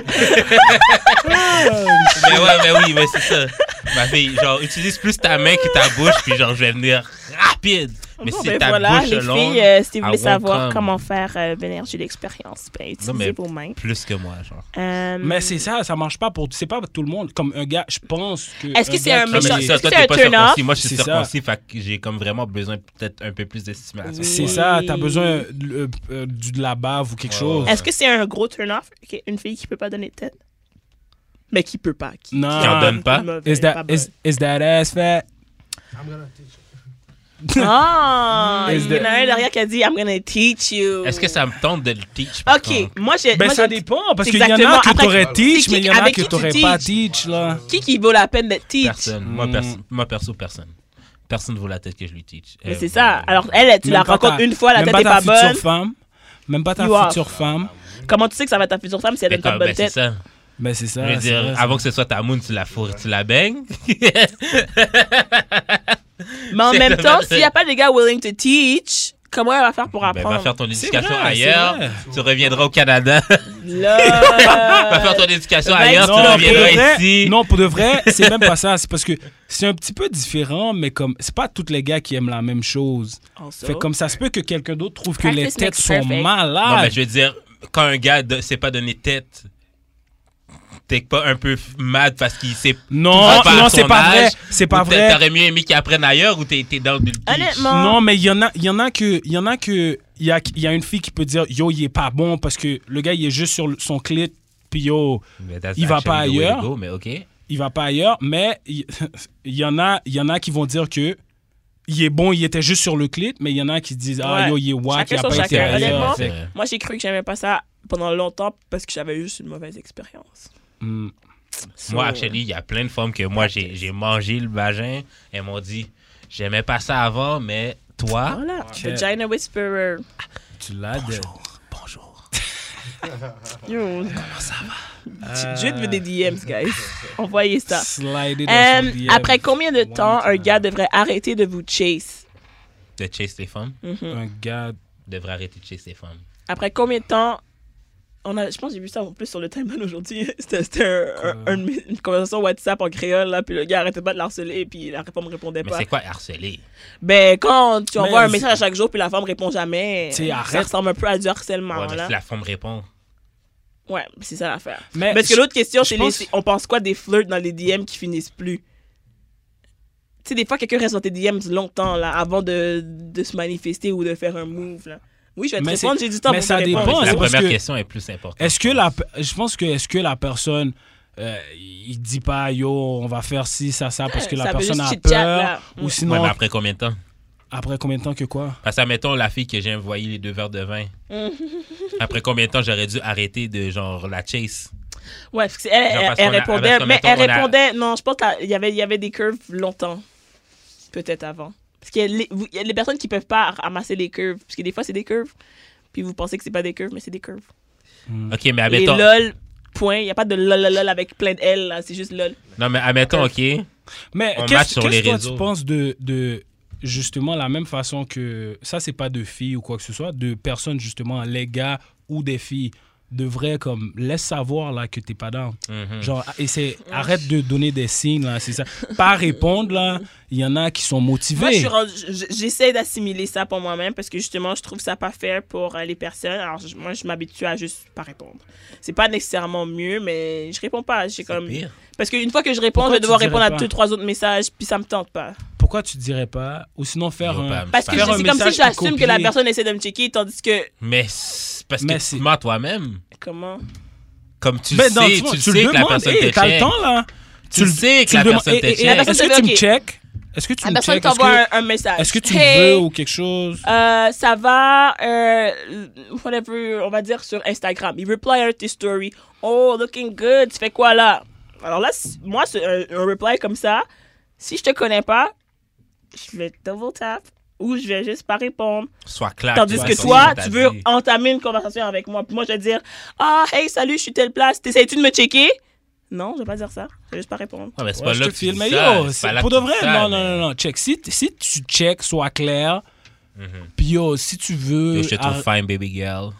C: mais ouais, mais oui, mais c'est ça. Ma fille, genre, utilise plus ta main que ta bouche, puis genre, je vais venir rapide. Mais
B: Bon,
C: c'est
B: ben
C: ta
B: voilà,
C: bouche
B: les
C: longue
B: filles, euh, si vous
C: à
B: voulez savoir
C: Wacom.
B: comment faire euh, l'énergie d'expérience, ben, utilisez
C: mais-
B: vos mains.
C: plus que moi, genre.
B: Euh,
D: Mais c'est ça, ça marche pas pour. C'est pas pour tout le monde. Comme un gars, je pense que.
B: Est-ce que c'est
D: gars
B: un
D: qui-
C: Non, mais
B: méchant-
C: c'est ça,
B: est-ce que
C: toi,
B: c'est
C: t'es
B: un
C: pas
B: turn-off?
C: circoncis. Moi, je suis
D: C'est ça.
C: circoncis, fait que j'ai comme vraiment besoin peut-être un peu plus de stimulation.
D: C'est
B: Oui.
D: ça, t'as besoin euh, euh, du de la bave ou quelque
C: Ouais,
D: chose.
C: ouais.
B: Est-ce que c'est un gros turn-off, que- une fille qui peut pas donner de tête? Mais qui peut pas. Qui,
D: Non.
B: qui
D: Qui en
C: donne pas?
B: mauvaise,
D: Is that,
B: pas
D: is, is that ass fat?
B: bonne. Ah!
D: Is
B: il y en a
D: that-
B: un derrière qui a dit « I'm gonna teach you ».
C: Est-ce que ça Ah. me tente de le teach? par
B: OK,
C: contre?
B: moi, j'ai...
D: Ben
B: moi,
D: ça
B: j'ai-
D: dépend, parce qu'il
B: Exactement.
D: y en a que
B: Après,
D: t'aurais
B: c'est
D: teach,
B: qui-
D: mais il y en a
B: avec
D: que
B: qui tu
D: t'aurais pas
B: teach?
D: teach, là.
B: Qui qui vaut la peine d'être teach? Hmm.
C: Personne. Moi, perso,
D: Mm.
C: moi, perso, personne. Personne vaut la tête que je lui teach.
B: Mais
C: Euh,
B: c'est ça.
C: euh,
B: Alors, elle, tu
D: Même
B: la
D: pas
B: rencontres
D: ta-
B: une fois, la
D: même
B: tête est pas
D: ta
B: bonne.
D: future femme. Même pas ta
B: You are.
D: future femme.
B: Comment tu sais que ça va être ta future femme si elle
C: ben,
B: donne pas
C: comme-
B: de
C: ben,
B: bonne
C: c'est
B: tête?
C: ça.
D: Ben c'est ça.
C: Je veux
D: c'est
C: dire,
D: vrai, ça.
C: avant que ce soit ta moune, tu la fourres, tu la baignes.
B: Mais en
C: C'est
B: même
C: la
B: temps,
C: bonne
B: s'il n'y a pas de gars willing to teach, comment elle va faire pour
C: Ben, va
B: apprendre?
C: faire ton
D: C'est
C: éducation
D: vrai, c'est
C: ailleurs.
D: vrai.
C: Tu reviendras au Canada. va faire
B: Là...
C: ton éducation
B: ben,
C: ailleurs.
B: non,
C: tu
B: pour
C: reviendras
D: de vrai,
C: ici.
D: Non, pour de vrai, c'est même pas ça. C'est parce que c'est un petit peu différent, mais comme c'est pas tous les gars qui aiment la même chose.
B: Also,
D: Fait comme ça se peut que quelqu'un d'autre trouve que les
B: Practice
D: têtes
B: makes
D: sont
B: perfect.
D: malades.
C: Non, mais je veux dire, quand un gars ne sait pas donner tête, t'es pas un peu f- mad parce qu'il sait
D: Non,
C: tout faire à
D: non,
C: son
D: c'est pas
C: âge,
D: vrai. C'est
C: ou
D: pas
C: t'a-
D: vrai.
C: T'aurais mieux aimé qu'il apprenne ailleurs ou t'es t'es dans le beach?
B: Honnêtement.
D: Non, mais il y en a, il y en a que, il y en a que, il y a, il y a une fille qui peut dire yo, il est pas bon parce que le gars il est juste sur le- son clit, puis yo,
C: Mais that's
D: Il va
C: actually
D: pas
C: the way to
D: ailleurs.
C: go, mais ok.
D: il va pas ailleurs. Mais il il y en a, il y en a qui vont dire que il est bon, il était juste sur le clit, mais il y en a qui disent ah
B: Ouais.
D: yo, il est wack,
B: Chacun
D: il a
B: son
D: pas été
B: chacun.
D: ailleurs.
B: Honnêtement,
D: Fait que,
C: C'est-
B: Moi, j'ai cru que j'aimais pas ça pendant longtemps parce que j'avais juste une mauvaise expérience.
D: hmm,
B: So-
C: Moi, actually, il y a plein de femmes que moi, j'ai j'ai mangé le vagin. Elles m'ont dit, j'aimais pas ça avant, mais toi,
B: Voilà,
D: Ok.
B: Vagina Whisperer.
D: tu l'as. de-
C: bonjour.
B: Yo. Comment ça va? Je vais des
C: Euh,
B: DMs, guys. Envoyez ça.
D: Slider dans
B: Euh,
D: son DM.
B: après combien de temps un
D: One time.
B: gars devrait arrêter de vous chase? Mhm.
C: De chase tes femmes,
D: un gars
C: devrait arrêter de chase tes femmes.
B: Après combien de temps on a, je pense que j'ai vu ça en plus sur le timeline aujourd'hui. C'était c'était un- un-
D: Quoi?
B: un- une conversation WhatsApp en créole, là, puis le gars arrêtait pas de l'harceler, puis la femme répondait
C: Mais
B: pas.
C: c'est quoi harceler?
B: Ben, quand tu
D: Mais
B: envoies un
D: c'est-
B: message à chaque jour, puis la femme répond jamais,
D: T'sais,
B: ça
D: arrête.
B: ressemble un peu à du harcèlement.
C: Ouais, mais
B: là.
C: si la femme répond,
B: Ouais, c'est ça l'affaire.
D: Mais
B: Parce que
D: je-
B: l'autre question,
D: je
B: c'est
D: pense-
B: les- on pense quoi des flirts dans les DM qui finissent plus? Tu sais, des fois, quelqu'un reste dans tes DM longtemps, là, avant de, de se manifester ou de faire un move, là. Oui, je vais te
D: Mais
B: répondre,
D: c'est-
B: j'ai du temps
D: mais
B: pour
D: ça
B: te répondre.
D: dépend,
C: la
D: c'est
C: première
D: parce que-
C: question est plus importante.
D: Est-ce que la, pe- je pense que est-ce que la personne, euh, il dit pas yo, on va faire ci, ça, ça, parce que
B: Ça
D: la
B: peut
D: personne
B: juste
D: a
B: chit-chat,
D: peur,
B: là. Mm.
D: ou
B: Ouais.
C: Ouais,
D: sinon
C: mais après combien de temps?
D: après combien de temps que quoi
C: Parce que, admettons, la fille que j'ai envoyé les deux verres de vin.
B: Mm.
C: Après combien de temps j'aurais dû arrêter de genre la chase?
B: Ouais, parce que elle,
C: Genre,
B: elle,
C: parce qu'on
B: elle
C: a-
B: répondait,
C: parce que,
B: mais elle
C: mettons, on a-
B: répondait, non, je pense qu'il y avait, il y avait des curves longtemps, peut-être avant. Parce qu'il y, a les- vous- il y a des personnes qui peuvent pas ramasser les curves, parce que des fois, c'est des curves, puis vous pensez que c'est pas des curves, mais c'est des curves.
D: Mm.
C: Ok, Ah, mais
B: Les
C: admettons.
B: lol, point, il y a pas de lol, lol, lol avec plein de L, là, c'est juste lol.
C: Non, mais admettons, ok.
D: Mais
C: On match
D: qu'est-ce
C: sur les
D: qu'est-ce que toi,
C: réseaux.
D: tu penses de, de justement la même façon que ça, c'est pas de filles ou quoi que ce soit, de personnes justement, les gars ou des filles devraient comme laisse savoir là que t'es pas dans
C: Mhm.
D: genre et c'est arrête de donner des signes là c'est ça pas répondre là il y en a qui sont motivés
B: Moi, je suis rendu- je- j'essaie d'assimiler ça pour moi-même parce que justement, je trouve ça pas fair pour euh, les personnes. Alors, je- moi, je m'habitue à juste pas répondre. C'est pas nécessairement mieux, mais je réponds pas. J'ai
C: C'est
B: comme...
C: pire.
B: Parce qu'une fois que je réponds,
D: Pourquoi
B: je vais
D: tu
B: devoir
D: dirais
B: répondre à
D: pas?
B: deux, trois autres messages, puis ça me tente pas.
D: pourquoi tu dirais pas ou sinon faire
C: Yo,
D: un,
C: Pam,
B: Parce que
C: Faire
B: je-
C: un
B: c'est comme si
D: message
B: j'assume que la
D: copié.
B: personne essaie de me checker, tandis que.
C: Mais c'est- parce
D: Mais
C: que
D: c'est-
C: tu mens à toi-même.
B: Comment
C: Comme tu
D: Ben,
C: le
D: non,
C: sais, tu, le sais que la personne
D: hey,
C: te
D: Eh, t'as le
C: check.
D: temps là.
C: Tu le sais que la
D: demandes- Eh,
C: personne
D: hey, hey,
C: te
D: hey,
C: check.
B: La
D: Est-ce que
B: personne
D: tu me
B: te-
D: check Est-ce que tu
B: La
D: me
B: personne
D: check Est-ce
B: t'envoie
D: que,
B: un, un message.
D: est-ce que tu
B: Hey,
D: me veux ou quelque chose
B: euh, ça va, euh, whatever, on va dire sur Instagram. Il reply à tes stories. Oh, looking good, tu fais quoi là? Alors là, c- moi, c'est un, un reply comme ça, si je te connais pas, je vais double tap ou je vais juste pas répondre.
C: Sois clair.
B: Tandis
C: tu
B: que
C: sais
B: toi,
C: ce t'as
B: tu veux
C: dit.
B: entamer une conversation avec moi. Puis moi, je vais dire Ah, hey, salut, je suis telle place. T'essayes-tu de me checker Non, je vais pas dire ça. Je vais juste pas répondre.
C: Ouais, mais c'est
D: Ouais,
C: pas
D: je
C: là
D: te
C: que tu
D: filme.
C: dis
D: Mais
C: ça,
D: yo,
C: c'est pas
D: c'est-
C: là
D: pour
C: que
D: de
C: tu
D: vrai.
C: dis ça,
D: non, non,
C: mais-
D: non, non. Check. Si, t- si tu check, sois clair.
C: Mhm.
D: Puis yo, si tu veux.
C: Yo, je te trouve
D: Euh, arr-
C: fine, baby girl.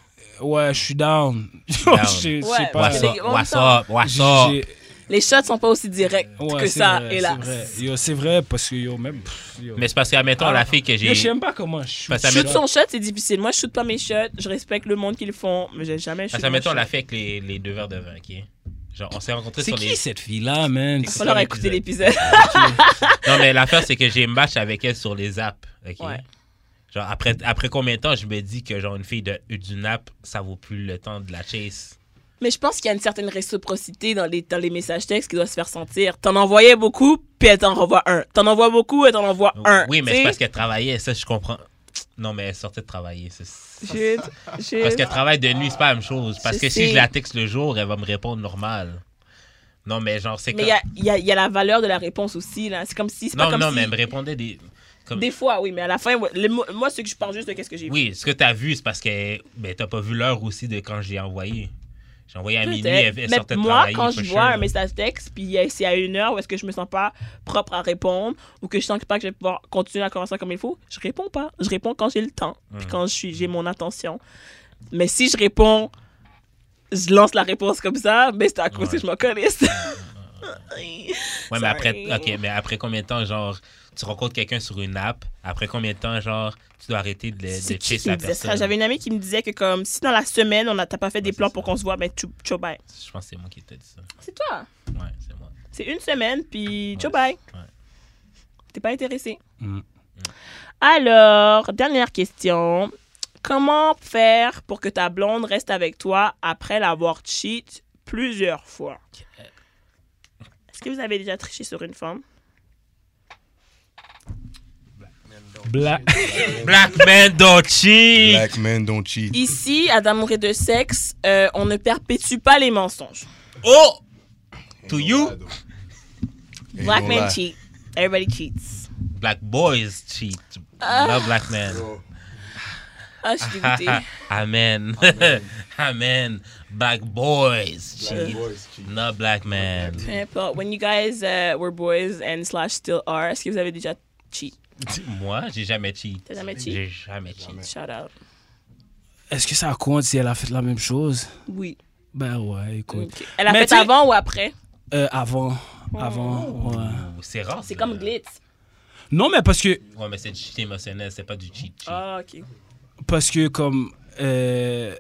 D: Ouais, je suis down. Yo,
C: Down.
D: je je
B: Ouais,
D: sais
B: parce
D: pas.
C: What's
B: que-
C: up?
B: en même
C: What's
B: temps-
C: up? What's
D: J'ai-
C: up?
D: j'ai-
B: les shots sont pas aussi directs
D: Ouais,
B: que
D: c'est
B: ça,
D: vrai,
B: hélas.
D: C'est vrai. Yo, c'est vrai, parce que yo, même. pff, yo.
C: Mais c'est parce que, admettons,
D: Ah.
C: la fille que
D: Yo,
C: j'ai.
D: je sais même pas comment je suis.
C: Parce que ça
B: Shoot
C: m'étonne.
B: son shot, c'est difficile. Moi, je shoot pas mes shots. Je respecte le monde qu'ils font, mais j'ai jamais shoot
C: Parce que,
B: mon
C: admettons,
B: shot.
C: Ah, la fille avec les, les deux verres de vin, ok? Genre, on s'est rencontrés
D: C'est
C: sur les.
D: qui cette fille-là, man?
B: Il va falloir
C: l'épisode.
B: écouter l'épisode.
C: Non, mais l'affaire, c'est que j'ai match avec elle sur les apps. OK?
B: Ouais.
C: Genre, après, après combien de temps je me dis que, genre, une fille de, d'une app, ça vaut plus le temps de la chase?
B: Mais je pense qu'il y a une certaine réciprocité dans les, dans les messages textes qui doit se faire sentir. T'en envoyais beaucoup, puis elle t'en renvoie un. T'en envoies beaucoup, elle t'en envoie un.
C: oui, mais c'est parce qu'elle travaillait, ça, je comprends. Non, mais elle sortait de travailler. c'est- c'est-
B: Chut, chut.
C: Parce qu'elle travaille de nuit, c'est pas la même chose. Parce
B: Je
C: que si
B: sais.
C: je la texte le jour, elle va me répondre normal. Non, mais genre, c'est
B: Mais
C: comme.
B: il y a, il y, a, il y a la valeur de la réponse aussi, là. C'est comme si... c'est pas
C: Non,
B: comme
C: non,
B: si-
C: mais elle me répondait des. Comme...
B: Des fois, oui, mais à la fin, ouais, les mots- moi, ce que je parle juste de qu'est-ce que j'ai
C: Oui, ce que t'as vu, c'est parce que ben, t'as pas vu l'heure aussi de quand j'ai envoyé. J'ai envoyé à
B: Peut-être.
C: minuit, elle, elle sortait
B: mais
C: de
B: moi,
C: travailler.
B: quand
C: for
B: je
C: sure,
B: vois
C: là.
B: un message texte, puis euh, c'est à une heure où est-ce que je me sens pas propre à répondre, ou que je sens que pas que je vais pouvoir continuer la conversation comme il faut, je réponds pas. Je réponds quand j'ai le temps, puis
C: Mhm.
B: quand je suis, j'ai mon attention. Mais si je réponds, je lance la réponse comme ça, mais c'est à cause
C: Ouais.
B: que je m'en connaisse.
C: Ouais, mais
B: Ça
C: après,
B: arrive.
C: ok, mais après combien de temps, genre, tu rencontres quelqu'un sur une app, après combien de temps, genre, tu dois arrêter de, le-
B: C'est
C: de
B: qui
C: chase
B: qui
C: la
B: me disait ça?
C: personne?
B: J'avais une amie qui me disait que comme si dans la semaine, on n'a pas fait des
C: Ouais,
B: plans
C: c'est
B: pour
C: ça.
B: qu'on se voit, ben tu tu- bye.
C: Je pense que c'est moi qui t'ai dit ça.
B: C'est toi.
C: Ouais, c'est moi.
B: C'est une semaine, puis ciao
C: Ouais.
B: bye.
C: Ouais.
B: T'es pas intéressé.
D: Mm.
B: Alors, dernière question. Comment faire pour que ta blonde reste avec toi après l'avoir cheat plusieurs fois? Est-ce que vous avez déjà triché sur une femme?
D: Bla-
C: Black man don't cheat!
E: Black man don't cheat.
B: Ici, à d'amour et de sexe, euh, on ne perpétue pas les mensonges.
C: Oh! To you,
E: Ain't
B: Black
E: no
B: men
E: lie.
B: cheat. Everybody cheats.
C: black boys cheat. No black man.
B: Ah, je suis dégoûtée.
C: Amen. Amen. Black boys cheat. No black man.
B: Peu importe. When you guys uh, were boys and slash still are, est-ce que vous avez déjà cheat?
C: Moi, j'ai jamais cheat.
B: T'as jamais cheat?
C: J'ai jamais cheat.
B: Shout out.
D: Est-ce que ça compte si elle a fait la même chose?
B: Oui.
D: Ben ouais, écoute.
B: Ok. Elle a
D: Mais
B: fait
D: tu sais-
B: avant Oh. ou après?
D: Euh, avant. Avant, ouais.
C: Ouh, C'est rare.
B: C'est
C: ça.
B: comme Glitz.
D: Non, mais parce que,
C: Ouais, mais c'est du cheat émotionnel, c'est pas du cheat. cheat.
B: Ah, ok.
D: parce que comme. euh,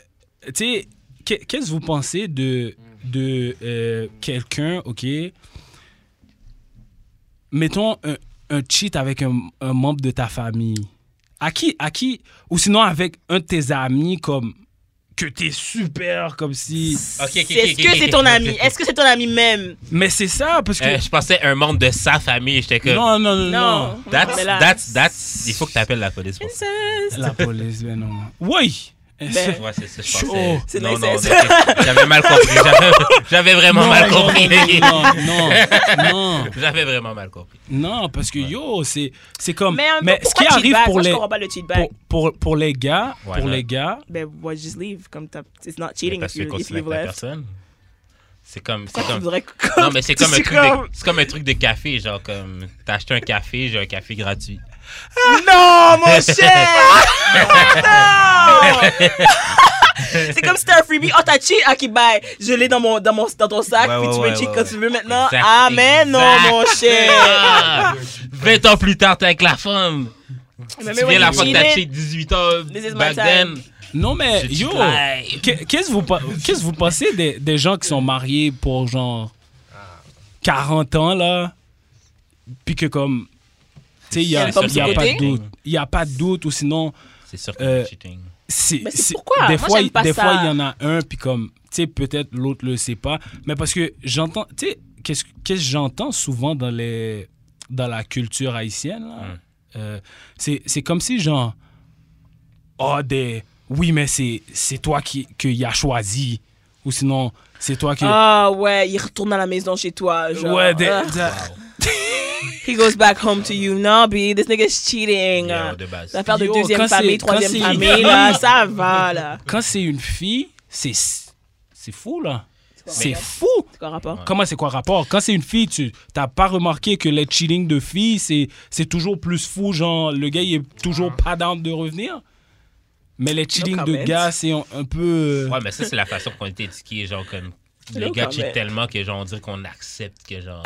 D: tu sais, qu'est- qu'est-ce que vous pensez de, de euh, quelqu'un, OK? Mettons un, un cheat avec un, un membre de ta famille. À qui, à qui, ou sinon avec un de tes amis, comme que t'es super, comme si.
C: Ok, ok, ok,
B: Est-ce
C: ok,
B: que
C: ok.
B: c'est ton ami? Est-ce que c'est ton ami même?
D: Mais c'est ça, parce que.
C: Euh, je pensais un membre de sa famille. J'étais comme.
D: non, non, non, non.
C: That's,
B: Mais là-
C: that's, that's. Il faut que t'appelles la police pour ça.
B: Inceste.
D: La police, ben non. Oui!
B: Ben,
C: Ouais, c'est ça, je
D: Chaud.
C: pensais.
B: C'est
C: non, non,
B: nice.
C: ok. j'avais mal compris. J'avais, j'avais vraiment
D: Non,
C: mal
D: non,
C: compris.
D: Non, non, non, non,
C: J'avais vraiment mal compris.
D: non, parce que yo, c'est c'est comme.
B: Mais, en même
D: Mais
B: temps,
D: ce qui
B: pourquoi cheat
D: arrive
B: back?
D: pour
B: Moi,
D: les,
B: Je comprends pas le cheat back.
D: pour, pour, pour les gars,
C: Why
D: pour
C: not?
D: les gars,
B: Ben, why just leave? Comme t'as- It's not
C: Mais
B: cheating
C: Parce
B: if
C: que
B: you, if
C: continuer
B: you
C: avec la
B: left.
C: personne. C'est comme. C'est
B: Pourquoi tu
C: comme.
B: voudrais que-
C: Non, mais c'est comme, un
B: C'est
C: truc de-
B: comme-
C: c'est comme un truc de café. Genre, comme. T'as acheté un café, j'ai un café gratuit.
B: Non, mon cher! Non! C'est comme si t'as un freebie. Oh, t'as cheat? Ok, bye. Je l'ai dans, mon, dans, mon, dans ton sac,
C: Ouais,
B: puis
C: ouais,
B: tu
C: ouais,
B: peux cheat
C: ouais,
B: quand
C: ouais.
B: tu veux maintenant.
C: Exact,
B: ah, mais non,
C: exact.
B: mon cher!
C: Ah! 20 ans plus tard, t'es avec la femme.
B: Mais
C: Tu
B: when
C: viens la
B: you
C: fois que t'as
B: cheated,
C: cheat 18 ans
B: This is my
C: back
B: time.
C: then.
D: non mais
C: J'ai
D: yo,
C: cheat live.
D: que- qu'est-ce que vous pa- qu'est-ce que vous pensez des, des gens qui sont mariés pour genre 40 ans là, puis que comme, tu sais, il y a,
C: Comme
D: il y a pas
B: côté.
D: de doute, il y a pas de doute ou sinon.
C: C'est sûr que
D: Euh,
C: c'est cheating.
D: c'est
B: Mais c'est
D: c'est-
B: pourquoi?
D: des
B: Moi,
D: fois
B: j'aime
D: il-
B: pas
D: des
B: ça.
D: fois il y en a un puis comme tu sais peut-être l'autre le sait pas mais parce que j'entends tu sais qu'est-ce qu'est-ce que j'entends souvent dans les dans la culture haïtienne là,
C: Mm.
D: euh, c'est c'est comme si genre oh des oui mais c'est c'est toi qui que y a choisi ou sinon c'est toi qui
B: Ah ouais, il retourne à la maison chez toi. Genre,
D: ouais des-
B: Ah,
D: des-
B: he goes back home to you. Non, B, this nigga's cheating.
C: Yo, de base.
B: L'affaire de
D: Yo,
B: deuxième
D: quand
B: famille,
D: c'est-
B: troisième
D: quand c'est-
B: famille, là, ça va, là.
D: quand c'est une fille c'est c'est fou là c'est
B: rapport?
D: fou
B: C'est quoi le rapport?
D: Comment c'est quoi rapport Quand c'est une fille, tu t'as pas remarqué que les chillings de filles, c'est, c'est toujours plus fou, genre le gars il est toujours pas down de revenir. Mais les chillings de
B: comment.
D: gars, c'est un, un peu. euh,
C: Ouais, mais ça, c'est la façon qu'on était éduqués, genre, comme Le
B: Là,
C: gars
B: quand
C: cheat
B: même.
C: tellement que genre on dirait qu'on accepte que genre.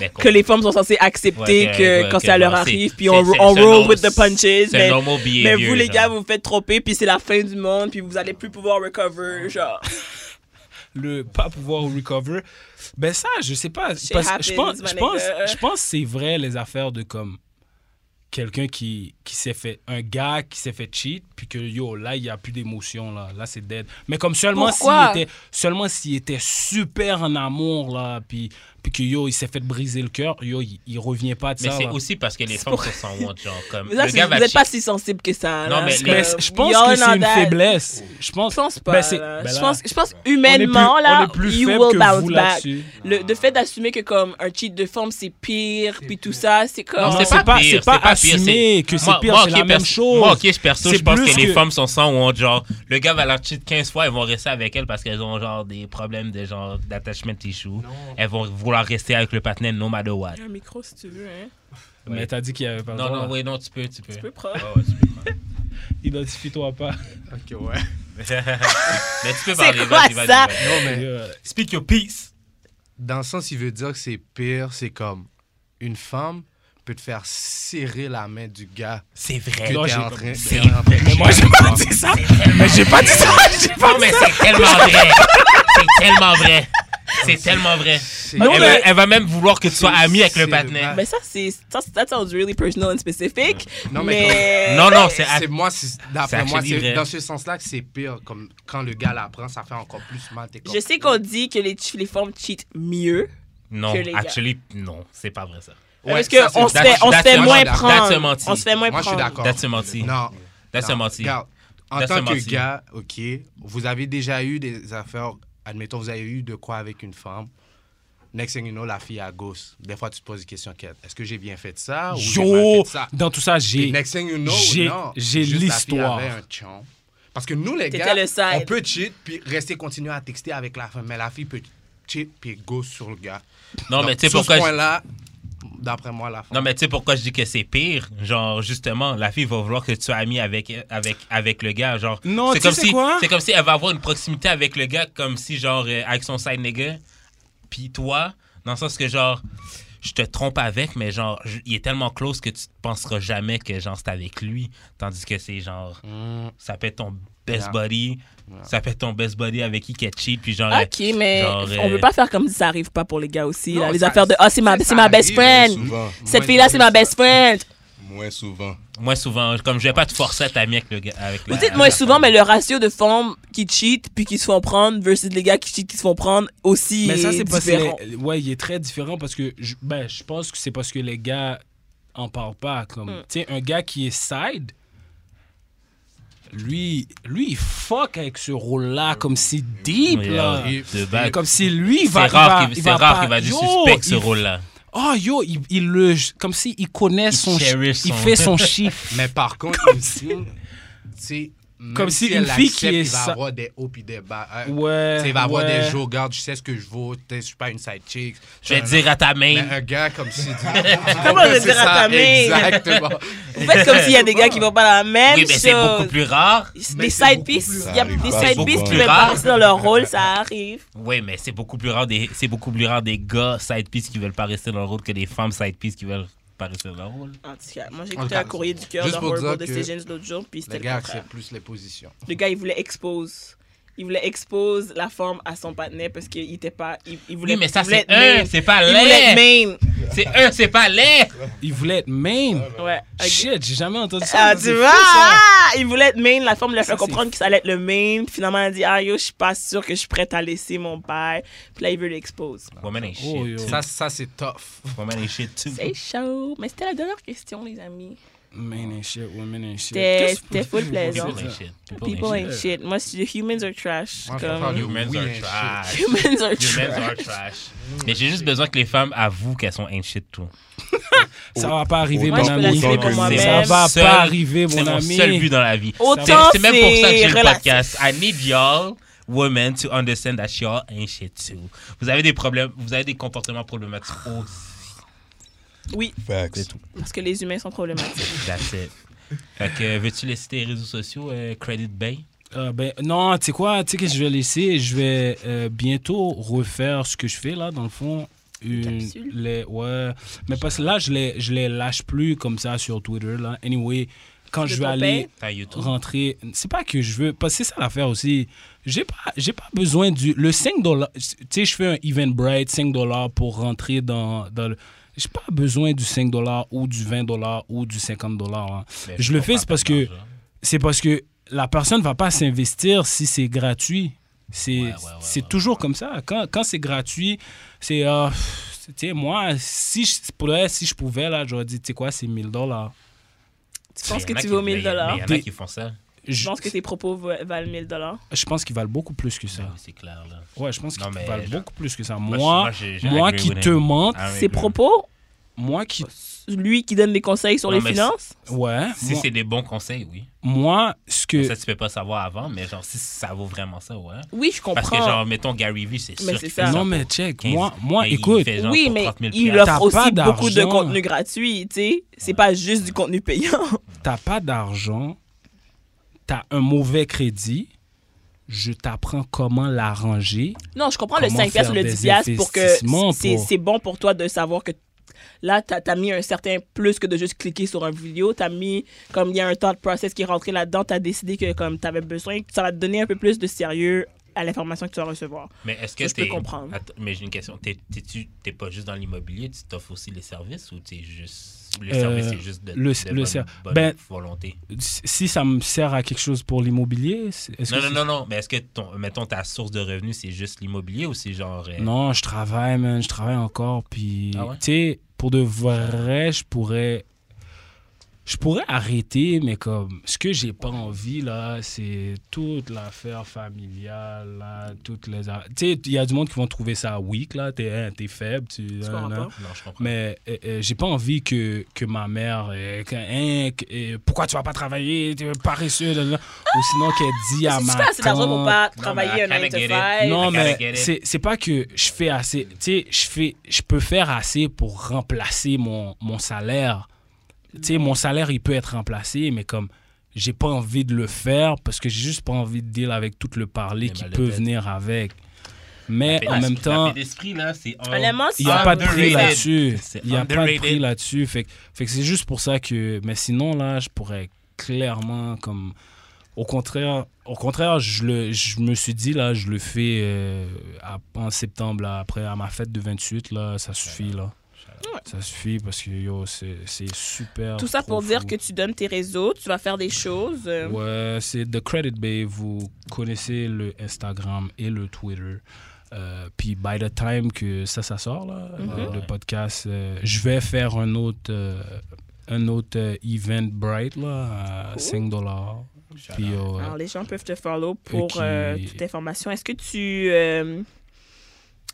C: ben, qu'on-
B: Que les femmes sont censées accepter
C: Ouais, que-
B: que
C: ouais,
B: quand
C: que
B: ça leur
C: genre, c'est-
B: arrive, puis
C: c'est-
B: on,
C: c'est-
B: on
C: c'est un
B: roll
C: norm-
B: with the punches.
C: c'est un
B: Mais,
C: normal
B: mais
C: behavior.
B: vous, les
C: genre.
B: gars, vous vous faites tromper, puis c'est la fin du monde, puis vous allez plus pouvoir recover. Genre,
D: le pas pouvoir recover. Ben ça, je sais pas.
B: Shit
D: parce que je
B: happens,
D: pense,
B: my
D: je pense,
B: nigga.
D: je pense que c'est vrai les affaires de comme quelqu'un qui, qui s'est fait un gars qui s'est fait cheat puis que yo là il y a plus d'émotion là là c'est dead mais comme seulement
F: Pourquoi
D: s'il était seulement s'il était super en amour là puis puis que yo il s'est fait briser le cœur yo il, il revient pas de
C: Mais
D: ça
C: c'est
D: là.
C: aussi parce que les
B: C'est
C: femmes
B: pour-
C: se sont want, genre comme.
B: Mais ça,
C: le
B: c'est-
C: gars
B: vous
C: va
B: n'êtes
C: cheat-
B: pas si sensible que ça.
C: Non,
B: là,
C: mais
B: parce
C: les-
D: Mais
B: que
D: je pense
B: beyond
D: que c'est
B: all
D: une
B: that,
D: faiblesse je pense
B: Je pense pas.
D: ben, c'est-
B: là.
D: ben
B: je,
D: là,
B: pense, je pense
D: on est plus-
B: humainement, là,
D: on est plus
B: you
D: faible
B: will
D: que
B: bounce
D: vous
B: back.
D: là-dessus
B: Le, de fait d'assumer que comme un cheat de forme c'est pire, puis tout ça, c'est comme.
C: Non,
D: Non,
C: c'est pas,
D: pas-
C: pire,
D: c'est pas assumé
C: pire,
D: que c'est pire, c'est
C: ok,
D: la même
C: perso-
D: chose.
C: Moi, ok, je perso,
D: C'est
C: je pense que,
D: plus que-
C: les femmes sont sans ou ont genre, le gars va leur cheat 15 fois, elles vont rester avec elle parce qu'elles ont genre des problèmes de genre d'attachment issue. Elles vont vouloir rester avec le partenaire no matter what.
B: un micro si tu veux, hein.
D: mais t'as dit qu'il y avait pas le
C: Non,
D: droit.
C: non, oui, non, tu peux, tu peux.
B: Tu peux prendre.
C: Ouais, ouais, tu peux.
D: identifie-toi pas
E: Ok, ouais.
C: Mais tu peux
B: C'est
C: parler,
B: quoi
C: vas-y, vas-y,
B: ça?
C: vas-y.
E: Non, mais
D: Euh,
C: Speak your peace.
E: dans le sens, il veut dire que c'est pire, c'est comme une femme peut te faire serrer la main du gars
C: C'est
E: que
C: vrai.
D: Non,
E: t'es
D: j'ai
E: en
D: pas-
E: train
C: c'est
E: t'es en train de
D: mais moi j'ai
E: chier.
D: pas dit ça mais j'ai pas dit ça j'ai pas
C: Non, mais c'est tellement vrai. C'est tellement vrai. C'est tellement vrai.
E: C'est-
D: Non,
C: elle,
D: mais-
C: va, elle va même vouloir que tu sois
E: C'est-
C: ami avec
E: c'est
C: le
E: le
C: partenaire.
E: mal.
B: Mais Ben, ça, c'est. Ça, that sounds really personal and specific.
E: Non, mais
B: mais.
C: Non, non, c'est
E: C'est moi, c'est-
C: C'est
E: d'après moi,
C: actually vrai.
E: c'est dans ce sens-là que c'est pire. Comme quand le gars l'apprend, ça fait encore plus mal. T'es comme-
B: Je sais qu'on dit que les, ch- les femmes cheat mieux.
C: Non,
B: que les gars.
C: actually, non, c'est pas vrai ça.
E: Ouais,
B: parce
E: ça, c'est-
B: qu'on se
E: that's-
B: fait, on se
C: that's
B: fait
C: a-
B: moins
E: that's a
B: prendre.
C: menti.
B: On se fait moins
E: Moi, je suis
B: prendre.
E: d'accord.
C: That's a menti.
E: Non.
C: That's
E: non.
C: a menti.
E: Regarde, en
C: That's a
E: tant que
C: menti.
E: gars, OK, vous avez déjà eu des affaires, admettons, vous avez eu de quoi avec une femme. Next thing you know, la fille à gauche. Des fois, tu te poses des questions. qu'est- Est-ce que j'ai bien fait ça ou j'ai mal
D: Yo,
E: fait ça?
D: dans tout ça,
E: Puis
D: j'ai.
E: next thing you know,
D: j'ai-
E: non,
D: j'ai
E: juste la fille
D: l'histoire.
E: avait un chum. Parce que nous, les
B: T'étais
E: gars,
B: le side.
E: on peut cheat puis rester continuer à texter avec la femme. Mais la fille peut cheat puis go sur le gars.
C: Non,
E: Donc,
C: mais tu sais
E: sur ce
C: pourquoi. je-
E: point-là, d'après moi, la femme.
C: Non, mais tu sais pourquoi je dis que c'est pire? Genre, justement, la fille va vouloir que tu sois ami avec, avec, avec le gars. Genre,
D: Non,
C: c'est
D: tu
C: comme
D: sais
C: si,
D: quoi?
C: C'est comme si elle va avoir une proximité avec le gars, comme si, genre, euh, avec son side nigga. Puis toi, dans le sens que, genre, je te trompe avec, mais genre, je- il est tellement close que tu ne penseras jamais que, genre, c'est avec lui. Tandis que c'est, genre,
E: Mm.
C: ça peut être ton best
E: Yeah.
C: buddy.
E: Yeah.
C: Ça peut être ton best buddy avec qui qu'elle cheat. Puis, genre, elle-
B: Ok, mais
C: Genre,
B: on
C: euh,
B: veut pas faire comme si ça arrive pas pour les gars aussi.
E: Non,
B: là. Les
E: ça-
B: affaires de ah, c'est ma,
E: ça,
B: c'est
E: ça
B: ma best
E: arrive
B: friend.
E: souvent.
B: Cette
E: Moi,
B: fille-là, c'est ma
E: ça.
B: best friend.
G: Moins souvent.
C: moi, souvent, comme je vais pas te forcer à t'amis avec le gars. Avec
B: Vous
C: la-
B: dites
C: avec
B: moins
C: la
B: souvent,
C: femme.
B: mais le ratio de femmes qui cheat puis qui se font prendre versus les gars qui cheat qui se font prendre aussi
D: Mais ça,
B: est
D: c'est parce
B: différent.
D: que. les- Ouais, il est très différent parce que. Je, ben, je pense que c'est parce que les gars en parlent pas. Comme,
B: Mm.
D: tu sais, un gars qui est side, lui, lui, il fuck avec ce rôle-là comme si deep,
C: Oui,
D: là.
C: oui, de back.
D: Comme si lui, il
C: Mm. C'est
D: va. il
C: rare
D: va-
C: qu'il
D: il
C: c'est
D: va
C: rare
D: pas-
C: qu'il va du
D: Yo,
C: suspect ce
D: il-
C: rôle-là.
D: Oh, yo, il, il le. Comme si il connaît son. chi-
C: cherish
D: Il
C: son-
D: fait son chiffre.
E: Mais par contre, une fille, tu sais, même
D: Comme si
E: elle
D: une fille
E: accepte,
D: qui est
E: Il va
D: sa-
E: avoir des hauts et des bas. Euh,
D: Ouais.
E: tu sais, il va avoir
D: ouais.
E: des jours, regarde, je sais ce que je vaux, tu sais, je suis pas une side chick.
C: Je vais te dire à ta
E: Mais
C: main.
E: un gars comme si.
B: Comment
E: Comment
B: je vais dire à ta main?
E: Exactement.
B: Vous faites comme s'il y a des gars qui vont pas la
D: euh,
B: même
C: Oui, mais c'est beaucoup
B: chose.
C: plus rare.
B: Des
E: Mais c'est
B: side
E: beaucoup
B: pieces,
E: plus-
B: il y a
G: Ça arrive
B: des
G: pas
B: side
G: souvent.
B: pieces qui
C: Plus
B: veulent pas
C: rare.
B: rester dans leur rôle, ça arrive.
C: Oui, mais c'est beaucoup plus rare des c'est beaucoup plus rare des gars side piece qui veulent pas rester dans le rôle que des femmes side piece qui veulent pas rester dans le rôle.
B: En tout cas, moi j'ai
E: En tout
B: écouté
E: cas,
B: un courrier du cœur
E: juste
B: dans
E: pour
B: Horrible
E: dire que
B: Decisions l'autre jour, puis c'était
E: Les
B: le
E: gars
B: contraire.
E: acceptent plus les positions.
B: Le gars, il voulait expose. Il voulait expose la forme à son partenaire parce qu'il était pas. Il, il voulait,
C: Oui, mais ça
B: il voulait être
C: c'est un,
B: main.
C: c'est pas
B: Il voulait
C: laid.
B: être main.
C: C'est un, c'est pas laid.
D: Il voulait être main.
B: Ouais. ok.
D: Shit, j'ai jamais entendu ça.
B: Ah,
D: Ça,
B: tu
D: c'est fou,
B: vois,
D: ça.
B: ah, il voulait être main. La femme lui a fait
D: Ça, c'est
B: comprendre que ça allait être le main. Puis Finalement, elle a dit Ah, yo, je suis pas sûre que je suis prête à laisser mon père. Puis là, il veut l'expose.
C: Woman ain't
D: Oh, yo.
C: shit.
E: Ça, ça c'est tough.
C: Woman ain't shit too.
B: C'est chaud. Mais c'était la dernière question, les amis.
D: Man and shit, women and shit.
B: C'était-
D: Qu'est-ce que-
B: c'était full plaisant.
C: People ain't shit.
B: People ain't shit. Moi, si the humans are trash.
E: Moi, je préfère
B: comme...
E: le-
C: Humans
E: Oui,
C: are
E: ain't
C: trash.
B: Humans are
C: Humans
B: trash.
C: are trash. Mais j'ai juste besoin que les femmes avouent qu'elles sont ain't shit tout.
D: Ça va pas arriver,
G: Autant-
B: Moi,
D: mon
B: je peux
D: ami.
B: l'assumer
G: autant
B: pour
G: que
B: moi-même.
G: nous.
D: Ça va
C: Seul-
D: pas arriver,
C: C'est
D: mon
C: mon
D: ami.
C: seul but dans la vie. C'est
B: Autant
C: c'est même pour ça que j'ai
B: c'est
C: le podcast. I need y'all women to understand that y'all ain't shit too. Vous avez des problèmes, vous avez des comportements problématiques aussi.
B: Oui,
G: Facts.
B: parce que les humains sont problématiques.
C: That's it. Fait que, veux-tu laisser tes réseaux sociaux, euh, Credit Bay?
D: Ah, ben, non, tu sais quoi, tu sais que je vais laisser, je vais euh, bientôt refaire ce que je fais là, dans le fond. Une,
B: capsule?
D: les, ouais, mais parce que là, je les, je les lâche plus comme ça sur Twitter là. Anyway, quand
B: Tu
D: je
B: veux
D: vais
B: ton
D: aller
C: T'as YouTube.
D: rentrer, c'est pas que je veux, parce que c'est ça l'affaire aussi. J'ai pas, j'ai pas besoin du. Le 5 dollars, tu sais, je fais un Eventbrite, 5 dollars pour rentrer dans, dans le. J'ai pas besoin du 5 dollars ou du 20 dollars ou du 50 dollars. hein.
C: Mais
D: Je le
C: comprends
D: fais, c'est
C: pas
D: parce que-
C: d'argent.
D: c'est parce que la personne ne va pas s'investir si c'est gratuit. C'est
C: Ouais, ouais, ouais,
D: c'est
C: ouais,
D: toujours comme ça. Quand, quand c'est gratuit, c'est. euh, pff, tu sais, moi, si je, pour le reste, si je pouvais, là, j'aurais dit, tu sais quoi, c'est 1000 dollars.
B: Tu penses
C: Mais
B: que
C: y en a
B: tu
C: qui-
B: vaux
C: mais
B: 1000
C: y- mais
B: dollars.
C: y en a
D: Des-
C: qui font ça.
B: Je
D: Je,
B: pense que tes propos va- valent 1000 dollars.
D: je pense qu'ils valent beaucoup plus que
C: Ben
D: ça.
C: oui, C'est clair, là.
D: Ouais, je pense qu'ils
C: Non, mais
D: valent
C: genre-
D: beaucoup plus que ça.
C: Moi,
D: Moi,
C: je-
D: moi,
C: moi, j'ai- j'ai agree
D: qui
C: with
D: te
C: him.
D: mente,
C: Ah, oui,
B: Ses
C: oui.
B: propos,
D: moi qui.
B: lui qui donne des conseils sur
C: Non,
B: les
C: mais
B: finances.
D: Ouais.
C: Si
D: moi, Euh,
C: c'est des bons conseils, oui.
D: moi, ce que.
C: Ça, tu peux pas savoir avant, mais genre, si ça vaut vraiment ça, ouais.
B: Oui, je comprends.
C: Parce que, genre, mettons Gary Vee, c'est
B: Mais
C: sûr.
B: c'est
C: qu'il
B: ça.
C: fait
D: Non,
C: pour
D: mais check,
C: 15.
D: moi, moi
C: Mais il
D: écoute.
C: fait genre
B: oui,
C: pour
B: mais
C: 30 000
B: il
C: piastres.
D: T'as
B: offre
D: pas
B: aussi beaucoup de
D: d'argent.
B: contenu gratuit, tu sais. C'est pas juste du contenu payant.
D: t'as pas d'argent, t'as un mauvais crédit, je t'apprends comment l'arranger.
B: Non, je comprends le
D: Comment
B: 5 piastres ou le
D: faire
B: 10
D: des
B: piastres pour que
D: investissements
B: c'est
D: pour-
B: c'est bon pour toi de savoir que là, tu as, mis un certain plus que de juste cliquer sur un vidéo. Tu as mis, comme il y a un temps de process qui est rentré là-dedans, tu as décidé que comme tu avais besoin, que ça va te donner un peu plus de sérieux à l'information que tu vas recevoir.
C: Mais est-ce que
B: Ça, je peux
C: t'es-
B: comprendre.
C: Attends, mais j'ai une question. T'es, t'es-tu- t'es pas juste dans l'immobilier, tu t'offres aussi les services ou t'es juste. Le
D: Euh,
C: service, c'est juste de,
D: le-
C: de
D: le
C: bonne,
D: ser-
C: bonne
D: ben-
C: volonté.
D: Si ça me sert à quelque chose pour l'immobilier, c'est- est-ce
C: Non,
D: que
C: non,
D: c'est-
C: non, non. Mais est-ce que, ton, mettons, ta source de revenus, c'est juste l'immobilier ou c'est genre.
B: Eh.
C: euh,
D: Non, je travaille, man, je travaille encore. Puis,
C: Ah ouais?
D: tu sais, pour de vrai, je pourrais. Je pourrais arrêter, mais comme ce que j'ai pas envie là, c'est toute l'affaire familiale, là, toutes les. a- Tu sais, il y a du monde qui vont trouver ça weak là, t'es hein, t'es faible, tu.
B: Tu
D: nan,
B: comprends
D: nan.
B: pas?
C: Non, je comprends.
D: Mais euh, euh, j'ai pas envie que, que ma mère. euh, que- hein, que- euh, pourquoi tu vas pas travailler Tu es paresseux. là, là. Ou sinon qu'elle dit à
B: Si
D: ma.
B: tu fais assez d'argent pour
D: tante-
B: pas
C: mais
B: travailler
C: I
B: un 9
C: kinda
B: to
C: get it.
B: 5,
D: Non,
C: I gotta
D: mais
C: get it.
D: c'est c'est pas que je fais assez. Tu sais, je fais- je peux faire assez pour remplacer mon, mon salaire. Tu sais, mon salaire, il peut être remplacé, mais comme. J'ai pas envie de le faire parce que j'ai juste pas envie de deal avec tout le parler
C: Les
D: qui
C: mal de
D: peut
C: tête.
D: venir avec.
C: La
D: Mais
C: paix
D: en même
C: d'esprit- La
D: temps,
C: paix d'esprit, là, c'est. oh,
B: honnêtement, si
D: il n'y a
C: Ah,
D: pas de prix
C: underrated.
D: là-dessus.
C: C'est
D: Il n'y a pas de
C: underrated.
D: prix là-dessus. Fait, que- fait que c'est juste pour ça que. Mais sinon, là, je pourrais clairement, comme. Au contraire, au contraire je, le, je me suis dit, là, je le fais euh, à- en septembre, là, après, à ma fête de 28, là, ça suffit, là. Ça suffit parce que, yo, c'est c'est super.
B: tout ça
D: trop
B: pour dire
D: fou.
B: que tu donnes tes réseaux, tu vas faire des choses. euh,
D: Ouais, c'est The Credit Bay. Vous connaissez le Instagram et le Twitter. Euh, Puis, by the time que ça, ça sort, là, le- le,
C: Ouais.
D: podcast, euh, je vais faire un autre, euh, un autre euh, event bright là, à 5 dollars.
C: shout
D: Puis,
C: out.
D: euh,
B: Alors, les gens peuvent te follow pour
D: qui-
B: euh, toute information. Est-ce que tu. euh,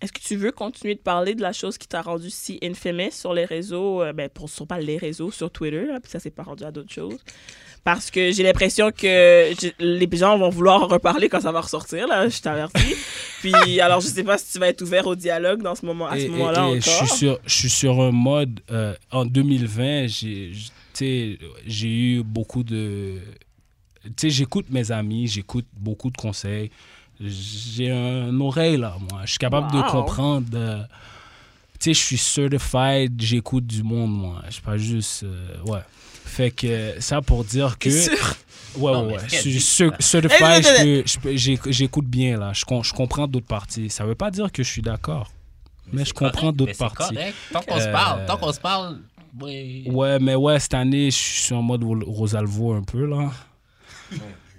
B: est-ce que tu veux continuer de parler de la chose qui t'a rendu si infamous sur les réseaux, euh, ben pour sur pas les réseaux, sur Twitter, là, puis ça s'est pas rendu à d'autres choses, parce que j'ai l'impression que j'ai- les gens vont vouloir en reparler quand ça va ressortir là, je t'avertis. puis alors je sais pas si tu vas être ouvert au dialogue dans ce moment, à
D: et-
B: ce
D: et-
B: moment-là
D: et
B: encore.
D: Je suis sur, je suis sur un mode. euh, en 2020, j'ai j- tu sais, j'ai eu beaucoup de. Tu sais, j'écoute mes amis, j'écoute beaucoup de conseils. J'ai un- une oreille là, moi. Je suis capable de
B: Wow.
D: comprendre. euh, tu sais, je suis certified, j'écoute du monde, moi. Je suis pas juste. euh, ouais. Fait que euh, ça pour dire que.
B: T'es sûr?
D: Ouais,
C: Non,
D: ouais,
C: mais
D: ouais.
C: c'est qu'elle
D: Je suis
C: dit,
D: cer-
C: là.
D: certified,
B: Eh,
D: je peux- je peux- j'éc- j'écoute bien là. Je, com- je comprends d'autres parties. Ça veut pas dire que je suis d'accord. Mais je
C: c'est
D: comprends
C: correct,
D: d'autres
C: mais c'est
D: parties.
C: correct. Tant qu'on se
D: Euh,
C: parle, tant qu'on se parle, oui.
D: Ouais, mais ouais, cette année, je suis en mode Ro- Rosalvo un peu là.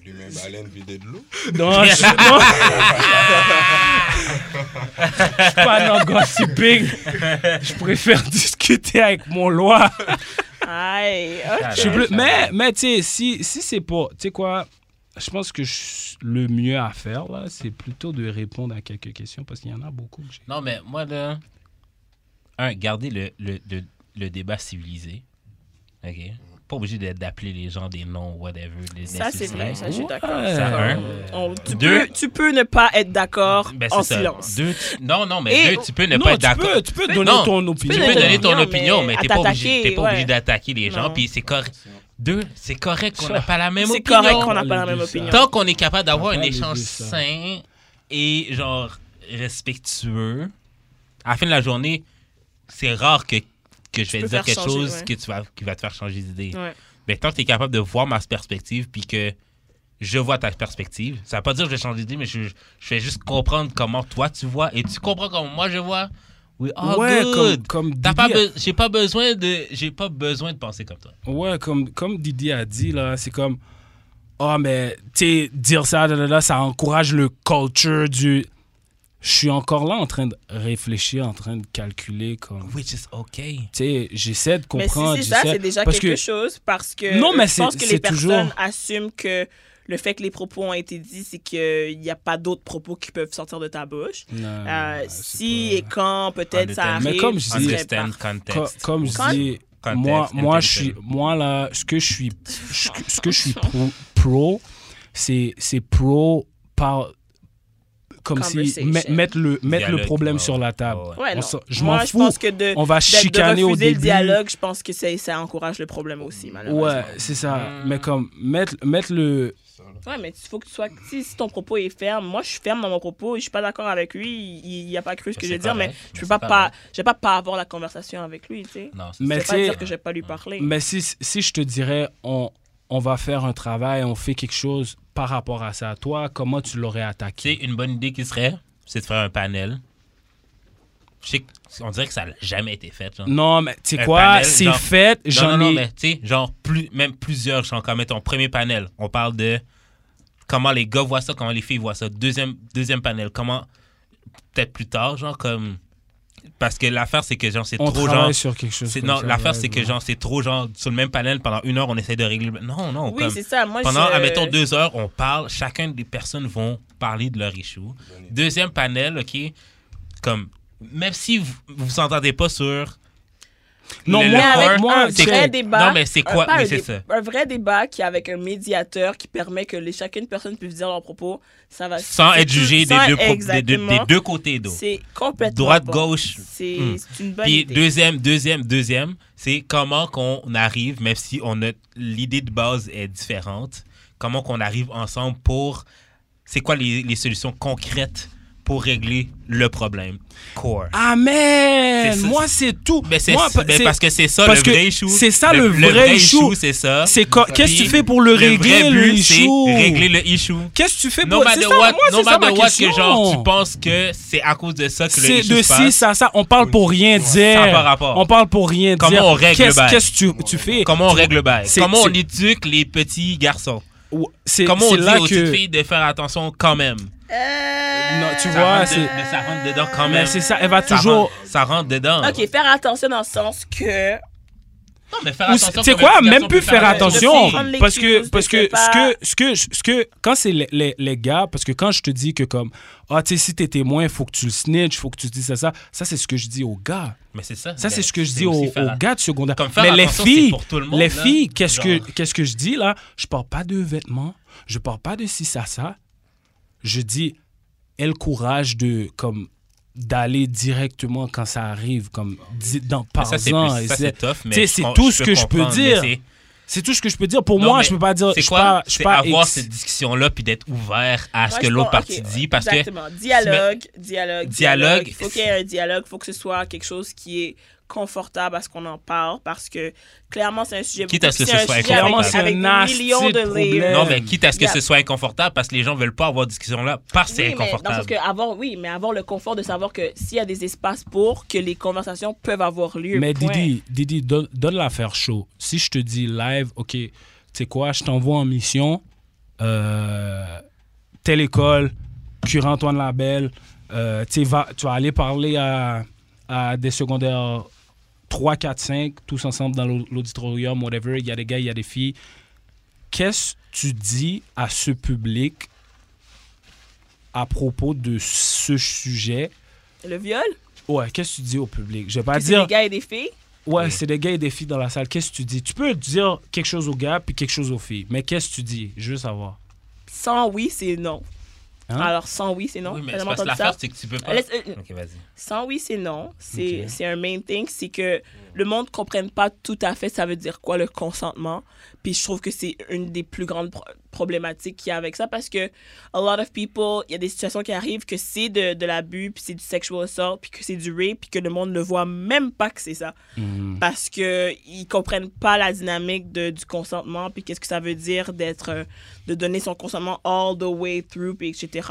F: Lui même baleine vidée de l'eau.
D: Non, je suis non. Je suis pas dans le gossiping. Je préfère discuter avec mon loi.
B: Aïe, ok.
C: Shout
D: Je suis
C: out,
D: plus-
C: shout
D: mais,
C: out.
D: mais tu sais, si, si c'est pas. Tu sais quoi? Je pense que je- le mieux à faire, là, c'est plutôt de répondre à quelques questions parce qu'il y en a beaucoup que j'ai.
C: Non, mais moi, là. Un, gardez le, le, le, le débat civilisé. OK? Pas obligé de- d'appeler les gens des noms, whatever. des-
B: Ça
C: des
B: c'est
C: insultes.
B: vrai, ça je suis d'accord.
D: Ouais.
C: Ça, un.
B: On- tu,
C: Deux.
B: peux, tu peux ne pas être d'accord
C: Ben, c'est
B: en
C: ça.
B: silence.
C: Deux, tu- Non, non, mais
B: Et-
C: deux, tu peux ne
D: Non,
C: pas être
D: tu
C: d'accord.
D: peux, tu peux donner
C: Non,
D: ton
C: Tu
D: opinion.
C: peux donner ton
B: mais
C: opinion, mais
B: à
C: t'es pas obligé,
B: t'attaquer,
C: t'es pas obligé
B: ouais.
C: d'attaquer les gens.
B: Non.
C: Puis c'est correct. Deux, c'est correct qu'on n'a pas la même
B: C'est
C: opinion.
B: correct qu'on n'a pas la
D: les
B: même
D: deux, ça.
B: opinion.
C: Tant qu'on est capable d'avoir
D: Ah,
C: un
D: les
C: échange
D: deux, ça.
C: sain et genre respectueux, à la fin de la journée, c'est rare que, que je vais
B: peux
C: dire
B: faire
C: quelque
B: changer,
C: chose
B: ouais.
C: que tu vas, qui va te faire changer d'idée.
B: Ouais.
C: Mais tant que tu es capable de voir ma perspective puis que je vois ta perspective, ça veut pas dire que je vais changer d'idée, mais je, je vais juste comprendre comment toi tu vois et tu comprends comment moi je vois. Oui, oh,
D: ouais,
C: good.
D: comme, comme
C: T'as pas
D: Didi a-
C: be- j'ai pas besoin de j'ai pas besoin de penser comme toi.
D: Ouais, comme, comme Didi a dit, là, c'est comme. Ah, mais, tu sais, dire ça, là, là, là, ça encourage le culture du. Je suis encore là en train de réfléchir, en train de calculer. Comme...
C: Which is okay.
D: Tu sais, j'essaie de
B: Mais si
D: comprendre.
B: c'est ça,
D: j'essaie-
B: c'est déjà
D: parce
B: quelque chose parce que
D: Non, mais
B: je
D: c'est-
B: pense que
D: c'est
B: les personnes
D: toujours-
B: assument que le fait que les propos ont été dits, c'est qu'il n'y a pas d'autres propos qui peuvent sortir de ta bouche.
D: que. Non,
B: Euh,
D: Ah, c'est
B: si
D: pas-
B: et quand, peut-être, ça
C: Understand.
B: arrive.
D: Mais comme je
B: c'est
D: dis-
B: très
C: Understand
B: par-
D: Co-
C: context.
D: comme je
B: Quand-
D: dis,
C: Contexte,
D: moi, moi, je suis,
C: intelligent.
D: moi là, ce que je suis, ce que- ce que je suis pro, pro, c'est, c'est pro par, comme si
B: Conversation.
D: met- mettre le, mettre le
C: Dialogue,
D: problème
C: ouais,
D: sur la table.
C: ouais, ouais.
B: Ouais,
D: On
B: non.
D: s'en- je
B: Moi,
D: m'en
B: je
D: fous.
B: pense que de,
D: On va
B: de- de
D: chicaner au
B: refuser
D: début.
B: le dialogue, je pense que c'est- ça encourage le problème aussi, malheureusement.
D: Ouais, c'est ça.
C: Hmm.
D: Mais comme mettre, mettre le,
B: Ouais, mais il faut que tu sois. Si, si ton propos est ferme, moi je suis ferme dans mon propos, je suis pas d'accord avec lui, il il a pas cru ce que
C: C'est
B: je veux dire, mais
C: correct,
B: je
C: mais
B: peux pas,
C: c'est
B: pas,
C: correct.
B: je vais pas pas avoir la conversation avec lui, tu sais.
C: Non, c'est
B: Je
D: mais
B: vais
D: tu
B: pas
D: sais,
B: dire que je vais pas lui parler.
D: mais si, si je te dirais, on, on va faire un travail, on fait quelque chose par rapport à ça. Toi, comment tu l'aurais
C: Tu sais,
D: attaqué?
C: une bonne idée qui serait, c'est de faire un panel. Je sais que- on dirait que ça n'a jamais été fait. genre.
D: Non, mais tu sais
C: Un
D: quoi?
C: panel,
D: c'est
C: Eh, ben, genre-
D: fait.
C: non,
D: J'en
C: non,
D: ai.
C: mais tu sais, genre, plus, même plusieurs, genre, comme ton premier panel, on parle de comment les gars voient ça, comment les filles voient ça. Deuxième, deuxième panel, comment, peut-être plus tard, genre, comme. Parce que l'affaire, c'est que, genre, c'est
D: on
C: trop,
D: travaille
C: genre.
D: sur quelque chose.
C: c'est-
D: comme
C: Non,
D: ça,
C: l'affaire,
D: ouais,
C: c'est que,
D: ouais.
C: genre, c'est trop, genre, sur le même panel, pendant une heure, on essaie de régler. le- Non, non,
B: oui,
C: comme-
B: c'est ça. Moi,
C: Pendant,
B: je...
C: admettons, deux heures, on parle, chacune des personnes vont parler de leur issue. Deuxième panel, OK, comme, même si vous vous vous entendez pas
B: Euh,
C: sur...
D: Non,
C: le- le
B: Mais
D: moi,
B: avec
C: corps,
D: moi,
B: un
C: c'est
B: vrai
C: quoi?
B: débat.
C: Non, mais c'est quoi?
B: un- pas
C: Mais
B: un
C: c'est
B: dé-
C: ça.
B: Un vrai débat qui est avec un médiateur qui permet que les, chacune personne puisse dire leurs propos, ça va.
C: Sans
B: c'est
C: être
B: tout-
C: jugé des
B: sans-
C: deux, pro- des deux,
B: exactement.
C: des deux côtés, d'eau.
B: C'est complètement.
C: Droite,
B: bon.
C: gauche.
B: C'est
C: Hmm.
B: c'est une bonne
C: Puis
B: idée.
C: deuxième, deuxième, deuxième, c'est comment qu'on arrive, même si on a l'idée de base est différente, comment qu'on arrive ensemble pour... C'est quoi les, les solutions concrètes pour régler le problème? Core.
D: Amen.
C: C'est ça.
D: Moi, c'est tout.
C: Mais c'est
D: Moi, pa-
C: mais
D: c'est-
C: parce que c'est ça
D: parce
C: le
D: que
C: vrai issue.
D: c'est ça, le vrai issue.
C: c'est ça.
D: c'est co- qu'est-ce que
C: Puis,
D: tu fais pour le, régler,
C: vrai
D: le
C: but, c'est
D: issue?
C: Régler le issue.
D: Qu'est-ce que tu fais
C: No
D: pour
C: matter
D: c'est ça,
C: what,
D: moi,
C: no
D: c'est ça ma
C: matter what que
D: question.
C: genre tu penses que c'est à cause de ça que le
D: C'est
C: issue
D: de
C: se passe.
D: 6 à ça. On parle pour rien dire.
C: pas rapport.
D: On parle pour rien
C: Comment
D: dire.
C: on règle le
D: Qu'est-ce
C: bail?
D: qu'est-ce que tu, tu fais?
C: Comment on règle le bail
D: C'est-
C: Comment on
D: c'est-
C: éduque les petits garçons
D: Ou- C'est
C: Comment on
D: c'est
C: dit
D: là
C: aux
D: que...
C: petites filles de faire attention quand même
B: Euh,
D: Non, tu
C: Ça
D: vois,
C: rentre de-
D: c'est...
C: mais ça rentre dedans quand
D: Mais
C: même.
D: c'est ça, elle va
C: Ça
D: toujours...
C: rentre- ça rentre dedans.
B: Ok, faire attention dans le sens que.
C: Non, mais faire
D: Ou
C: attention.
D: c'est- tu sais
C: comme
D: quoi,
C: un petit
D: même
C: garçon
D: plus
C: peut
D: faire attention.
B: attention. Prendre les
D: Parce que,
B: cues,
D: parce
B: je
D: que,
B: sais pas.
D: ce que, ce que, ce que, quand c'est les, les, les gars, parce que quand je te dis que comme, ah, tu sais, si t'es témoin, faut que tu le snitch, faut que tu dises ça, ça, ça, c'est ce que je dis aux gars.
C: Mais Ben, c'est ça.
D: Ça,
C: Mais
D: c'est ce que je dis aux,
C: aussi faire
D: aux gars de secondaire.
C: Comme faire
D: Mais les
C: attention, c'est
D: filles,
C: pour tout le monde,
D: les
C: là.
D: filles, qu'est-ce que,
C: Genre.
D: qu'est-ce que je dis là? Je parle pas de vêtements, je parle pas de si ça, ça. Je dis, aie le courage de, comme, d'aller directement quand ça arrive, comme, dis- dans,
C: Mais ça, c'est plus-
D: par
C: ça, c'est tough, mais
D: tu sais,
C: je
D: c'est
C: com-
D: tout
C: je
D: ce
C: peux
D: que je peux
C: comprendre, mais
D: dire.
C: c'est-
D: C'est tout ce que je peux dire. Pour
C: Non,
D: moi,
C: mais
D: je peux pas dire.
C: C'est
D: je
C: quoi?
D: pas- je
C: c'est
D: pas
C: avoir
D: ex-
C: cette discussion-là puis d'être ouvert à ce
B: Moi,
C: que
B: je
C: l'autre
B: pense-
C: partie
B: ok,
C: dit parce
B: exactement. Dialogue, dialogue,
C: Dialogue,
B: dialogue. Il faut qu'il y ait un dialogue. Il faut que ce soit quelque chose qui est confortable à ce qu'on en parle parce que clairement, c'est un sujet.
C: Quitte à ce que
B: c'est
C: ce soit
B: sujet
C: inconfortable.
B: avec- avec
D: Clairement, c'est
B: des
D: un
B: millions
D: nasty
B: de layers.
C: que.
D: problème.
C: Non, mais quitte à ce que
B: Yeah.
C: ce soit inconfortable parce que les gens veulent pas avoir de discussion-là parce que c'est
B: Oui, mais dans le sens
C: inconfortable.
B: que avoir, oui, mais avoir le confort de savoir que s'il y a des espaces pour, que les conversations peuvent avoir lieu.
D: Mais
B: point.
D: Didi, Didi, donne, donne l'affaire chaud. Si je te dis live, OK, tu sais quoi, je t'envoie en mission, euh, telle école, curé Antoine Labelle, euh, tu sais, va- tu vas aller parler à, à des secondaires 3, 4, 5, tous ensemble dans l'au- l'auditorium, whatever, il y a des gars, il y a des filles. Qu'est-ce que tu dis à ce public à propos de ce sujet?
B: Le viol,
D: Ouais, qu'est-ce que tu dis au public? Je vais pas
B: que c'est
D: dire...
B: des gars et des filles.
D: Ouais, c'est des gars et des filles dans la salle. Qu'est-ce que tu dis? Tu peux dire quelque chose aux gars puis quelque chose aux filles. Mais qu'est-ce que tu dis? Je veux savoir.
B: Sans oui, c'est non.
D: Hein?
B: Alors, sans oui, c'est non.
C: Oui, mais
B: T'as
C: c'est
B: jamais
C: parce que
B: entendu
C: l'affaire,
B: ça?
C: c'est que tu peux pas.
B: Laisse- euh,
C: Ok, vas-y.
B: Sans oui, c'est non. C'est
D: Ok.
B: c'est un main thing. C'est que le monde ne comprenne pas tout à fait ça veut dire quoi le consentement. Puis je trouve que c'est une des plus grandes pro- problématiques qu'il y a avec ça parce que a lot of people, il y a des situations qui arrivent que c'est de, de l'abus, puis c'est du sexual assault, puis que c'est du rape, puis que le monde ne voit même pas que c'est ça parce que ils comprennent pas la dynamique de, du consentement puis qu'est-ce que ça veut dire d'être euh, de donner son consentement all the way through puis etc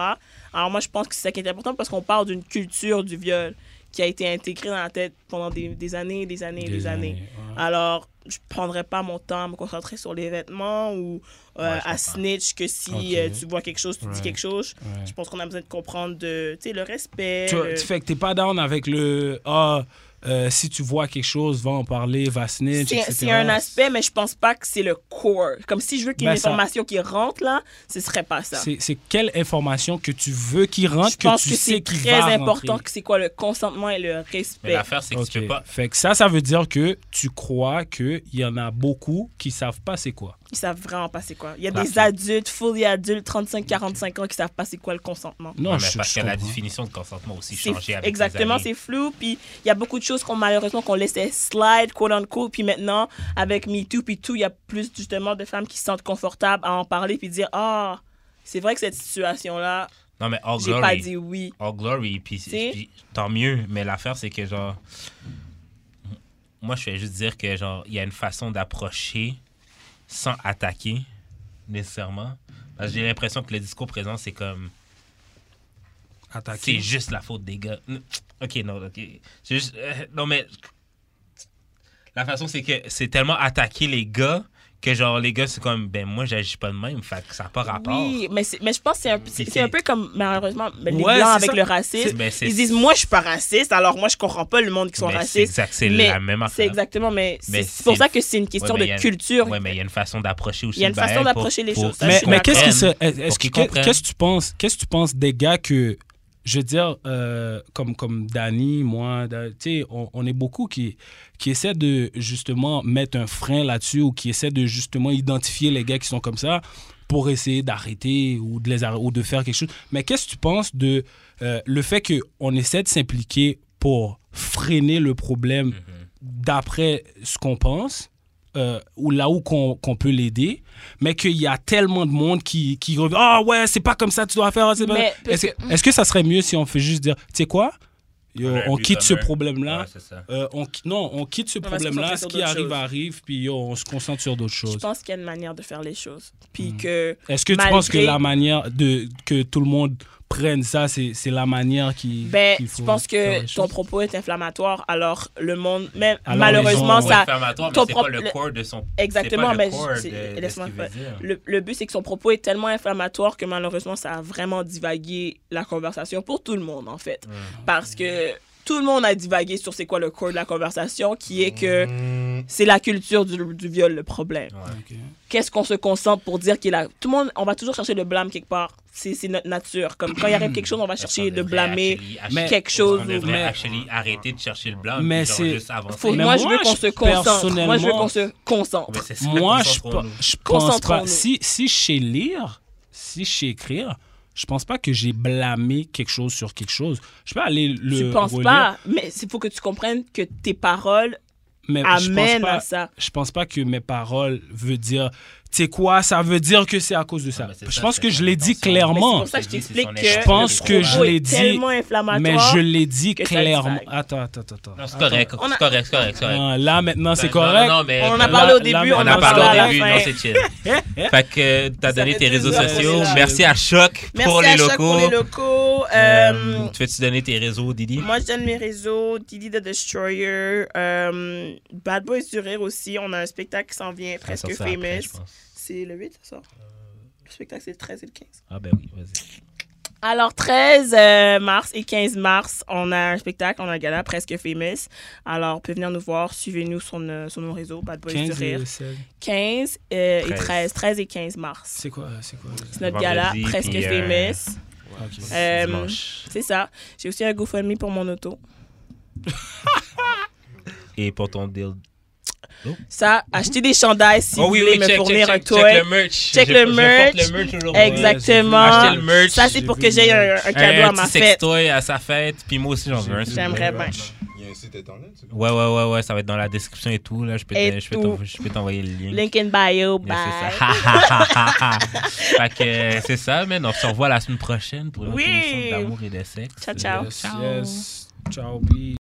B: alors moi je pense que c'est ça qui est important parce qu'on parle d'une culture du viol qui a été intégrée dans la tête pendant des, des années des années des, années. alors je prendrais pas mon temps à me concentrer sur les vêtements ou euh,
C: Ouais, je
B: à
C: comprends.
B: snitch que si
D: Ok.
B: euh, tu vois quelque chose tu dis
D: Right.
B: quelque chose
D: Ouais.
B: je pense qu'on a besoin de comprendre de tu sais le respect
D: Tu,
B: le-
D: tu fais que t'es pas down avec le ah euh, si tu vois quelque chose va en parler va snitch
B: C'est-
D: etc.
B: C'est un aspect, mais je pense pas que c'est le core. Comme si je veux qu'il y ait
D: Ben,
B: une
D: ça-
B: information qui rentre là, ce serait pas ça.
D: C'est c'est quelle information que tu veux qu'il rentre
B: Je pense
D: que tu
B: que
D: sais
B: c'est
D: qu'il
B: très
D: va
B: important
D: rentrer.
B: que c'est quoi le consentement et le
C: Mais
B: respect.
C: l'affaire, c'est que
D: Ok.
C: tu peux pas.
D: Fait que ça, ça veut dire que tu crois qu'il y en a beaucoup qui savent pas c'est quoi.
B: Ils savent vraiment pas c'est quoi. Il y a des
D: Parfait.
B: adultes, fully adultes, 35-45 ans qui savent pas c'est quoi le consentement.
D: Non,
C: Ouais,
D: je
C: mais parce
D: je
C: que la
D: comprends.
C: définition de consentement a aussi
B: C'est-
C: changé avec les
B: Exactement,
C: années.
B: c'est flou. Puis il y a beaucoup de choses qu'on malheureusement qu'on laissait slide, quote unquote. Puis maintenant, avec MeToo, puis tout, il y a plus justement de femmes qui se sentent confortables à en parler, puis dire Ah, c'est vrai que cette situation-là,
C: Non, mais All
B: j'ai pas
C: Oh, Glory.
B: dit oui.
C: All Glory, puis
B: T'sais?
C: puis tant mieux. Mais l'affaire, c'est que genre. Moi, je vais juste dire que genre, il y a une façon d'approcher sans attaquer, nécessairement. Parce que j'ai l'impression que le discours présent, c'est comme. C'est
D: Attaquer.
C: juste la faute des gars. N- Ok, non, ok. C'est juste. euh, non, mais. La façon, c'est que c'est tellement attaquer les gars que, genre, les gars, c'est comme, ben, moi, j'agis pas de même. Fait que ça n'a pas rapport.
B: Oui, mais, c'est- mais je pense que c'est un, c'est- c'est un peu comme, malheureusement, ben, les
D: Ouais,
B: Blancs avec
D: c'est ça.
B: le
C: C'est-
B: racisme.
C: ben, c'est-
B: Ils disent, moi, je suis pas raciste, alors moi, je comprends pas le monde qui sont
C: Ben, c'est
B: racistes.
C: exact, c'est
B: Mais
C: la même
B: C'est
C: affaire.
B: exactement, mais c'est
C: Mais
B: c'est pour
C: c'est-
B: ça que c'est une question
C: Ouais, mais
B: de
C: il y a-
B: culture.
C: Ouais, mais il y a une façon d'approcher aussi.
B: Il y a une
C: le bail
B: façon
C: pour-
B: d'approcher les
C: pour-
B: choses. Ça, je
D: Mais,
B: suis
D: mais
B: d'accord.
D: qu'est-ce que c'est- est-ce
C: Pour
D: que-
C: qu'ils
D: qu'est-
C: comprennent.
D: qu'est-ce que tu penses Qu'est-ce que tu penses des gars que je veux dire euh, comme comme Danny, moi, da- tu sais, on, on est beaucoup qui qui essaient de justement mettre un frein là-dessus ou qui essaient de justement identifier les gars qui sont comme ça pour essayer d'arrêter ou de les arr- ou de faire quelque chose. Mais qu'est-ce que tu penses de euh, le fait que on essaie de s'impliquer pour freiner le problème d'après ce qu'on pense euh, ou là où qu'on qu'on peut l'aider, mais qu'il y a tellement de monde qui qui revient, ah ouais c'est pas comme ça que tu dois faire. ah, c'est pas-
B: Mais
D: Est-ce que, est-ce que ça serait mieux si on fait juste dire, tu sais quoi, Yo,
C: On a un
D: on
C: but
D: quitte ce
C: commun.
D: problème là.
C: Ouais, c'est ça.
D: Euh, on qui- non, on quitte ce
B: va se concentrer
D: problème-là. Ce
B: sur
D: qui
B: d'autres
D: arrive
B: choses.
D: arrive, puis yo, on se concentre sur d'autres
B: Je
D: choses.
B: pense qu'il y a une manière de faire les choses.
C: Mm.
B: Puis que,
D: Est-ce que
B: malgré-
D: tu penses que la manière de que tout le monde prenne ça, c'est c'est la manière qui.
B: ben,
D: qu'il
B: je
D: faut
B: pense
D: faire
B: que
D: les
B: ton
D: choses?
B: propos est inflammatoire, alors le monde, même,
D: Alors,
B: malheureusement,
D: les gens-
B: ça,
C: Ouais, affirmatoire, mais
B: ton
C: c'est
B: pro-
C: pas le
B: le-
C: corps de son.
B: Exactement,
C: c'est pas
B: mais
C: le
B: je-
C: corps
B: c'est-
C: de- de, ce
B: laisse-moi
C: qu'il veut
B: faire.
C: dire.
B: Le, le but, c'est que son propos est tellement inflammatoire que malheureusement, ça a vraiment divagué la conversation pour tout le monde, en fait. Parce que tout le monde a divagué sur c'est quoi le corps de la conversation, qui est que c'est la culture du, du viol le problème.
D: Ok.
B: Qu'est-ce qu'on se concentre pour dire qu'il a. Tout le monde, on va toujours chercher le blâme quelque part. C'est c'est notre nature. Comme quand il arrive
D: Hmm.
B: quelque chose, on va chercher de blâmer.
D: Mais-
B: quelque chose
C: On
B: ou-
C: devrait
D: mais-
C: actually arrêter de chercher le blâme.
D: Mais
C: Mais c'est
D: c'est-
C: juste avancer.
B: Faut-
D: Mais
B: moi, je
D: moi,
B: veux qu'on
D: je-
B: se concentre. Moi, je veux
D: personnellement-
B: qu'on se concentre.
C: Mais c'est ça,
D: Moi, je,
C: concentrons-nous.
D: pe- je pense pas.
B: Concentrons-nous.
D: Si, si je sais lire, si je sais écrire, je pense pas que j'ai blâmé quelque chose sur quelque chose. Je peux aller le.
B: Tu penses
D: relire,
B: pas, mais il faut que tu comprennes que tes paroles
D: mais je pense
B: amènent
D: pas.
B: à ça.
D: Je pense pas que mes paroles veulent dire. Tu sais quoi, ça veut dire que c'est à cause de ça.
C: Ah, mais c'est
D: je
C: ça,
D: pense
C: c'est
D: que
C: ça,
D: je l'ai dit
C: l'intention.
D: clairement.
B: Mais c'est pour ça que je
C: C'est son
B: t'explique que
C: échec.
D: Je pense que je
B: propos est
D: l'ai dit,
B: tellement
D: mais
B: inflammatoire.
D: je l'ai dit
B: que ça
D: clairement.
B: divague.
D: Attends, attends, attends, attends.
C: Non, C'est correct,
B: On a-
C: c'est correct, c'est correct. c'est correct.
D: Ah, là, maintenant, c'est
C: Ben, non,
D: correct.
C: Non, non, mais
B: On en a
C: là-
B: parlé au
D: là,
B: début,
D: là,
B: on
C: On
B: en
C: a parlé
B: parlera à
C: au
B: la
C: début,
B: fin.
C: non, c'est chill. fait que t'as donné
B: fait
C: tes réseaux
B: plaisir.
C: sociaux.
B: Merci.
C: Merci à Choc
B: Merci
C: pour
B: à
C: les
B: Choc pour les
C: locaux.
B: locaux.
C: Euh,
B: Euh,
C: Tu veux-tu donner tes réseaux, Didi?
B: moi, je donne mes réseaux. Didi the Destroyer. euh, Bad Boys du Rire aussi. On a un spectacle qui s'en vient
C: Ça
B: presque
C: sort ça après, je
B: famous.
C: pense.
B: C'est le 8, ça sort? Le spectacle, c'est le 13 et le 15.
C: Ah ben oui, vas-y.
B: Alors, 13 euh, mars et 15 mars, on a un spectacle, on a un gala presque famous. Alors, vous pouvez venir nous voir. Suivez-nous sur, nos- sur nos réseaux, Bad Boys du
D: 15
B: Rire.
D: et 16.
B: 15 euh, et
C: 13.
B: 13. 13 et 15 mars.
D: C'est quoi, c'est quoi?
B: C'est notre
C: Vendredi,
B: gala presque
C: puis, euh,
B: famous.
D: Ok.
B: Euh,
C: Dimanche.
B: C'est ça. J'ai aussi un GoFundMe pour mon auto.
C: Et pour ton deal.
B: Ça, acheter des chandails
C: Oh
B: si vous voulez me fournir un toy.
C: merch.
B: Check le merch.
C: Ouais, j'ai
B: Exactement.
C: vu. Achetez le merch.
B: ça, c'est
D: J'ai
B: pour
D: vu
B: que
D: le
B: j'aie un,
D: merch.
B: un
C: Un
B: cadeau à ma
C: petit
B: fête.
C: sextoy à sa fête. Puis moi aussi, j'en veux un.
B: J'aimerais bien.
F: Il y a un site internet. c'est-
C: Ouais, ouais, ouais, ouais, ça va être dans la description et tout. Là, je peux
B: Et
C: te- je peux t'en-
B: tout.
C: je peux t'envoyer le lien.
B: Link in bio,
C: Yeah,
B: bye.
C: c'est ça. fait que euh, c'est ça, mais on se revoit la semaine prochaine pour une autre
B: Oui.
C: émission d'amour et de sexe.
B: Ciao, ciao.
D: Yes, yes. Ciao, peace.